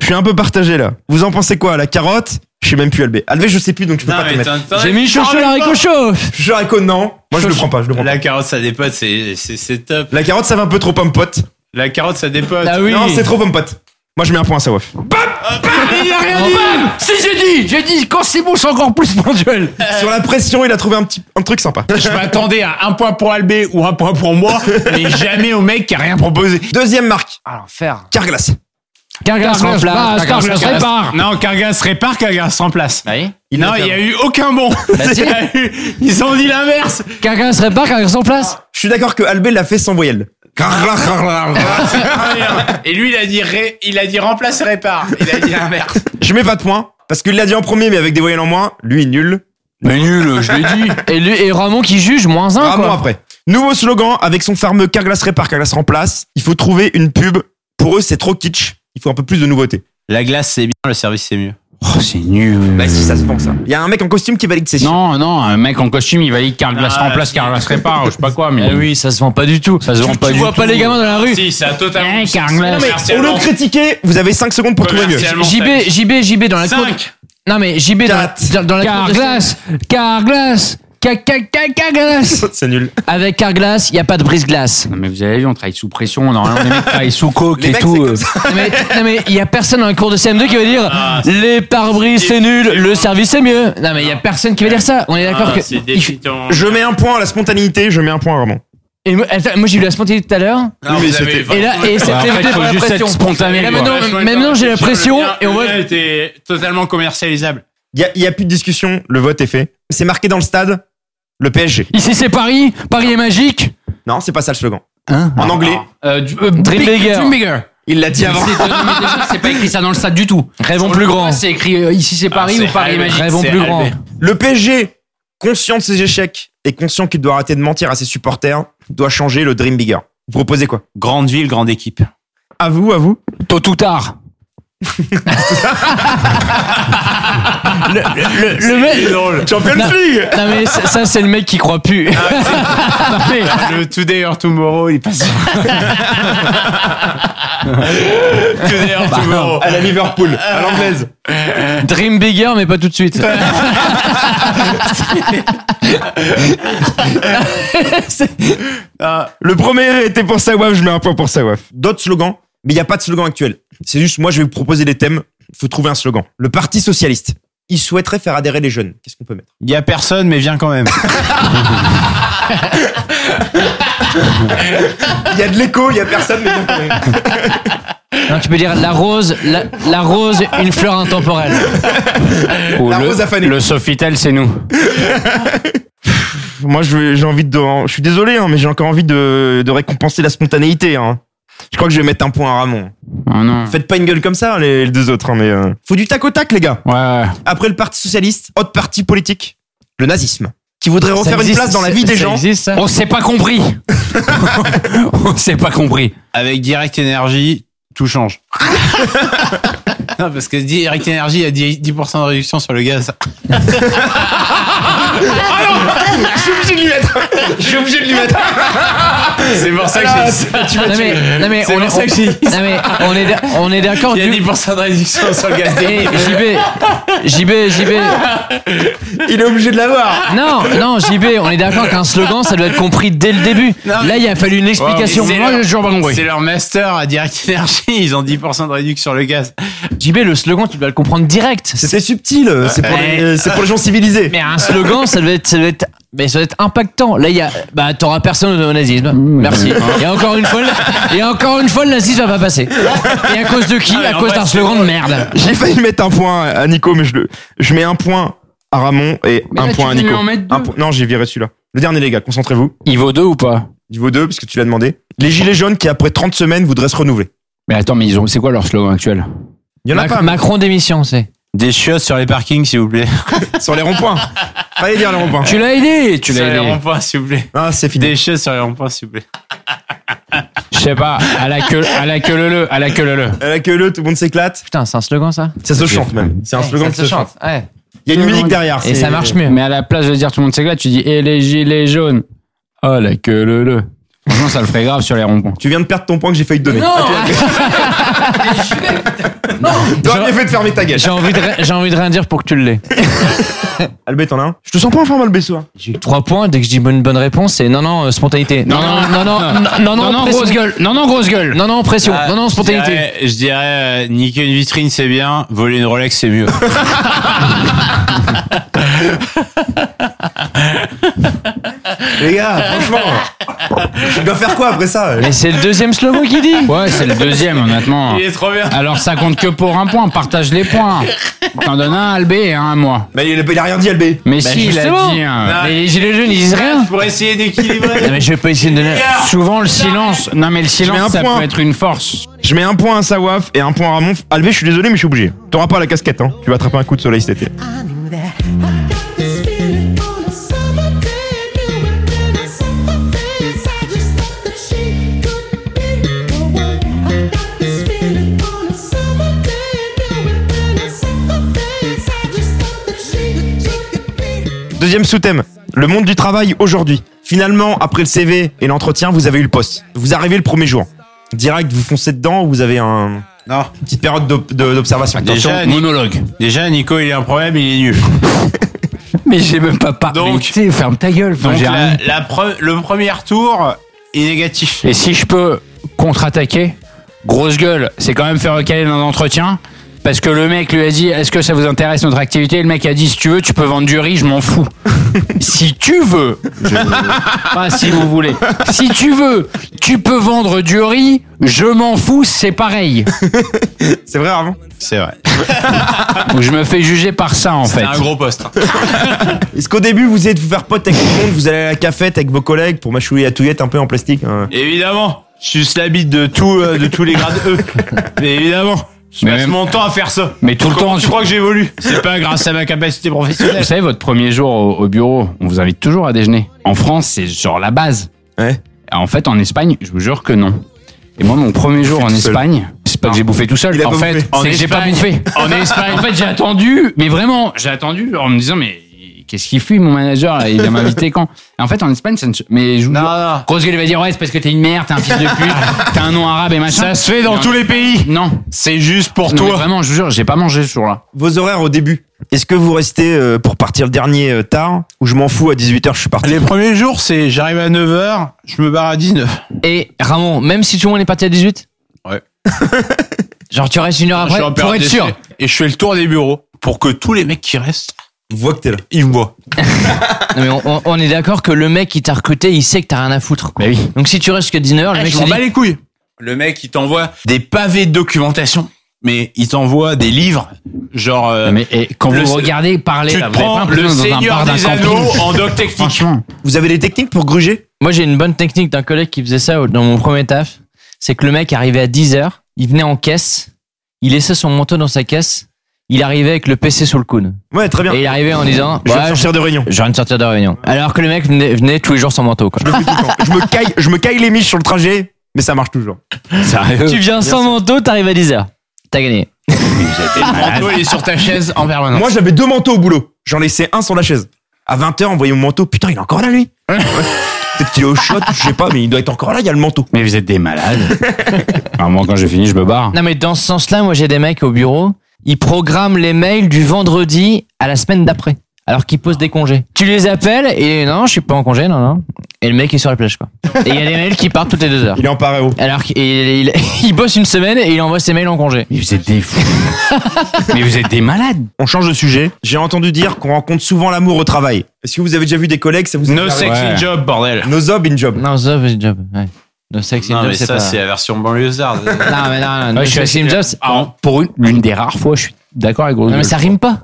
Speaker 2: Je suis un peu partagé là. Vous en pensez quoi La carotte Je sais même plus Albé. Albé, je sais plus donc je peux pas te mettre.
Speaker 4: J'ai mis chaud, chaud, l'haricot chaud.
Speaker 2: Je réconne, non. Moi, je le prends pas. Je le prends pas.
Speaker 1: La carotte, ça dépote, c'est- c'est c'est top.
Speaker 2: La carotte, ça va un peu trop pomme pote.
Speaker 1: La carotte, ça dépote.
Speaker 4: Ah oui.
Speaker 2: Non, c'est trop pomme pote. Moi, je mets un point à Sawaf.
Speaker 3: Ah,
Speaker 1: Il a rien
Speaker 3: Bam Si j'ai dit, j'ai dit, quand c'est bon, c'est encore plus bon duel.
Speaker 2: Euh. Sur la pression, il a trouvé un petit un truc sympa.
Speaker 1: Je m'attendais à un point pour Albé ou un point pour moi, mais jamais au mec qui a rien proposé.
Speaker 2: Deuxième marque,
Speaker 4: Ah, l'enfer.
Speaker 2: Carglass.
Speaker 4: Carglass
Speaker 3: Carglass
Speaker 4: remplace,
Speaker 3: remplace,
Speaker 4: Carglass
Speaker 3: Carglass
Speaker 4: répare.
Speaker 1: Non, Cargas répare, Cargas remplace.
Speaker 4: Oui.
Speaker 1: non, il n'y a eu aucun bon.
Speaker 4: si.
Speaker 1: Il y a eu- Ils ont dit l'inverse.
Speaker 4: Carglass répare, Carglass remplace.
Speaker 2: Je suis d'accord que Albé l'a fait sans voyelle. Carglass, Carglass.
Speaker 1: Et lui, il a dit ré- il a dit remplace et répare. Il a dit l'inverse.
Speaker 2: Je mets pas de point parce qu'il l'a dit en premier, mais avec des voyelles en moins. Lui, nul.
Speaker 3: Mais nul, je l'ai dit.
Speaker 4: Et, lui, et Ramon qui juge, moins
Speaker 3: Ah,
Speaker 4: un,
Speaker 2: Ramon
Speaker 4: quoi.
Speaker 2: après. Nouveau slogan avec son fameux Carglass répare, Carglass remplace. Il faut trouver une pub. Pour eux, c'est trop kitsch. Il faut un peu plus de nouveauté.
Speaker 1: La glace, c'est bien, le service, c'est mieux.
Speaker 3: Oh, c'est nul.
Speaker 2: Bah si, ça se vend ça. Il y a un mec en costume qui valide ses chiffres.
Speaker 3: Non, non, un mec en costume, il valide Carglass
Speaker 1: Ah,
Speaker 3: remplace, Carglass répare, ou je sais pas quoi, mais.
Speaker 4: Eh oui, ça se vend pas du tout.
Speaker 3: Ça se vend pas
Speaker 4: Tu
Speaker 3: du
Speaker 4: vois
Speaker 3: tout.
Speaker 4: pas les gamins dans la rue.
Speaker 1: Si, ça a totalement.
Speaker 3: Eh, Carglass.
Speaker 1: Non, mais
Speaker 2: Au lieu de
Speaker 1: commercialement-
Speaker 2: critiquer, vous avez 5 secondes pour trouver mieux.
Speaker 1: commercialement,
Speaker 4: JB, JB, JB dans la cour.
Speaker 1: Cinq.
Speaker 4: Non mais JB dans la,
Speaker 2: Quatre.
Speaker 4: dans- dans la cour de-
Speaker 3: Carglass,
Speaker 4: Carglass, Ca- ca- ca- Carglass.
Speaker 2: C'est nul.
Speaker 4: Avec Carglass, il y a pas de brise-glace.
Speaker 3: Non, mais vous avez vu, on travaille sous pression, normalement les mecs travaillent sous coke
Speaker 2: Les
Speaker 3: et
Speaker 2: mecs, c'est
Speaker 3: tout.
Speaker 2: comme
Speaker 3: euh,
Speaker 2: ça.
Speaker 4: Non mais non, mais il y a personne dans la cour de CM2 qui va dire les pare-brises c'est nul, le service c'est mieux. Non mais il y a personne qui va dire ça. On est d'accord que
Speaker 1: Ah, C'est
Speaker 4: Il fait-
Speaker 1: déficient.
Speaker 2: Je mets un point à la spontanéité, je mets un point vraiment.
Speaker 4: Et moi, attends, moi, j'ai eu la spontanéité tout à l'heure.
Speaker 1: Non,
Speaker 2: mais
Speaker 1: vous avez
Speaker 2: c'était-
Speaker 1: vingt-
Speaker 4: Et là, et
Speaker 3: en
Speaker 4: c'était
Speaker 3: fait,
Speaker 4: évité
Speaker 3: faut
Speaker 4: par la
Speaker 3: juste être
Speaker 4: pression.
Speaker 3: spontané,
Speaker 4: Là,
Speaker 3: quoi.
Speaker 4: maintenant,
Speaker 1: Vachement
Speaker 4: maintenant, j'ai la
Speaker 1: intéressant.
Speaker 4: pression
Speaker 1: Le mien-
Speaker 4: et on
Speaker 1: le
Speaker 4: voit.
Speaker 1: mien était totalement commercialisable.
Speaker 2: Il y a, y a plus de discussion, le vote est fait. C'est marqué dans le stade, le PSG.
Speaker 4: Ici c'est Paris, Paris est magique.
Speaker 2: Non, c'est pas ça le slogan.
Speaker 3: Hein
Speaker 1: Ah.
Speaker 2: En anglais,
Speaker 3: Euh, du- euh,
Speaker 4: Dream
Speaker 3: Big-
Speaker 4: Bigger.
Speaker 3: Dream Bigger.
Speaker 2: il l'a dit
Speaker 3: C'est- non,
Speaker 2: avant.
Speaker 3: mais déjà, C'est pas écrit ça dans le stade du tout.
Speaker 4: Rêvons
Speaker 3: Sur
Speaker 4: plus
Speaker 3: le
Speaker 4: grand.
Speaker 3: bas, C'est écrit euh, ici c'est Paris
Speaker 1: c'est
Speaker 3: ou Paris
Speaker 1: Albert.
Speaker 3: Magique.
Speaker 4: Rêvons
Speaker 1: c'est
Speaker 4: plus
Speaker 1: Albert.
Speaker 4: grand.
Speaker 2: Le PSG, conscient de ses échecs et conscient qu'il doit arrêter de mentir à ses supporters, doit changer le Dream Bigger. Vous proposez quoi
Speaker 1: Grande ville, grande équipe.
Speaker 2: À vous, à vous.
Speaker 3: Tôt ou tard.
Speaker 4: Le mec.
Speaker 2: Champions League
Speaker 4: Non mais ça ça, c'est le mec qui croit
Speaker 1: Ah
Speaker 4: plus.
Speaker 1: Le Today or Tomorrow, il passe. Today or
Speaker 3: Bah,
Speaker 1: Tomorrow.
Speaker 2: À la Liverpool, à l'anglaise.
Speaker 4: Dream bigger, mais pas tout de suite.
Speaker 2: Le premier était pour Sawaf, je mets un point pour Sawaf. D'autres slogans, mais il n'y a pas de slogan actuel. C'est juste, moi, je vais vous proposer des thèmes. Il faut trouver un slogan. Le Parti Socialiste. Il souhaiterait faire adhérer les jeunes. Qu'est-ce qu'on peut mettre
Speaker 1: Il y a personne, mais viens quand même.
Speaker 2: Il y a de l'écho, il n'y a personne, mais non, quand même.
Speaker 4: Non, tu peux dire la rose, la, la rose, une fleur intemporelle.
Speaker 3: Ou
Speaker 2: La
Speaker 3: Oh, le,
Speaker 2: rose affanée.
Speaker 3: le Sofitel, c'est nous.
Speaker 2: Moi, je vais- j'ai envie de. Je suis désolé, hein, mais j'ai encore envie de, de récompenser la spontanéité. hein. Je crois que je vais mettre un point à Ramon.
Speaker 3: Oh non.
Speaker 2: Faites pas une gueule comme ça, les, les deux autres. hein, mais euh, Faut du tac au tac, les gars.
Speaker 3: Ouais, ouais.
Speaker 2: Après le Parti Socialiste, autre parti politique, le nazisme. qui voudrait refaire une place dans la vie des gens.
Speaker 3: On s'est pas compris. On s'est pas compris.
Speaker 1: Avec Direct Energy, tout change. non, parce que Direct Energy a 10%, 10% de réduction sur le gaz.
Speaker 2: Ah Je suis obligé de lui mettre. Je suis obligé de lui mettre.
Speaker 1: C'est pour ça que
Speaker 2: Ah,
Speaker 1: j'ai
Speaker 2: tu m'as
Speaker 4: Non
Speaker 2: tué.
Speaker 4: mais, non mais
Speaker 1: C'est
Speaker 4: on,
Speaker 1: pour
Speaker 4: est-
Speaker 1: ça que j'ai dit
Speaker 4: on- non mais on est d'a- on est d'accord
Speaker 1: Il y a
Speaker 4: du
Speaker 1: 10% de réduction sur le gaz.
Speaker 4: Eh, JB, JB, JB.
Speaker 2: Il est obligé de l'avoir.
Speaker 4: Non, non, JB, on est d'accord qu'un slogan, ça doit être compris dès le début.
Speaker 1: Non, mais-
Speaker 4: Là, il a fallu une explication.
Speaker 1: Ouais, mais c'est
Speaker 4: Moi,
Speaker 1: leur-
Speaker 4: j'ai toujours pas compris.
Speaker 1: C'est leur master à Direct Energy, ils ont 10% de réduction sur le gaz.
Speaker 4: JB, le slogan, tu dois le comprendre direct.
Speaker 2: C'était subtil. euh, C'est pour,
Speaker 1: Ouais.
Speaker 2: les- c'est pour les gens civilisés.
Speaker 4: Mais un slogan, ça doit être, ça doit être, mais ça doit être impactant. Là, il y a, bah, t'auras personne au nazisme. Merci. Et encore une fois, le- et encore une fois, le nazisme va pas passer. Et à cause de qui
Speaker 1: Ah, mais
Speaker 4: À
Speaker 1: en
Speaker 4: cause
Speaker 1: vrai,
Speaker 4: d'un
Speaker 1: c'est
Speaker 4: slogan de merde.
Speaker 2: J'ai failli mettre un point à Nico, mais je le, je mets un point à Ramon et
Speaker 3: Mais
Speaker 2: un
Speaker 3: là,
Speaker 2: point
Speaker 3: tu
Speaker 2: à
Speaker 3: voulais
Speaker 2: Nico.
Speaker 3: en mettre deux.
Speaker 2: Un point- non, j'ai viré celui-là. Le dernier, les gars, concentrez-vous.
Speaker 3: Il vaut deux ou pas
Speaker 2: Niveau 2, puisque tu l'as demandé. Les gilets jaunes qui, après 30 semaines, voudraient se renouveler.
Speaker 3: Mais attends, mais ils ont. C'est quoi leur slogan actuel
Speaker 2: Il y en a
Speaker 4: Mac-
Speaker 2: pas,
Speaker 4: Macron démission, c'est.
Speaker 1: Des chiottes sur les parkings, s'il vous plaît.
Speaker 2: mais sur les ronds-points. Allez dire les ronds-points.
Speaker 3: Tu l'as aidé, tu
Speaker 1: sur
Speaker 3: l'as
Speaker 1: les
Speaker 3: aidé.
Speaker 1: ronds-points, s'il vous plaît.
Speaker 2: Ah, c'est fini.
Speaker 1: Des chiottes sur les ronds-points, s'il vous plaît.
Speaker 3: Je sais pas. À la queue, à la queue le le, à la queue le le.
Speaker 2: À la queue leu, tout euh, le monde s'éclate.
Speaker 4: Putain, c'est un slogan, ça.
Speaker 2: Ça se chante même. C'est un slogan
Speaker 4: Ça
Speaker 2: qui se chante.
Speaker 4: Ouais.
Speaker 2: Il y a une musique derrière.
Speaker 4: Et
Speaker 2: c'est-
Speaker 4: ça marche mieux.
Speaker 3: Mais à la place de dire tout le monde sait que là, tu dis et les gilets jaunes. Oh la queue le le. Franchement, ça le ferait grave sur les ronds-points.
Speaker 2: Tu viens de perdre ton point que j'ai failli te donner.
Speaker 4: Ah,
Speaker 2: T'aurais bien fait de fermer ta gueule.
Speaker 4: J'ai envie, de, ri- j'ai envie de rien dire pour que tu l'aies.
Speaker 2: Albé, t'en as un Je te sens pas en forme, Albé, ce soir.
Speaker 4: J'ai eu trois points, dès que je dis une bonne réponse, c'est non, non, euh, spontanéité. Non, non, non, non, non, non, non,
Speaker 3: Non non,
Speaker 4: pression.
Speaker 3: grosse gueule. Non non, grosse gueule. Ah,
Speaker 4: Non, non, pression. non, non,
Speaker 1: Je
Speaker 4: spontanéité.
Speaker 1: dirais, je dirais, euh, niquer une vitrine, c'est bien. Voler une Rolex, c'est mieux.
Speaker 2: Les gars, franchement. Je dois faire quoi après ça
Speaker 4: Mais c'est le deuxième slogan qui dit.
Speaker 3: Ouais, c'est le deuxième, honnêtement.
Speaker 1: Il est trop bien.
Speaker 3: Alors ça compte que pour un point, partage les points. T'en donnes un à Albé et un à moi.
Speaker 2: Mais Bah, il a il a rien dit, Albé.
Speaker 3: Mais si, il a
Speaker 4: Bah, justement.
Speaker 3: dit. hein.
Speaker 1: Non.
Speaker 4: Mais les gilets jaunes, ils disent rien.
Speaker 1: Pour essayer d'équilibrer.
Speaker 4: Non, mais je vais pas essayer de donner.
Speaker 3: Souvent le silence, non mais
Speaker 2: mets
Speaker 3: le
Speaker 2: un
Speaker 3: silence ça
Speaker 2: point.
Speaker 3: peut être une force.
Speaker 2: Je mets un point à Sawaf et un point à Ramon. Albé, je suis désolé, mais je suis obligé. T'auras pas la casquette, hein. Tu vas attraper un coup de soleil cet été. Deuxième sous-thème, le monde du travail aujourd'hui. Finalement, après le CV et l'entretien, vous avez eu le poste. Vous arrivez le premier jour. Direct, vous foncez dedans ou vous avez un...
Speaker 1: Non.
Speaker 2: une petite période d'op- de- d'observation
Speaker 1: Déjà, Ni-
Speaker 3: Monologue.
Speaker 1: Déjà, Nico, il a un problème, il est nul.
Speaker 3: Mais j'ai même pas parlé.
Speaker 1: Donc-
Speaker 3: Donc, ferme ta gueule.
Speaker 1: Donc,
Speaker 3: j'ai rien
Speaker 1: la,
Speaker 3: dit.
Speaker 1: la pre- le premier tour est négatif.
Speaker 3: Et si je peux contre-attaquer, grosse gueule, c'est quand même faire recaler dans l'entretien. Parce que le mec lui a dit Est-ce que ça vous intéresse notre activité Et Le mec a dit Si tu veux, tu peux vendre du riz, je m'en fous. si tu veux, je- pas si vous voulez. Si tu veux, tu peux vendre du riz, je m'en fous, c'est pareil.
Speaker 2: C'est vrai, Ramon
Speaker 1: C'est vrai.
Speaker 3: Donc, je me fais juger par ça en
Speaker 1: C'est
Speaker 3: fait.
Speaker 1: un gros poste. hein.
Speaker 2: Est-ce qu'au début, vous essayez de vous faire pote avec tout le monde, vous allez à la cafette avec vos collègues pour mâchouiller la touillette un peu en plastique hein
Speaker 1: Évidemment, je suis la bite de tout, euh, de tous les grades E. Mais évidemment, je
Speaker 3: Mais
Speaker 1: passe
Speaker 3: même-
Speaker 1: mon temps à faire ça.
Speaker 3: Mais tout le
Speaker 1: Comment
Speaker 3: temps,
Speaker 1: tu crois que j'évolue C'est pas grâce à ma capacité
Speaker 3: Vous
Speaker 1: professionnelle.
Speaker 3: savez, votre premier jour au, au bureau, on vous invite toujours à déjeuner. En France, c'est genre la base.
Speaker 2: Ouais.
Speaker 3: En fait, en Espagne, je vous jure que non. Et moi, mon premier jour en
Speaker 2: tout seul.
Speaker 3: Espagne, c'est pas que j'ai bouffé tout
Speaker 2: Il
Speaker 3: seul.
Speaker 2: a
Speaker 3: En
Speaker 2: pas
Speaker 3: fait,
Speaker 2: bouffé.
Speaker 3: c'est que j'ai pas bouffé. En Espagne. En fait, j'ai attendu, mais vraiment, j'ai attendu genre, en me disant, mais qu'est-ce qu'il fuit, mon manager là Il vient m'inviter quand Et En fait, en Espagne, ça ne se. Mais je vous
Speaker 1: Non,
Speaker 3: jure-
Speaker 1: non.
Speaker 3: Grosse gueule, il va dire, ouais, c'est parce que t'es une merde, t'es un fils de pute, t'as un nom arabe et machin.
Speaker 1: Ça se fait dans
Speaker 3: Non.
Speaker 1: tous les pays.
Speaker 3: Non.
Speaker 1: Hein. C'est juste pour
Speaker 3: Non, mais
Speaker 1: toi.
Speaker 3: vraiment, je vous jure, j'ai pas mangé ce jour-là.
Speaker 2: Vos horaires au début. Est-ce que vous restez euh, pour partir le dernier euh, tard ou je m'en fous à 18h, je suis parti
Speaker 1: Les premiers jours, c'est j'arrive à 9h, je me barre à 19h.
Speaker 4: Et Ramon, même si tout le monde est parti à 18
Speaker 1: Ouais.
Speaker 4: Genre, tu restes une heure après pour être sûr.
Speaker 1: Et je fais le tour des bureaux pour que tous les mecs qui restent,
Speaker 2: On voit que t'es là.
Speaker 1: ils me voient.
Speaker 4: Non, mais on, on- on est d'accord que le mec qui t'a recruté, il sait que t'as rien à foutre. quoi.
Speaker 3: Mais oui.
Speaker 4: Donc si tu restes jusqu'à 19h, le
Speaker 1: Eh,
Speaker 4: mec
Speaker 1: je
Speaker 4: se
Speaker 1: m'en
Speaker 4: dit
Speaker 1: bats les couilles. Le mec, il t'envoie des pavés de documentation, mais il t'envoie des livres, genre. euh,
Speaker 3: Mais et quand
Speaker 1: Le-
Speaker 3: vous regardez parler,
Speaker 1: tu
Speaker 3: là,
Speaker 1: te
Speaker 3: vous avez
Speaker 1: prends
Speaker 3: pas
Speaker 1: le
Speaker 3: l'impression d'être dans un
Speaker 1: Seigneur
Speaker 3: bar d'un
Speaker 1: des
Speaker 3: camping.
Speaker 1: Anneaux en doc technique.
Speaker 3: Franchement.
Speaker 2: Vous avez des techniques pour gruger
Speaker 4: Moi, j'ai une bonne technique d'un collègue qui faisait ça au- dans mon premier taf. C'est que le mec arrivait à 10h, il venait en caisse, il laissait son manteau dans sa caisse, il arrivait avec le PC sous le coude.
Speaker 2: Ouais, très bien.
Speaker 4: Et il arrivait en disant
Speaker 2: Je viens de
Speaker 4: ouais,
Speaker 2: sortir de réunion.
Speaker 4: Je viens de sortir de réunion. Alors que le mec venait, venait tous les jours sans manteau, quoi.
Speaker 2: je me caille, je me caille les miches sur le trajet, mais ça marche toujours.
Speaker 1: Sérieux
Speaker 4: Tu viens sans manteau, t'arrives à 10h. T'as gagné.
Speaker 1: Toi, il est sur ta chaise en permanence.
Speaker 2: Moi, j'avais deux manteaux au boulot. J'en laissais un sur la chaise. À 20h, on voyait mon manteau. Putain, il est encore là, lui. Ouais. Peut-être qu'il est au shot, je sais pas, mais il doit être encore là, il y a le manteau.
Speaker 1: Mais vous êtes des malades. Alors, moi, quand j'ai fini, je me barre.
Speaker 4: Non, mais dans ce sens-là, moi, j'ai des mecs au bureau, ils programment les mails du vendredi à la semaine d'après. Alors qu'ils posent des congés. Tu les appelles et non, je suis pas en congé, non, non. Et le mec est sur la plage, quoi. Et il y a des mails qui partent toutes les deux heures.
Speaker 2: Il est en pareo.
Speaker 4: Alors qu'il il, il bosse une semaine et il envoie ses mails en congé.
Speaker 1: Mais vous êtes des fous. Mais vous êtes des malades.
Speaker 2: On change de sujet. J'ai entendu dire qu'on rencontre souvent l'amour au travail. Est-ce que vous avez déjà vu des collègues, ça vous est
Speaker 1: No
Speaker 2: déjà
Speaker 1: sex
Speaker 2: arrivé
Speaker 1: in job, bordel.
Speaker 2: No job in job.
Speaker 4: Non, Zob, c'est job. Ouais. No sex in
Speaker 1: Non,
Speaker 4: job,
Speaker 1: mais
Speaker 4: c'est
Speaker 1: ça,
Speaker 4: pas...
Speaker 1: c'est la version banlieusarde.
Speaker 4: Non, mais non, non, no
Speaker 3: je suis
Speaker 4: sex in job, c'est-
Speaker 3: Ah, pour une- l'une des rares fois, je suis d'accord avec Rose.
Speaker 4: Non, mais ça rime pas.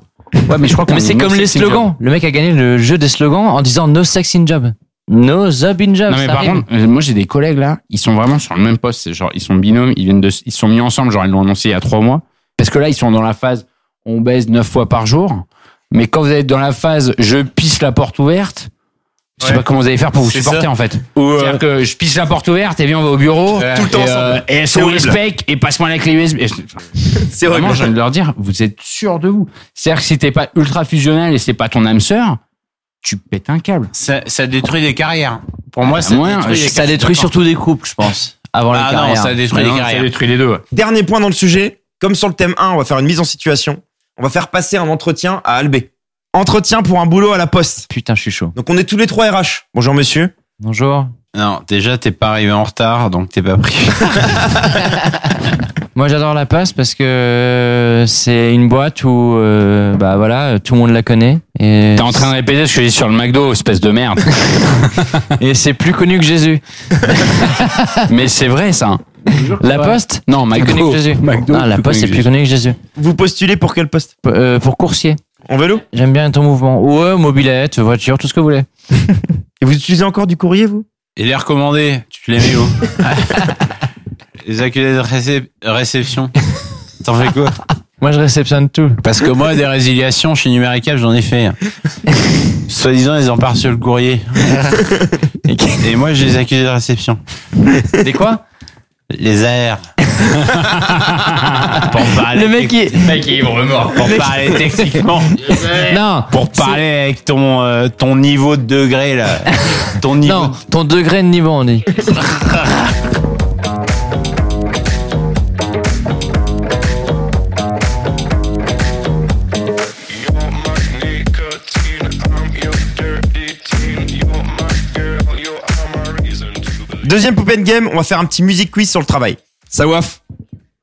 Speaker 3: Ouais, mais je crois qu'on
Speaker 4: Mais c'est
Speaker 3: no
Speaker 4: comme les
Speaker 3: sex in
Speaker 4: slogans. Le mec a gagné le jeu des slogans en disant no sex in job. No Zob in job.
Speaker 3: Non mais
Speaker 4: ça
Speaker 3: par
Speaker 4: rime.
Speaker 3: contre, euh, moi j'ai des collègues là, ils sont vraiment sur le même poste, c'est genre ils sont binômes, ils viennent de, ils se sont mis ensemble, genre ils l'ont annoncé il y a trois mois, parce que là ils sont dans la phase on baise neuf fois par jour, mais quand vous êtes dans la phase je pisse la porte ouverte, je sais
Speaker 1: Ouais.
Speaker 3: pas comment vous allez faire pour vous
Speaker 1: C'est
Speaker 3: supporter
Speaker 1: ça.
Speaker 3: en fait.
Speaker 1: Ou, euh,
Speaker 3: C'est-à-dire que je pisse la porte ouverte et viens on va au bureau,
Speaker 1: Ouais.
Speaker 2: Tout le temps
Speaker 3: et, euh,
Speaker 2: ensemble.
Speaker 3: et
Speaker 2: C'est
Speaker 3: on
Speaker 2: horrible.
Speaker 3: respecte et passe-moi la clé USB. Et je-
Speaker 2: C'est
Speaker 3: Vraiment,
Speaker 2: horrible.
Speaker 3: je viens de leur dire, vous êtes sûr de vous. C'est-à-dire que si t'es pas ultra fusionnel et c'est pas ton âme sœur, tu pètes un câble.
Speaker 1: Ça, ça détruit des carrières. Pour moi,
Speaker 3: Ah,
Speaker 1: ça
Speaker 3: moi,
Speaker 1: détruit,
Speaker 3: je-
Speaker 1: les
Speaker 4: Ça
Speaker 1: carrières.
Speaker 4: détruit surtout des couples, je pense. Avant
Speaker 1: Ah
Speaker 4: les
Speaker 1: non,
Speaker 4: carrières.
Speaker 1: ça détruit les
Speaker 3: Non, ça
Speaker 1: carrières.
Speaker 3: détruit les deux. ouais.
Speaker 2: Dernier point dans le sujet. Comme sur le thème 1, on va faire une mise en situation. On va faire passer un entretien à Albé. Entretien pour un boulot à la poste.
Speaker 4: Putain, je suis chaud.
Speaker 2: Donc on est tous les trois RH. Bonjour monsieur.
Speaker 4: Bonjour.
Speaker 1: Non, déjà, t'es pas arrivé en retard, donc t'es pas pris.
Speaker 4: Moi, j'adore la passe parce que euh, c'est une boîte où, euh, bah voilà, tout le monde la connaît. Et
Speaker 3: T'es en train de répéter ce que j'ai dit sur le McDo, espèce de merde.
Speaker 4: et c'est plus connu que Jésus.
Speaker 3: Mais c'est vrai ça.
Speaker 4: La Poste
Speaker 3: Non,
Speaker 4: Plus connu
Speaker 3: McDo.
Speaker 4: que Jésus.
Speaker 3: McDo,
Speaker 4: Ah, la
Speaker 3: plus
Speaker 4: Poste, c'est
Speaker 3: connu
Speaker 4: plus
Speaker 3: que
Speaker 4: connu que Jésus.
Speaker 2: Vous postulez pour quel poste
Speaker 4: P- euh, pour coursier.
Speaker 2: En vélo
Speaker 4: J'aime bien ton mouvement. Ouais, mobilette, voiture, tout ce que vous voulez.
Speaker 2: Et vous utilisez encore du courrier vous
Speaker 1: Et les recommandés, tu les mets où Les acculés de récep- réception. T'en fais quoi
Speaker 4: Moi, je réceptionne tout.
Speaker 1: Parce que moi, des résiliations chez Numéricable, j'en ai fait. Soi-disant, ils en partent sur le courrier. Et moi, je les accusés de réception.
Speaker 4: Des quoi
Speaker 1: Les AR. pour parler
Speaker 4: Le mec,
Speaker 1: tec-
Speaker 4: il-
Speaker 1: le mec, il me remorque. Pour parler techniquement.
Speaker 4: Non,
Speaker 1: Pour parler avec ton, euh, ton niveau de degré, là. Ton niveau.
Speaker 4: non, ton degré de niveau, on dit.
Speaker 2: Deuxième poupée de game, on va faire un petit music quiz sur le travail. Sawaf.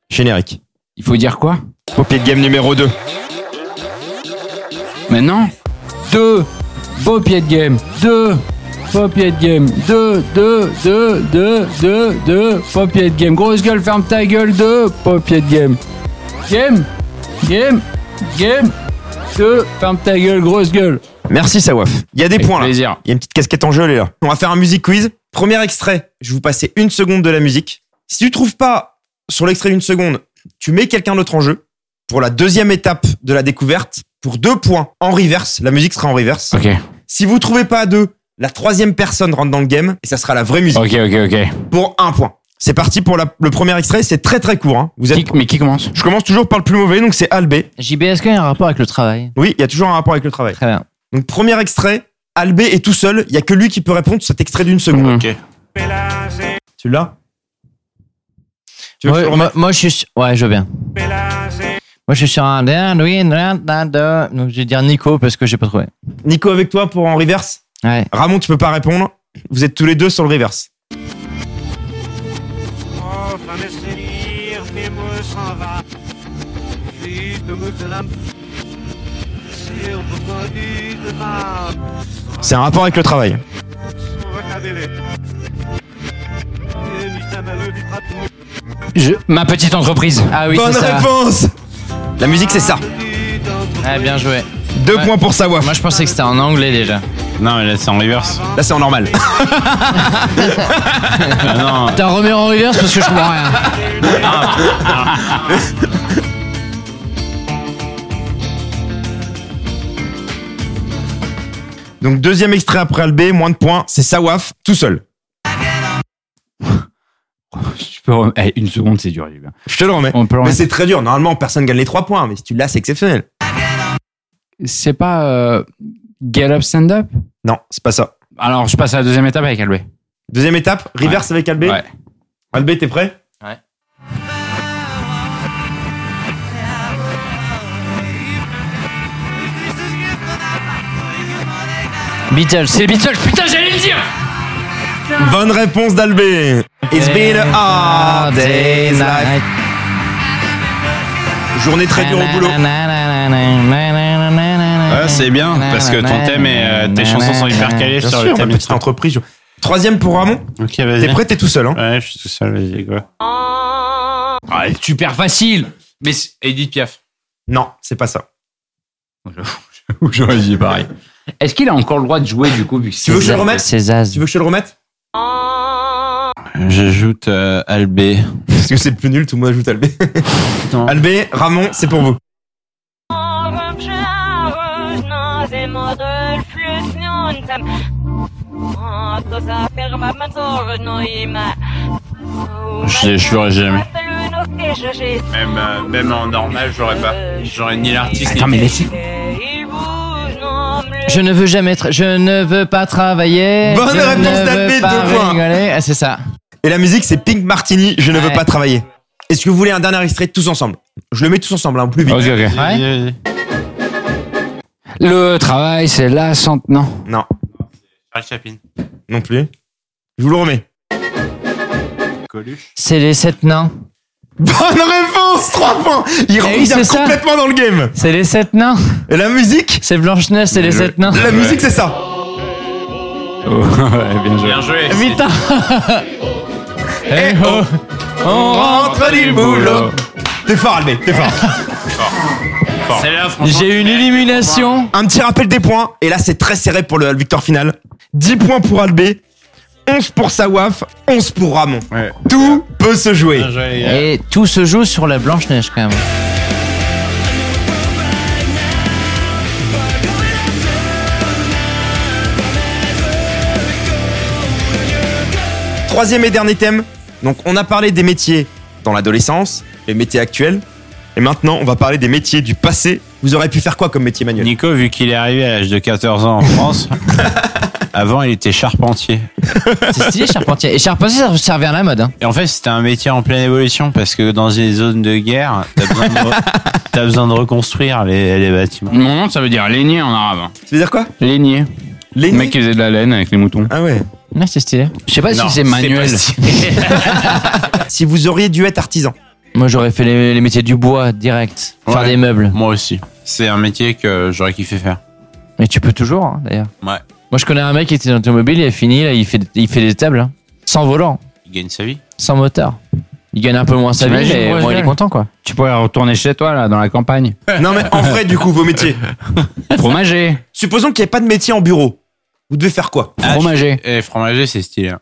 Speaker 2: Générique.
Speaker 3: Il faut dire quoi
Speaker 2: Poupée de game numéro 2.
Speaker 3: Maintenant Deux beaux pieds de game. Deux beaux pieds de game. Deux, deux, deux, deux, deux, deux beaux pieds de game. Grosse gueule, ferme ta gueule. Deux beaux pieds de game. Game, game, game. Deux, ferme ta gueule, grosse gueule.
Speaker 2: Merci Sawaf. Il y a des points là. Il
Speaker 3: plaisir.
Speaker 2: y a une petite casquette en jeu, elle est là. On va faire un music quiz. Premier extrait, je vais vous passer une seconde de la musique. Si tu trouves pas sur l'extrait d'une seconde, tu mets quelqu'un d'autre en jeu. Pour la deuxième étape de la découverte, pour deux points en reverse, la musique sera en reverse.
Speaker 3: Ok,
Speaker 2: Si vous trouvez pas à deux, la troisième personne rentre dans le game et ça sera la vraie musique
Speaker 3: ok, ok, ok.
Speaker 2: pour un point. C'est parti pour la- le premier extrait, c'est très très court. hein. Vous êtes...
Speaker 3: Qui- mais qui commence
Speaker 2: Je commence toujours par le plus mauvais, donc c'est Albé.
Speaker 4: JB, est-ce qu'il y a un rapport avec le travail
Speaker 2: Oui, il y a toujours un rapport avec le travail.
Speaker 4: Très bien.
Speaker 2: Donc premier extrait, Albé est tout seul, il y a que lui qui peut répondre sur cet extrait d'une seconde.
Speaker 3: Mhm.
Speaker 1: Ok.
Speaker 2: Tu l'as Tu veux que je
Speaker 4: Ouais,
Speaker 2: le
Speaker 4: moi,
Speaker 2: remette
Speaker 4: moi, je suis. su- Ouais, je veux bien. Moi, je suis sur un. oui, Donc, je vais dire Nico parce que j'ai pas trouvé.
Speaker 2: Nico avec toi pour en reverse
Speaker 4: Ouais.
Speaker 2: Ramon, tu peux pas répondre. Vous êtes tous les deux sur le reverse. C'est un rapport avec le travail.
Speaker 3: Je- ma petite entreprise.
Speaker 4: Ah oui,
Speaker 2: Bonne
Speaker 4: c'est ça.
Speaker 2: réponse La musique, c'est ça.
Speaker 3: Ah,
Speaker 4: Ouais, bien joué.
Speaker 2: Deux
Speaker 4: Ouais.
Speaker 2: points pour Sawaf.
Speaker 4: Moi, je pensais que c'était en anglais déjà.
Speaker 1: Non, mais là, c'est en reverse.
Speaker 2: Là, c'est en normal.
Speaker 1: Ah, non,
Speaker 4: T'as remis en reverse parce que je comprends rien.
Speaker 2: Donc deuxième extrait après Albé, moins de points, c'est Sawaf tout seul.
Speaker 3: Tu peux rem- eh, une seconde, c'est dur. Jules.
Speaker 2: Je te le remets.
Speaker 3: On peut le
Speaker 2: Mais
Speaker 3: remettre.
Speaker 2: c'est très dur. Normalement, personne gagne les trois points, mais si tu l'as, c'est exceptionnel.
Speaker 3: C'est pas euh, Get Up Stand Up
Speaker 2: Non, c'est pas ça.
Speaker 3: Alors, je passe à la deuxième étape avec Albé.
Speaker 2: Deuxième étape, reverse avec Albé.
Speaker 3: Ouais.
Speaker 2: Albé, t'es prêt
Speaker 3: Ouais.
Speaker 12: Beatles, c'est les Beatles, putain, j'allais le dire
Speaker 2: Bonne réponse d'Albé. It's been a
Speaker 12: Ah,
Speaker 2: hard day's life. Journée très dure au boulot.
Speaker 1: Ouais, c'est bien, parce que ton thème et euh, tes chansons sont hyper calées
Speaker 2: Bien
Speaker 1: sur
Speaker 2: sûr,
Speaker 1: le
Speaker 2: ma
Speaker 1: thème.
Speaker 2: petite entreprise. je- Troisième pour Ramon.
Speaker 1: Ok, vas-y.
Speaker 2: T'es prêt T'es tout seul. Hein
Speaker 1: Ouais, je suis tout seul, vas-y, quoi.
Speaker 3: Ah, elle est super facile Mais c'est- Edith Piaf.
Speaker 2: Non, c'est pas ça.
Speaker 3: J'aurais dit pareil. Est-ce qu'il a encore le droit de jouer du coup vu que
Speaker 2: Tu veux que je le
Speaker 3: Zaz-
Speaker 2: remette
Speaker 12: C'est Zaz.
Speaker 2: Tu veux que je te le remette
Speaker 1: J'ajoute euh, Albé.
Speaker 2: Parce que c'est le plus nul, tout le monde ajoute Albé.
Speaker 3: Non.
Speaker 2: Albé, Ramon, c'est pour vous.
Speaker 1: Je je l'aurais jamais. Même, euh, même en normal, j'aurais
Speaker 3: Bah,
Speaker 1: pas. J'aurais ni l'artiste
Speaker 3: Attends,
Speaker 1: ni.
Speaker 3: mais laissez.
Speaker 12: Je ne veux jamais, tra- je ne veux pas travailler.
Speaker 2: Bonne
Speaker 12: je
Speaker 2: réponse
Speaker 12: ne veux
Speaker 2: d'Albé,
Speaker 12: pas
Speaker 2: deux points.
Speaker 12: rigoler. Ah, c'est ça.
Speaker 2: Et la musique, c'est Pink Martini, Je ne veux
Speaker 12: Ouais.
Speaker 2: pas travailler. Est-ce que vous voulez un dernier extrait tous ensemble Je le mets tous ensemble, hein, au plus vite.
Speaker 3: Ok, ok. Le travail, c'est la santé. Non.
Speaker 2: Non,
Speaker 1: Charles Chaplin.
Speaker 2: non plus. Je vous le remets.
Speaker 1: Coluche.
Speaker 12: C'est les sept nains.
Speaker 2: Bonne réponse 3 points Il
Speaker 12: Eh oui,
Speaker 2: revient
Speaker 12: c'est ça.
Speaker 2: complètement dans le game
Speaker 12: C'est les sept nains.
Speaker 2: Et la musique
Speaker 12: C'est Blanche-Neige, c'est les sept nains.
Speaker 2: La musique, c'est ça
Speaker 3: ouais, bien joué.
Speaker 1: Bien joué.
Speaker 12: Putain.
Speaker 2: Eh oh On rentre du boulot T'es fort, Albé, t'es fort.
Speaker 1: C'est là, franchement.
Speaker 12: J'ai une illumination.
Speaker 2: Un petit rappel des points, et là, c'est très serré pour le victoire finale. 10 points pour Albé, 11 pour Sawaf, 11 pour Ramon.
Speaker 1: Ouais.
Speaker 2: Tout peut se jouer.
Speaker 1: Bien joué, les gars.
Speaker 12: Et tout se joue sur la Blanche-Neige quand même.
Speaker 2: Troisième et dernier thème. Donc, on a parlé des métiers dans l'adolescence, les métiers actuels. Et maintenant, on va parler des métiers du passé. Vous auriez pu faire quoi comme métier manuel
Speaker 1: Nico, vu qu'il est arrivé à l'âge de 14 ans en France, avant il était charpentier.
Speaker 12: C'est stylé, charpentier. Et charpentier, ça servait à la mode. Hein.
Speaker 1: Et en fait, c'était un métier en pleine évolution parce que dans les zones de guerre, t'as besoin, de re- t'as besoin de reconstruire les, les bâtiments.
Speaker 3: Mon nom, ça veut dire lainier en arabe.
Speaker 2: Tu veux dire quoi
Speaker 3: Lainier.
Speaker 2: Les
Speaker 3: Le mec qui faisait de la laine avec les moutons.
Speaker 2: Ah ouais.
Speaker 12: Ouais, c'est stylé. Je sais pas
Speaker 1: Non,
Speaker 12: si c'est manuel.
Speaker 1: pas si-
Speaker 2: Si vous auriez dû être artisan.
Speaker 12: Moi, j'aurais fait les, les métiers du bois direct. Faire
Speaker 1: Ouais.
Speaker 12: des meubles.
Speaker 1: Moi aussi. C'est un métier que j'aurais kiffé faire.
Speaker 12: Mais tu peux toujours, hein, d'ailleurs.
Speaker 1: Ouais.
Speaker 12: Moi, je connais un mec qui était dans l'automobile, il a fini, là, il fait, il fait des tables. hein. Sans volant,
Speaker 1: Il gagne sa vie.
Speaker 12: sans moteur. Il gagne un peu moins sa vie,
Speaker 3: T'imagines,
Speaker 12: mais
Speaker 3: moi,
Speaker 12: bon,
Speaker 3: je
Speaker 12: il est
Speaker 3: gagne.
Speaker 12: content, quoi.
Speaker 3: Tu pourrais retourner chez toi, là, dans la campagne.
Speaker 2: Non mais en vrai, du coup, vos métiers.
Speaker 3: Fromager.
Speaker 2: Supposons qu'il n'y ait pas de métier en bureau. Vous devez faire quoi
Speaker 1: Ah,
Speaker 3: Fromager.
Speaker 1: Et fromager, c'est stylé. hein.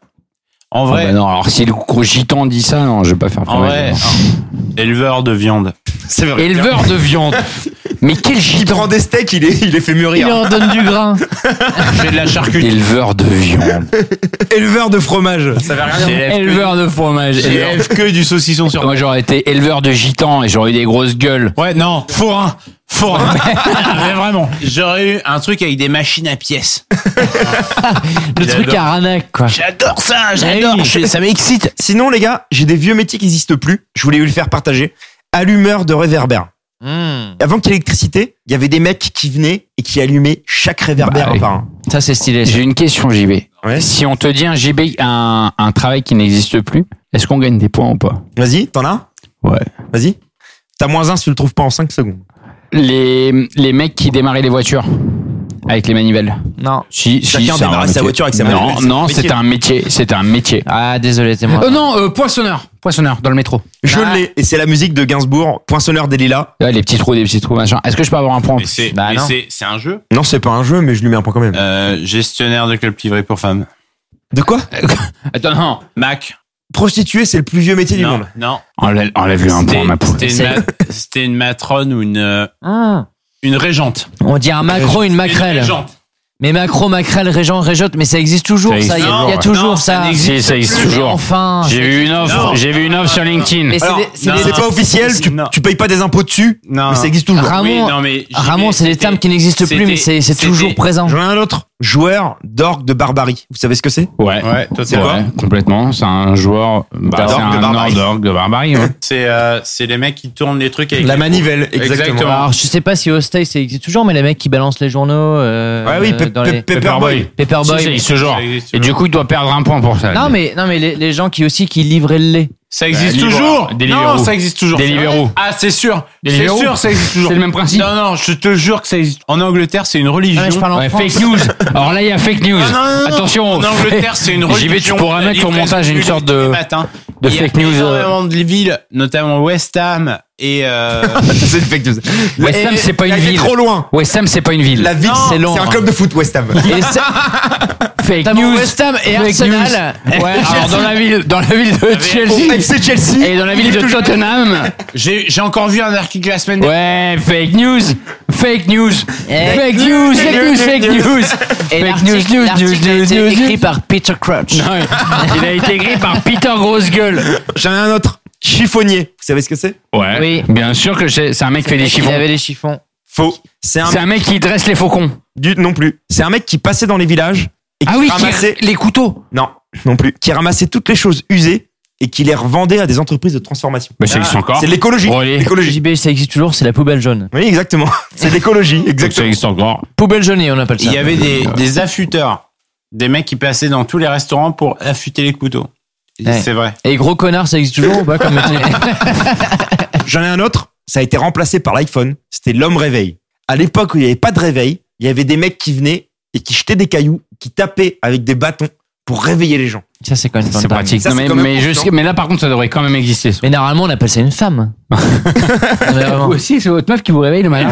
Speaker 1: En
Speaker 12: Oh,
Speaker 3: Ah
Speaker 1: vrai,
Speaker 3: bah non, alors si le gros gitan dit ça, non, je vais pas faire
Speaker 1: en vrai,
Speaker 3: fromager.
Speaker 1: hein, éleveur de viande.
Speaker 2: C'est vrai.
Speaker 3: Éleveur de viande. Mais quel
Speaker 2: Il
Speaker 3: gitan
Speaker 2: prend des steaks, il les, il les fait
Speaker 12: Il
Speaker 2: mûrir.
Speaker 12: leur donne du grain.
Speaker 1: J'ai de la charcuterie.
Speaker 3: Éleveur de viande.
Speaker 2: Éleveur de fromage. Ça
Speaker 3: Éleveur de fromage. Éleveur-
Speaker 1: que du saucisson sur.
Speaker 3: Moi j'aurais été éleveur de gitan et j'aurais eu des grosses gueules.
Speaker 1: Ouais, non, forain, forain. mais vraiment. J'aurais eu un truc avec des machines à pièces.
Speaker 12: Le truc à Ranac, quoi.
Speaker 1: J'adore ça,
Speaker 12: Ah
Speaker 1: j'adore.
Speaker 12: oui.
Speaker 1: Je- Ça m'excite.
Speaker 2: Sinon, les gars, j'ai des vieux métiers qui n'existent plus. Je voulais vous le faire partager. Allumeur de réverbère.
Speaker 4: Hmm.
Speaker 2: Avant qu'il y ait l'électricité, il y avait des mecs qui venaient et qui allumaient chaque réverbère
Speaker 3: Bah,
Speaker 2: un par un.
Speaker 12: Ça, c'est stylé. ça.
Speaker 3: J'ai une question JB.
Speaker 2: Ouais.
Speaker 3: Si on te dit un JB, un, un travail qui n'existe plus, est-ce qu'on gagne des points ou pas
Speaker 2: Vas-y, t'en as un
Speaker 3: Ouais.
Speaker 2: Vas-y. T'as moins un si tu le trouves pas en 5 secondes.
Speaker 3: Les, les mecs qui démarraient les voitures avec les manivelles.
Speaker 12: Non.
Speaker 3: Si, si,
Speaker 2: Chacun
Speaker 3: c'est un
Speaker 2: démarrait sa
Speaker 3: métier.
Speaker 2: voiture avec sa manivelle,
Speaker 3: Non,
Speaker 2: c'est un
Speaker 3: non,
Speaker 2: métier.
Speaker 3: c'était un métier. C'était un métier.
Speaker 12: Ah, désolé, c'est moi.
Speaker 3: Euh, non, euh, poinçonneur. Poinçonneur dans le métro.
Speaker 2: Je
Speaker 4: Bah.
Speaker 12: Ah.
Speaker 2: l'ai. Et c'est la musique de Gainsbourg, Poinçonneur des Lilas.
Speaker 3: Ouais, les petits trous, des petits trous, machin. Est-ce que je peux avoir un point en
Speaker 1: Mais
Speaker 3: plus
Speaker 1: c'est
Speaker 12: Bah
Speaker 1: mais
Speaker 12: non.
Speaker 1: c'est- c'est un jeu.
Speaker 2: Non, c'est pas un jeu, mais je lui mets un point quand même.
Speaker 1: Euh, gestionnaire de club privé pour femmes.
Speaker 2: De quoi
Speaker 3: Attends, non.
Speaker 1: Mac.
Speaker 2: Prostituée, c'est le plus vieux métier du
Speaker 1: non,
Speaker 2: monde.
Speaker 1: non.
Speaker 3: Enlève, enlève-lui un point,
Speaker 1: C'était
Speaker 3: ma poule.
Speaker 1: c'était une, ma- c'était une matrone ou une,
Speaker 12: Ah.
Speaker 1: une régente.
Speaker 12: On dit un macro,
Speaker 1: Une
Speaker 12: une
Speaker 3: Euh,
Speaker 12: maquerelle.
Speaker 1: régente.
Speaker 4: Mais macro, macrel, régent, régeote, mais ça existe toujours,
Speaker 3: Ça
Speaker 4: ça.
Speaker 3: existe
Speaker 4: Il y a-
Speaker 3: toujours,
Speaker 4: il y a
Speaker 3: ouais.
Speaker 4: toujours
Speaker 3: Non,
Speaker 4: ça.
Speaker 3: ça n'existe Si, ça existe plus. toujours.
Speaker 4: Enfin.
Speaker 3: J'ai
Speaker 4: ça
Speaker 3: vu
Speaker 4: existe
Speaker 3: une offre,
Speaker 4: toujours.
Speaker 3: j'ai vu une offre sur LinkedIn.
Speaker 4: Mais c'est
Speaker 3: Alors,
Speaker 4: des- c'est des-
Speaker 2: C'est pas officiel, tu, tu payes pas des impôts dessus, mais ça existe toujours.
Speaker 4: Ramon, Ramon, c'est des termes qui n'existent plus, mais c'est c'est toujours présent.
Speaker 2: J'en ai un autre. Joueur d'orgue de barbarie. Vous savez ce que c'est
Speaker 3: Ouais.
Speaker 2: C'est quoi
Speaker 3: Ouais, Complètement. C'est un joueur. bah,
Speaker 2: D'orgue
Speaker 3: c'est
Speaker 2: de
Speaker 3: un
Speaker 2: barbarie.
Speaker 3: d'orgue de barbarie. hein. ouais.
Speaker 1: C'est euh, c'est les mecs qui tournent les trucs avec
Speaker 2: La
Speaker 1: les-
Speaker 2: manivelle, exactement.
Speaker 3: Ah,
Speaker 4: Alors, je sais pas si Hostay ça existe toujours, mais les mecs qui balancent les journaux. euh,
Speaker 2: Ouais, oui,
Speaker 4: euh,
Speaker 2: Pe-
Speaker 4: dans
Speaker 2: Pe-
Speaker 4: les-
Speaker 2: Paperboy.
Speaker 4: Paperboy.
Speaker 3: Si, ça existe toujours. Et du coup, il doit perdre un point pour ça.
Speaker 4: Non, mais, non, mais les, les gens qui aussi qui livraient le lait.
Speaker 1: Ça existe
Speaker 3: Bah, Libra-
Speaker 1: toujours.
Speaker 3: Deliveroo.
Speaker 1: Non, ça existe toujours.
Speaker 3: Deliveroo.
Speaker 1: Ah, c'est sûr. C'est
Speaker 3: Deliveroo.
Speaker 1: sûr, ça existe toujours.
Speaker 3: C'est le même principe. Ah,
Speaker 1: Non, non, je te jure que ça existe. En Angleterre, c'est une religion.
Speaker 4: Non, mais je parle en
Speaker 3: Ouais,
Speaker 4: France.
Speaker 3: fake news. Alors là, il y a fake news.
Speaker 1: Ah, non, non, non, non.
Speaker 3: Attention.
Speaker 1: En Angleterre, c'est une religion.
Speaker 3: J'y vais, tu pourras
Speaker 1: La
Speaker 3: mettre au
Speaker 1: livraison
Speaker 3: montage
Speaker 1: du
Speaker 3: une
Speaker 1: lait
Speaker 3: sorte
Speaker 1: tous les
Speaker 3: de.
Speaker 1: matins.
Speaker 3: de
Speaker 1: Il y a
Speaker 3: fake news, euh.
Speaker 1: Énormément de villes, notamment West Ham et. euh,
Speaker 2: c'est une fake news.
Speaker 3: West Ham, c'est pas
Speaker 2: Il
Speaker 3: une
Speaker 2: a été
Speaker 3: ville.
Speaker 2: trop loin.
Speaker 3: West Ham, c'est pas une ville.
Speaker 2: La ville,
Speaker 4: Non,
Speaker 2: c'est
Speaker 4: c'est Londres.
Speaker 2: un club de foot, West Ham.
Speaker 4: Et ça-
Speaker 3: Fake
Speaker 4: Notamment
Speaker 3: news.
Speaker 4: West Ham et
Speaker 3: Fake
Speaker 4: Arsenal.
Speaker 3: news. Ouais, alors dans la ville, dans la ville de
Speaker 2: Au
Speaker 3: Chelsea.
Speaker 2: FC Chelsea.
Speaker 3: Et dans la ville de Tottenham.
Speaker 1: J'ai j'ai encore vu un article la semaine dernière.
Speaker 3: Ouais, fake news. Fake news.
Speaker 4: Eh.
Speaker 3: Fake news. Fake news. Fake news.
Speaker 4: Et
Speaker 3: Fake news.
Speaker 4: l'article
Speaker 3: News.
Speaker 4: l'article a
Speaker 3: News.
Speaker 4: été
Speaker 3: News.
Speaker 4: écrit
Speaker 3: News.
Speaker 4: par Peter Crouch.
Speaker 3: Ouais. Il a été écrit par Peter Grosegueule.
Speaker 2: J'en ai un autre. Chiffonnier. Vous savez ce que c'est
Speaker 3: Ouais.
Speaker 4: Oui.
Speaker 3: Bien sûr que c'est c'est un mec qui fait des
Speaker 4: Il
Speaker 3: chiffons.
Speaker 4: avait des chiffons.
Speaker 2: Faux. C'est un
Speaker 3: C'est un mec qui dresse les faucons.
Speaker 2: du non plus. C'est un mec qui passait dans les villages et qui
Speaker 3: Ah oui, qui-
Speaker 2: ramassait
Speaker 3: les couteaux.
Speaker 2: non non plus, qui ramassait toutes les choses usées et qui les revendait à des entreprises de transformation.
Speaker 3: Bah, ça existe encore.
Speaker 2: C'est de l'écologie.
Speaker 3: Bon, allez.
Speaker 4: Le
Speaker 2: L'écologie.
Speaker 4: JB, ça existe toujours, c'est la poubelle jaune.
Speaker 2: Oui, exactement. C'est de l'écologie,
Speaker 3: Ça
Speaker 2: exactement.
Speaker 3: existe encore.
Speaker 4: Poubelle jaunée, on appelle ça.
Speaker 1: Il y avait des, des affûteurs, des mecs qui passaient dans tous les restaurants pour affûter les couteaux.
Speaker 4: Ouais.
Speaker 1: C'est vrai.
Speaker 4: Et gros connard, ça existe toujours ou pas comme métier
Speaker 2: J'en ai un autre. Ça a été remplacé par l'iPhone. C'était l'homme réveil. À l'époque où il n'y avait pas de réveil, il y avait des mecs qui venaient et qui jetaient des cailloux, qui tapaient avec des bâtons pour réveiller les gens.
Speaker 4: Ça, c'est quand même
Speaker 3: C'est
Speaker 4: dingue.
Speaker 3: pratique.
Speaker 2: Ça,
Speaker 3: Non,
Speaker 2: c'est
Speaker 3: mais,
Speaker 2: quand même
Speaker 3: mais je
Speaker 2: constant.
Speaker 3: sais- mais là, par contre, ça Ah devrait quand même exister.
Speaker 4: Mais normalement, on appelle ça une femme. Non, mais vraiment.
Speaker 3: aussi, c'est votre meuf qui vous réveille le matin.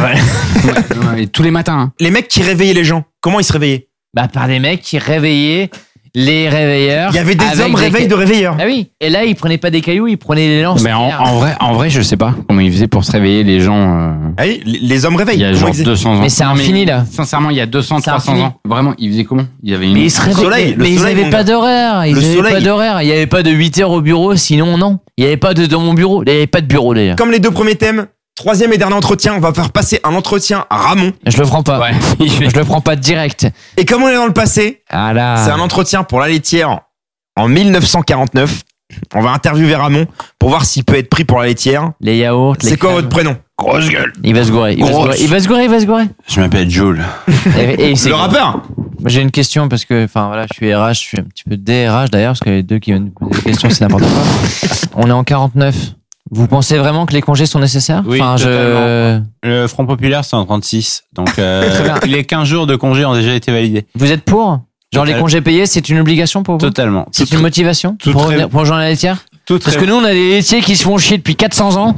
Speaker 3: tous les matins. hein.
Speaker 2: Les mecs qui réveillaient les gens, comment ils se réveillaient
Speaker 4: Bah, par des mecs qui réveillaient les réveilleurs.
Speaker 2: Il y avait des
Speaker 4: Ah, avec
Speaker 2: hommes réveils de réveilleurs.
Speaker 4: Ah oui. Et là, ils prenaient pas des cailloux, ils prenaient les lances.
Speaker 3: Mais en, en vrai, en vrai, je sais pas comment ils faisaient pour se réveiller les gens. euh,
Speaker 2: Ah oui, les- les hommes
Speaker 3: il
Speaker 2: réveils.
Speaker 3: y a
Speaker 2: comment
Speaker 3: genre
Speaker 2: ils faisaient
Speaker 3: 200 ans.
Speaker 4: Mais c'est infini, là.
Speaker 3: Sincèrement, il y a 200,
Speaker 4: C'est
Speaker 3: 300
Speaker 4: infini.
Speaker 3: ans. Vraiment, ils faisaient comment Il y avait une.
Speaker 4: Mais ils se réveillaient.
Speaker 2: soleil, le
Speaker 4: mais ils
Speaker 2: soleil,
Speaker 4: n'avaient
Speaker 2: mon
Speaker 4: pas
Speaker 2: gars.
Speaker 4: d'horaire. Ils
Speaker 2: Le
Speaker 4: n'avaient pas
Speaker 2: soleil.
Speaker 4: d'horaire. Il n'y avait pas de 8 heures au bureau, sinon non. Il n'y avait pas de dans mon bureau. Il n'y avait pas de bureau d'ailleurs.
Speaker 2: Comme les deux premiers thèmes, troisième et dernier entretien, on va faire passer un entretien à Ramon.
Speaker 4: Je le prends pas.
Speaker 3: Ouais.
Speaker 4: Je le prends pas direct.
Speaker 2: Et comme on est dans le passé,
Speaker 4: Ah là.
Speaker 2: c'est un entretien pour la laitière en 1949. On va interviewer Ramon pour voir s'il peut être pris pour la laitière.
Speaker 4: Les yaourts. les
Speaker 2: C'est quoi
Speaker 4: crèmes.
Speaker 2: votre Oh. prénom Grosse gueule.
Speaker 4: Il va se gourer. Il va se
Speaker 2: Grosse.
Speaker 4: gourer. Il va se gourer. Il va se gourer.
Speaker 1: Je m'appelle Jules.
Speaker 4: Et- et c'est-
Speaker 2: Le rappeur
Speaker 4: Moi, J'ai une question parce que, enfin voilà, je suis RH, je suis un petit peu DRH d'ailleurs, parce que les deux qui viennent nous poser des questions, c'est n'importe quoi. On est en 49. Vous pensez vraiment que les congés sont nécessaires
Speaker 1: Oui,
Speaker 4: Enfin, je...
Speaker 1: totalement. Le Front Populaire, c'est en 36. Donc,
Speaker 4: Très bien.
Speaker 1: euh, les 15 jours de congé ont déjà été validés.
Speaker 4: Vous êtes pour Genre les
Speaker 1: Total.
Speaker 4: congés payés, c'est une obligation pour vous
Speaker 1: Totalement.
Speaker 4: C'est une motivation
Speaker 1: tout
Speaker 4: pour,
Speaker 1: très-
Speaker 4: revenir- pour rejoindre la laitière
Speaker 1: Tout
Speaker 4: Parce
Speaker 1: très-
Speaker 4: que nous, on a des laitiers qui se font chier depuis 400 ans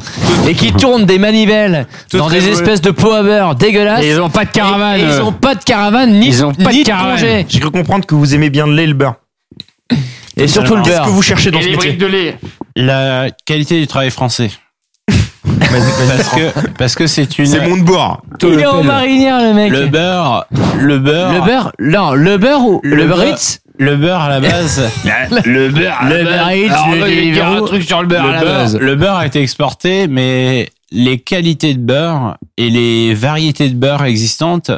Speaker 4: et qui tournent des manivelles
Speaker 1: Tout
Speaker 4: dans
Speaker 1: très
Speaker 4: des
Speaker 1: mauvais.
Speaker 4: espèces de pot à beurre dégueulasses.
Speaker 3: Et ils ont pas de caravane. euh.
Speaker 4: Et- et ils ont pas de caravane, ni,
Speaker 3: Ils ont pas de
Speaker 4: ni
Speaker 3: caravane.
Speaker 4: congé.
Speaker 2: J'ai cru comprendre que vous aimez bien le lait et le beurre.
Speaker 4: Et surtout le
Speaker 2: Qu'est-ce
Speaker 4: beurre.
Speaker 2: que vous cherchez dans ce métier
Speaker 3: de lait.
Speaker 1: La qualité du travail français. parce que parce que c'est une
Speaker 2: C'est Montebourg.
Speaker 4: Il est en marinière, le mec.
Speaker 1: le beurre le beurre
Speaker 4: Le beurre Non, le beurre ou le,
Speaker 1: Le
Speaker 4: beurre
Speaker 1: beurre-
Speaker 4: Ritz
Speaker 1: le beurre à la base
Speaker 3: Ah, Le beurre.
Speaker 4: Le beurre Ritz,
Speaker 3: Alors,
Speaker 4: le
Speaker 3: on va lui dire un
Speaker 4: Deliveroo.
Speaker 3: truc sur le beurre à la
Speaker 1: le,
Speaker 3: base.
Speaker 1: beurre, le beurre a été exporté, mais les qualités de beurre et les variétés de beurre existantes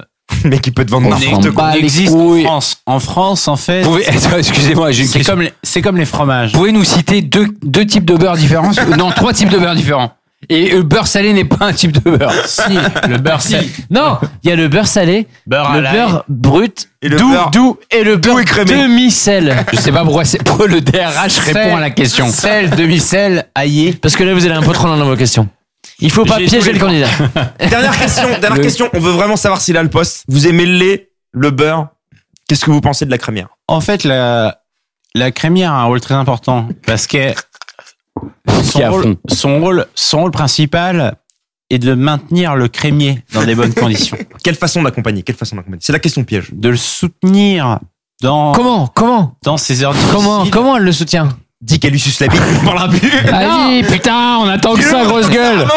Speaker 2: Le mec qui peut te vendre n'importe
Speaker 1: n'ex-
Speaker 4: Bah,
Speaker 2: quoi.
Speaker 1: n'existent en
Speaker 3: Ah, couilles.
Speaker 1: France. En France, en fait,
Speaker 3: Pouvez- Attends, Excusez-moi, j'ai une
Speaker 1: c'est
Speaker 3: question.
Speaker 1: comme, les- c'est comme les fromages.
Speaker 3: Pouvez nous citer deux, deux types de beurre différents Non, trois types de beurre différents. Et le beurre salé n'est pas un type de beurre.
Speaker 1: Si, le beurre, salé.
Speaker 4: Non, il y a le beurre salé,
Speaker 1: beurre à
Speaker 4: le
Speaker 1: l'ail.
Speaker 4: beurre brut,
Speaker 2: Et le
Speaker 4: doux,
Speaker 2: beurre-
Speaker 4: doux et le beurre
Speaker 2: écrémé.
Speaker 4: demi-sel.
Speaker 3: Je sais pas pourquoi, c'est- pourquoi le DRH répond à la question.
Speaker 4: Sel, demi-sel, aillé. Parce que là, vous allez un peu trop loin dans vos questions. Il faut pas
Speaker 1: J'ai
Speaker 4: piéger
Speaker 1: tous
Speaker 4: le
Speaker 1: les
Speaker 4: candidat.
Speaker 2: Dernière question, dernière
Speaker 3: Le-
Speaker 2: question. On veut vraiment savoir s'il a le poste. Vous aimez le lait, le beurre. Qu'est-ce que vous pensez de la crémière
Speaker 1: En fait, la, la crémière a un rôle très important parce que son
Speaker 3: Qui à
Speaker 1: rôle,
Speaker 3: fond.
Speaker 1: son rôle, son rôle principal est de maintenir le crémier dans des bonnes conditions,
Speaker 2: Quelle façon d'accompagner Quelle façon d'accompagner C'est la question piège.
Speaker 1: de le soutenir dans
Speaker 4: Comment Comment
Speaker 1: dans ses heures difficiles.
Speaker 4: Comment Comment elle le soutient
Speaker 2: dis qu'elle lui suce la bite, on parlera plus.
Speaker 12: Ah Allez, putain, on attend que ça, grosse gueule.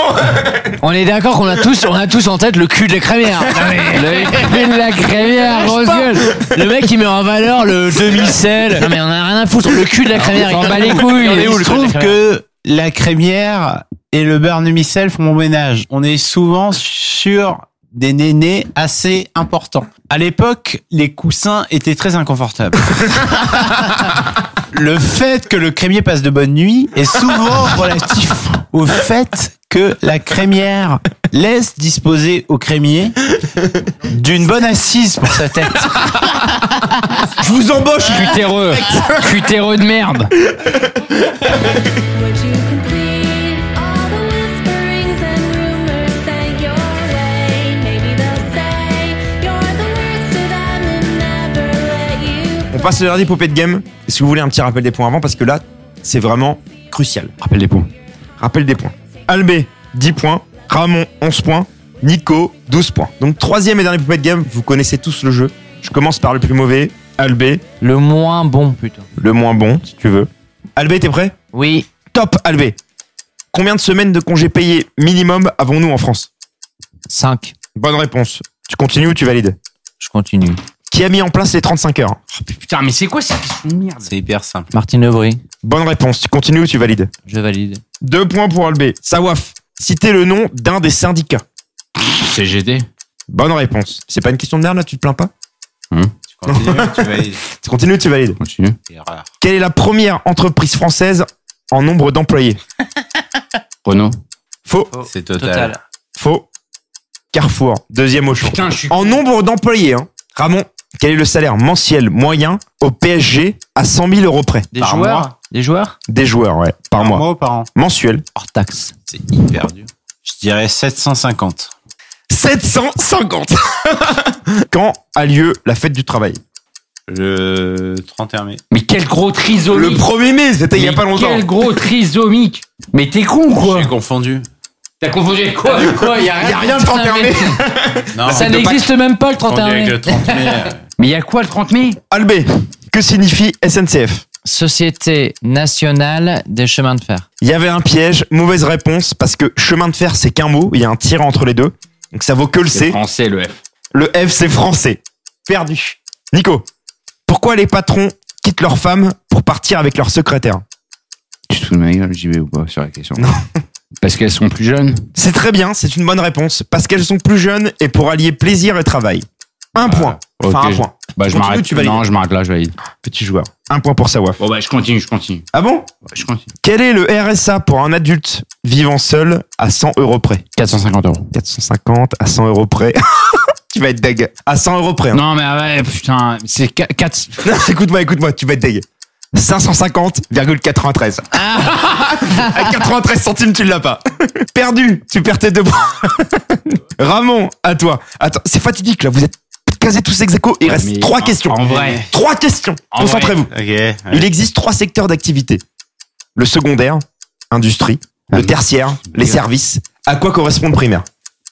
Speaker 12: On est d'accord qu'on a tous, on a tous en tête le cul de la crémière. Le cul de la crémière, grosse gueule. Le mec, il met en valeur
Speaker 1: Euh,
Speaker 12: le demi-sel. Non, mais on a rien à foutre. Le cul de la crémière, il
Speaker 1: On
Speaker 12: s'en bat les
Speaker 1: Il
Speaker 12: couilles.
Speaker 1: se trouve que la crémière et le beurre micelle font mon ménage. On est souvent sur des nénés assez importants. À l'époque, les coussins étaient très inconfortables. le fait que le crémier passe de bonne nuit est souvent relatif au fait que la crémière laisse disposer au crémier d'une bonne assise pour sa tête.
Speaker 2: Je vous embauche,
Speaker 3: cutéreux. Cutéreux de merde.
Speaker 2: On passe le dernier poupée de game. Est-ce que vous voulez un petit rappel des points avant Parce que là, c'est vraiment crucial. Rappel des points. Rappel des points. Albé, 10 points. Ramon, 11 points. Nico, 12 points. Donc, troisième et dernier poupée de game. Vous connaissez tous le jeu. Je commence par le plus mauvais. Albé.
Speaker 12: Le moins bon, putain.
Speaker 2: Le moins bon, si tu veux. Albé, t'es prêt
Speaker 12: Oui.
Speaker 2: Top, Albé. Combien de semaines de congés payés minimum avons-nous en France
Speaker 12: 5.
Speaker 2: Bonne réponse. Tu continues ou tu valides
Speaker 12: Je continue.
Speaker 2: Qui a mis en place les 35 heures
Speaker 3: Putain, mais c'est quoi cette question de merde
Speaker 1: C'est hyper simple.
Speaker 12: Martine Aubry.
Speaker 2: Bonne réponse. Tu continues ou tu valides
Speaker 12: Je valide.
Speaker 2: Deux points pour Albé. Sawaf, citez le nom d'un des syndicats.
Speaker 3: CGD.
Speaker 2: Bonne réponse. C'est pas une question de merde là, tu te plains pas Tu continues, tu valides.
Speaker 3: Continue.
Speaker 1: Erreur.
Speaker 2: Quelle est la première entreprise française en nombre d'employés
Speaker 3: Renault.
Speaker 2: Faux.
Speaker 1: C'est
Speaker 12: Total.
Speaker 2: Faux. Carrefour, deuxième Auchan.
Speaker 3: Putain, je suis.
Speaker 2: En nombre d'employés, hein. Ramon, quel est le salaire mensuel moyen au PSG à 100 000 euros près
Speaker 12: Des
Speaker 1: Par
Speaker 12: joueurs
Speaker 1: mois.
Speaker 12: Des joueurs
Speaker 2: Des joueurs, ouais, par mois.
Speaker 1: ou par an
Speaker 2: Mensuel.
Speaker 12: Hors taxe.
Speaker 1: C'est hyper dur. Je dirais 750.
Speaker 2: 750 Quand a lieu la fête du travail
Speaker 1: Le 31 mai.
Speaker 3: Mais quel gros trisomique.
Speaker 2: 1er mai, c'était
Speaker 3: Mais Quel gros trisomique. Mais t'es con ou quoi
Speaker 1: J'ai confondu.
Speaker 3: T'as confondu avec quoi avec quoi y a rien,
Speaker 2: Y a rien le 31 mai.
Speaker 1: Non,
Speaker 12: Ça
Speaker 1: j'ai
Speaker 12: n'existe même pas le
Speaker 1: confondu
Speaker 12: 31
Speaker 1: avec
Speaker 12: mai.
Speaker 1: le 30 mai.
Speaker 3: Mais y a quoi le 30 mai
Speaker 2: Albé, que signifie SNCF
Speaker 12: Société nationale des chemins de fer.
Speaker 2: Il y avait un piège, mauvaise réponse, parce que chemin de fer, c'est qu'un mot, il y a un tirant entre les deux, donc ça vaut que le C.
Speaker 3: français le F.
Speaker 2: Le F, c'est français. Perdu. Nico, pourquoi les patrons quittent leurs femmes pour partir avec leur secrétaire
Speaker 3: Tu te fous de ma gueule, j'y vais ou pas sur la question
Speaker 2: Non.
Speaker 3: Parce qu'elles sont plus jeunes.
Speaker 2: C'est très bien, c'est une bonne réponse, parce qu'elles sont plus jeunes et pour allier plaisir et travail. Un point.
Speaker 3: ok.
Speaker 2: Enfin, un point.
Speaker 3: Bah je
Speaker 2: Continue,
Speaker 3: m'arrête.
Speaker 2: tu valides.
Speaker 3: Non, je m'arrête là, je valide.
Speaker 2: Petit joueur. Un point pour Sawaf.
Speaker 3: Bon bah je continue, je continue.
Speaker 2: Ah bon
Speaker 3: Je continue.
Speaker 2: Quel est le RSA pour un adulte vivant seul à 100 euros près
Speaker 3: 450 euros.
Speaker 2: 450 à 100 euros près. tu vas être deg. À 100 euros près. hein.
Speaker 3: Non mais ah ouais, putain, c'est 4...
Speaker 2: Non, écoute-moi, écoute-moi, tu vas être deg. 550,93.
Speaker 3: Ah.
Speaker 2: à 93 centimes, tu l'as pas. Perdu, tu perds tes deux points. Ramon, à toi. Attends, c'est fatidique là, vous êtes casés tous ex aequo, il
Speaker 3: Ouais,
Speaker 2: reste
Speaker 3: mais
Speaker 2: trois
Speaker 3: en-
Speaker 2: questions.
Speaker 3: en vrai.
Speaker 2: Trois questions.
Speaker 3: En
Speaker 2: Concentrez-vous.
Speaker 1: Ok. ouais.
Speaker 2: Il existe trois secteurs d'activité. Le secondaire, industrie, le tertiaire, les services. À quoi correspond le primaire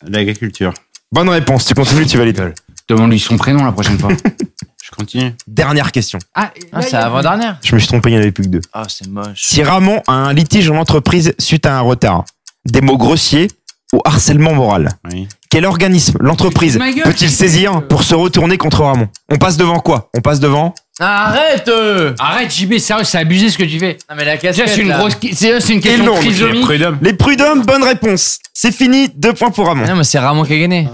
Speaker 1: L'agriculture.
Speaker 2: Bonne réponse, tu continues, tu valides.
Speaker 3: Demande-lui son prénom la prochaine fois.
Speaker 1: Je continue.
Speaker 2: Dernière question.
Speaker 3: ah,
Speaker 12: Ah, c'est avant-dernière.
Speaker 2: Je me suis trompé, il n'y en avait plus que deux.
Speaker 12: Ah, c'est moche.
Speaker 2: Si Ramon a un litige en entreprise suite à un retard, des mots grossiers ou harcèlement moral,
Speaker 1: Oui.
Speaker 2: quel organisme, l'entreprise,
Speaker 3: Ma gueule,
Speaker 2: peut-il
Speaker 3: je-
Speaker 2: saisir pour se retourner contre Ramon On passe devant quoi On passe devant
Speaker 12: Arrête euh
Speaker 3: Ah, Arrête JB, sérieux, c'est abusé ce que tu fais.
Speaker 12: Non mais la
Speaker 3: Déjà,
Speaker 12: casquette
Speaker 3: c'est une
Speaker 12: là.
Speaker 3: grosse... C'est c'est une question
Speaker 2: Énorme,
Speaker 3: de trisomique.
Speaker 1: Prud'homme.
Speaker 2: Les prud'hommes, bonne réponse. C'est fini, deux points pour
Speaker 3: Ah
Speaker 2: Ramon.
Speaker 12: Non mais c'est Ramon qui a gagné.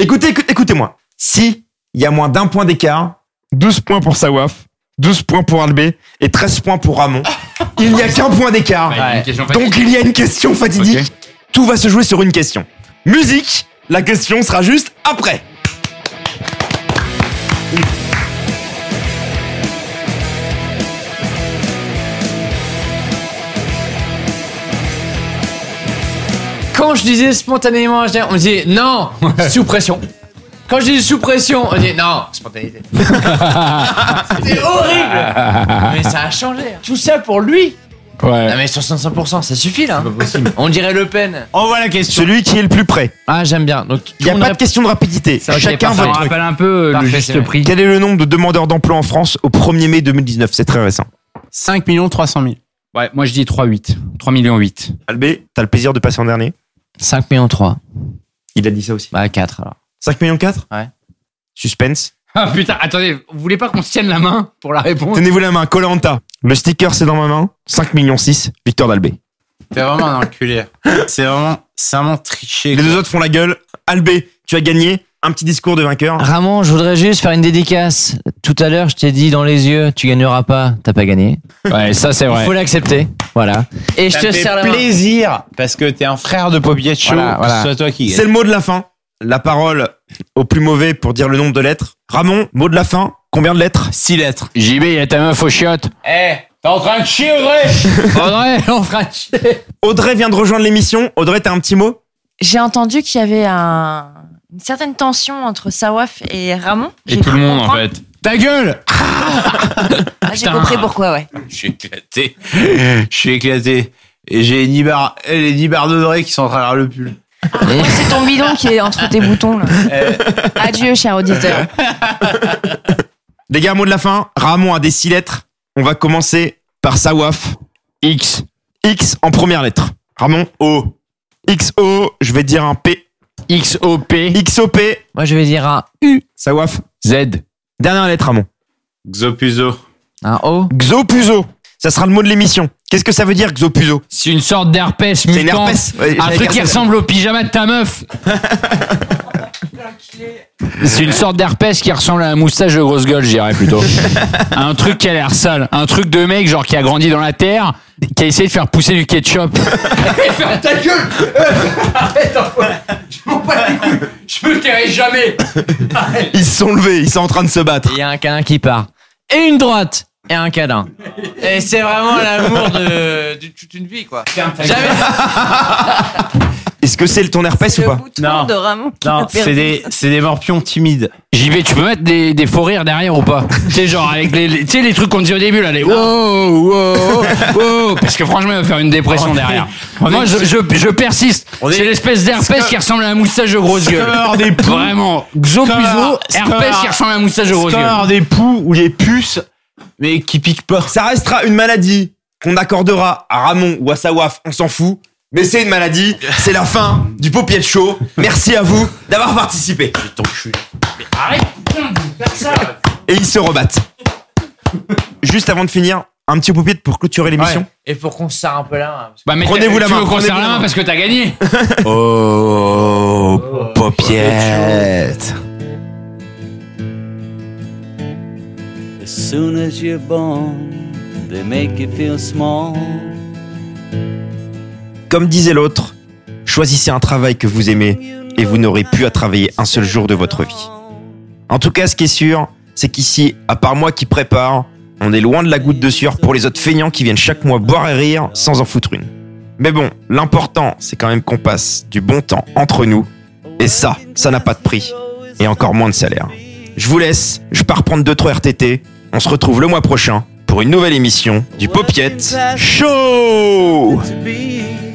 Speaker 2: Écoutez, écoute- écoutez-moi. Si il y a moins d'un point d'écart, 12 points pour Sawaf, 12 points pour Albé et 13 points pour Ramon. Il n'y a qu'un point d'écart.
Speaker 3: Ouais, une question facile.
Speaker 2: Donc il y a une question fatidique.
Speaker 3: Ok.
Speaker 2: Tout va se jouer sur une question. Musique, la question sera juste après.
Speaker 12: Quand je disais spontanément, je dis- on me dit non, sous pression. Quand je dis sous pression, on me dit non, spontanéité. C'était horrible. Mais ça a changé. hein. Tout ça pour lui.
Speaker 3: Ouais.
Speaker 12: Non mais 65%, ça suffit là. On dirait Le Pen.
Speaker 1: On voit la question.
Speaker 2: Celui qui est le plus près.
Speaker 12: Ah j'aime bien. Donc
Speaker 2: Il n'y a pas de question de rapidité.
Speaker 12: C'est vrai que
Speaker 2: Chacun
Speaker 12: j'avais
Speaker 3: Ça
Speaker 12: pas
Speaker 2: votre
Speaker 3: me
Speaker 2: truc.
Speaker 3: rappelle un peu euh, le
Speaker 12: Parfait, c'est
Speaker 3: juste
Speaker 12: vrai.
Speaker 3: prix.
Speaker 2: Quel est le nombre de demandeurs d'emploi en France au 1er mai 2019 C'est très récent.
Speaker 1: 5 millions 300 000.
Speaker 3: Ouais, moi je dis 3-8. 3 millions 8.
Speaker 2: Albé, t'as le plaisir de passer en dernier
Speaker 12: 5 millions 3.
Speaker 2: Il a dit ça aussi.
Speaker 12: Bah 4 alors.
Speaker 2: 5 millions 4
Speaker 12: Ouais.
Speaker 2: Suspense.
Speaker 3: Ah putain, attendez, vous voulez pas qu'on se tienne la main pour la réponse
Speaker 2: Tenez-vous la main, Colanta. Le sticker, c'est dans ma main. 5 millions 6, victoire d'Albé.
Speaker 1: T'es vraiment un enculé. C'est vraiment, c'est vraiment triché.
Speaker 2: Les deux autres font la gueule. Albé, tu as gagné. Un petit discours de vainqueur.
Speaker 12: Ramon, je voudrais juste faire une dédicace. Tout à l'heure, je t'ai dit dans les yeux, tu gagneras pas, t'as pas gagné.
Speaker 3: Ouais, ça c'est
Speaker 12: Il
Speaker 3: vrai.
Speaker 12: faut l'accepter. Voilà. Et je
Speaker 1: Ça
Speaker 12: te
Speaker 1: fait
Speaker 12: sers la main.
Speaker 1: plaisir parce que t'es un frère de Popiacho.
Speaker 12: Voilà, voilà.
Speaker 1: Que ce soit toi qui
Speaker 2: C'est
Speaker 1: gagne.
Speaker 2: le mot de la fin. La parole au plus mauvais pour dire le nombre de lettres. Ramon, mot de la fin. Combien de lettres
Speaker 1: 6 lettres.
Speaker 3: JB, il y a ta meuf au chiottes.
Speaker 1: Eh, t'es en train de chier, Audrey
Speaker 3: Audrey, on fera chier.
Speaker 2: Audrey vient de rejoindre l'émission. Audrey, t'as un petit mot
Speaker 13: J'ai entendu qu'il y avait un- une certaine tension entre Sawaf et Ramon.
Speaker 3: Et
Speaker 13: J'ai
Speaker 3: tout le
Speaker 13: cru
Speaker 3: monde en
Speaker 13: comprendre.
Speaker 3: fait.
Speaker 1: Ta gueule
Speaker 13: Ah, J'ai
Speaker 3: Putain.
Speaker 13: compris pourquoi, ouais.
Speaker 1: Je suis éclaté. Je suis éclaté. Et j'ai une barres, les 10 barres d'Audrey qui sont à travers le pull.
Speaker 13: Moi, c'est ton bidon qui est entre tes boutons, là.
Speaker 1: Euh.
Speaker 13: Adieu, cher auditeur.
Speaker 2: Les gars, mot de la fin. Ramon a des six lettres. On va commencer par Sawaf. X. X en première lettre. Ramon, O. XO, je vais dire un P.
Speaker 3: XOP
Speaker 2: XOP.
Speaker 12: Moi, je vais dire un
Speaker 2: U. Sawaf.
Speaker 3: Z.
Speaker 2: Dernière lettre, Ramon.
Speaker 1: Xopuzo.
Speaker 12: Un O.
Speaker 2: Xopuzo. Ça sera le mot de l'émission. Qu'est-ce que ça veut dire, Xopuzo
Speaker 3: C'est une sorte d'herpès
Speaker 2: C'est une
Speaker 3: mutant.
Speaker 2: herpès. Ouais,
Speaker 3: Un
Speaker 2: j'allais dire
Speaker 3: truc qui
Speaker 2: ça.
Speaker 3: ressemble au pyjama de ta meuf. C'est une sorte d'herpès qui ressemble à un moustache de grosse gueule, je dirais plutôt. un truc qui a l'air sale. Un truc de mec, genre qui a grandi dans la terre, qui a essayé de faire pousser du ketchup.
Speaker 1: Euh,
Speaker 3: Je me tairai jamais.
Speaker 2: Ils se sont levés, ils sont en train de se battre.
Speaker 12: Il y a un câlin qui part. Et une droite. Et un câlin. Et c'est vraiment l'amour de, de toute une vie, quoi.
Speaker 2: Est-ce que c'est le ton herpès ou
Speaker 13: Le
Speaker 2: pas
Speaker 13: bouton
Speaker 1: Non.
Speaker 13: de Ramon qui
Speaker 1: Non,
Speaker 13: a perdu.
Speaker 1: c'est des, c'est des morpions timides.
Speaker 3: J'y vais, tu peux mettre des, des faux rires derrière ou pas Tu sais, genre avec les, les- tu sais, les trucs qu'on dit au début, là, les wow, wow, wow, parce que franchement, il va faire une dépression derrière. Moi, je, je, je persiste.
Speaker 1: On est-
Speaker 3: C'est l'espèce d'herpès qui ressemble à un moustache de grosse gueule.
Speaker 1: Score des poux.
Speaker 3: Vraiment. Xopuzo,
Speaker 1: Score,
Speaker 3: herpès
Speaker 1: score,
Speaker 3: qui ressemble à un moustache de grosse gueule.
Speaker 1: Score des poux ou des puces, mais qui piquent pas.
Speaker 2: Ça restera une maladie qu'on accordera à Ramon ou à Sawaf, on s'en fout. Mais c'est une maladie, c'est la fin du paupier de show. Merci à vous d'avoir participé. Et ils se rebattent. Juste avant de finir, un petit paupier pour clôturer l'émission.
Speaker 12: Et pour qu'on se serre un peu là.
Speaker 3: Bah, mais
Speaker 2: Prenez-vous
Speaker 3: t'as-
Speaker 2: la
Speaker 3: tu
Speaker 2: main,
Speaker 3: veux qu'on serre
Speaker 2: prenez-vous
Speaker 3: la
Speaker 2: la
Speaker 3: main
Speaker 2: main.
Speaker 3: parce que t'as gagné.
Speaker 2: Oh, paupiette.
Speaker 14: As soon as you're born, they make you feel small.
Speaker 2: Comme disait l'autre, choisissez un travail que vous aimez et vous n'aurez plus à travailler un seul jour de votre vie. En tout cas, ce qui est sûr, c'est qu'ici, à part moi qui prépare, on est loin de la goutte de sueur pour les autres feignants qui viennent chaque mois boire et rire sans en foutre une. Mais bon, l'important, c'est quand même qu'on passe du bon temps entre nous. Et ça, ça n'a pas de prix. Et encore moins de salaire. Je vous laisse, je pars prendre 2-3 RTT. On se retrouve le mois prochain pour une nouvelle émission du Popiette Show
Speaker 14: To be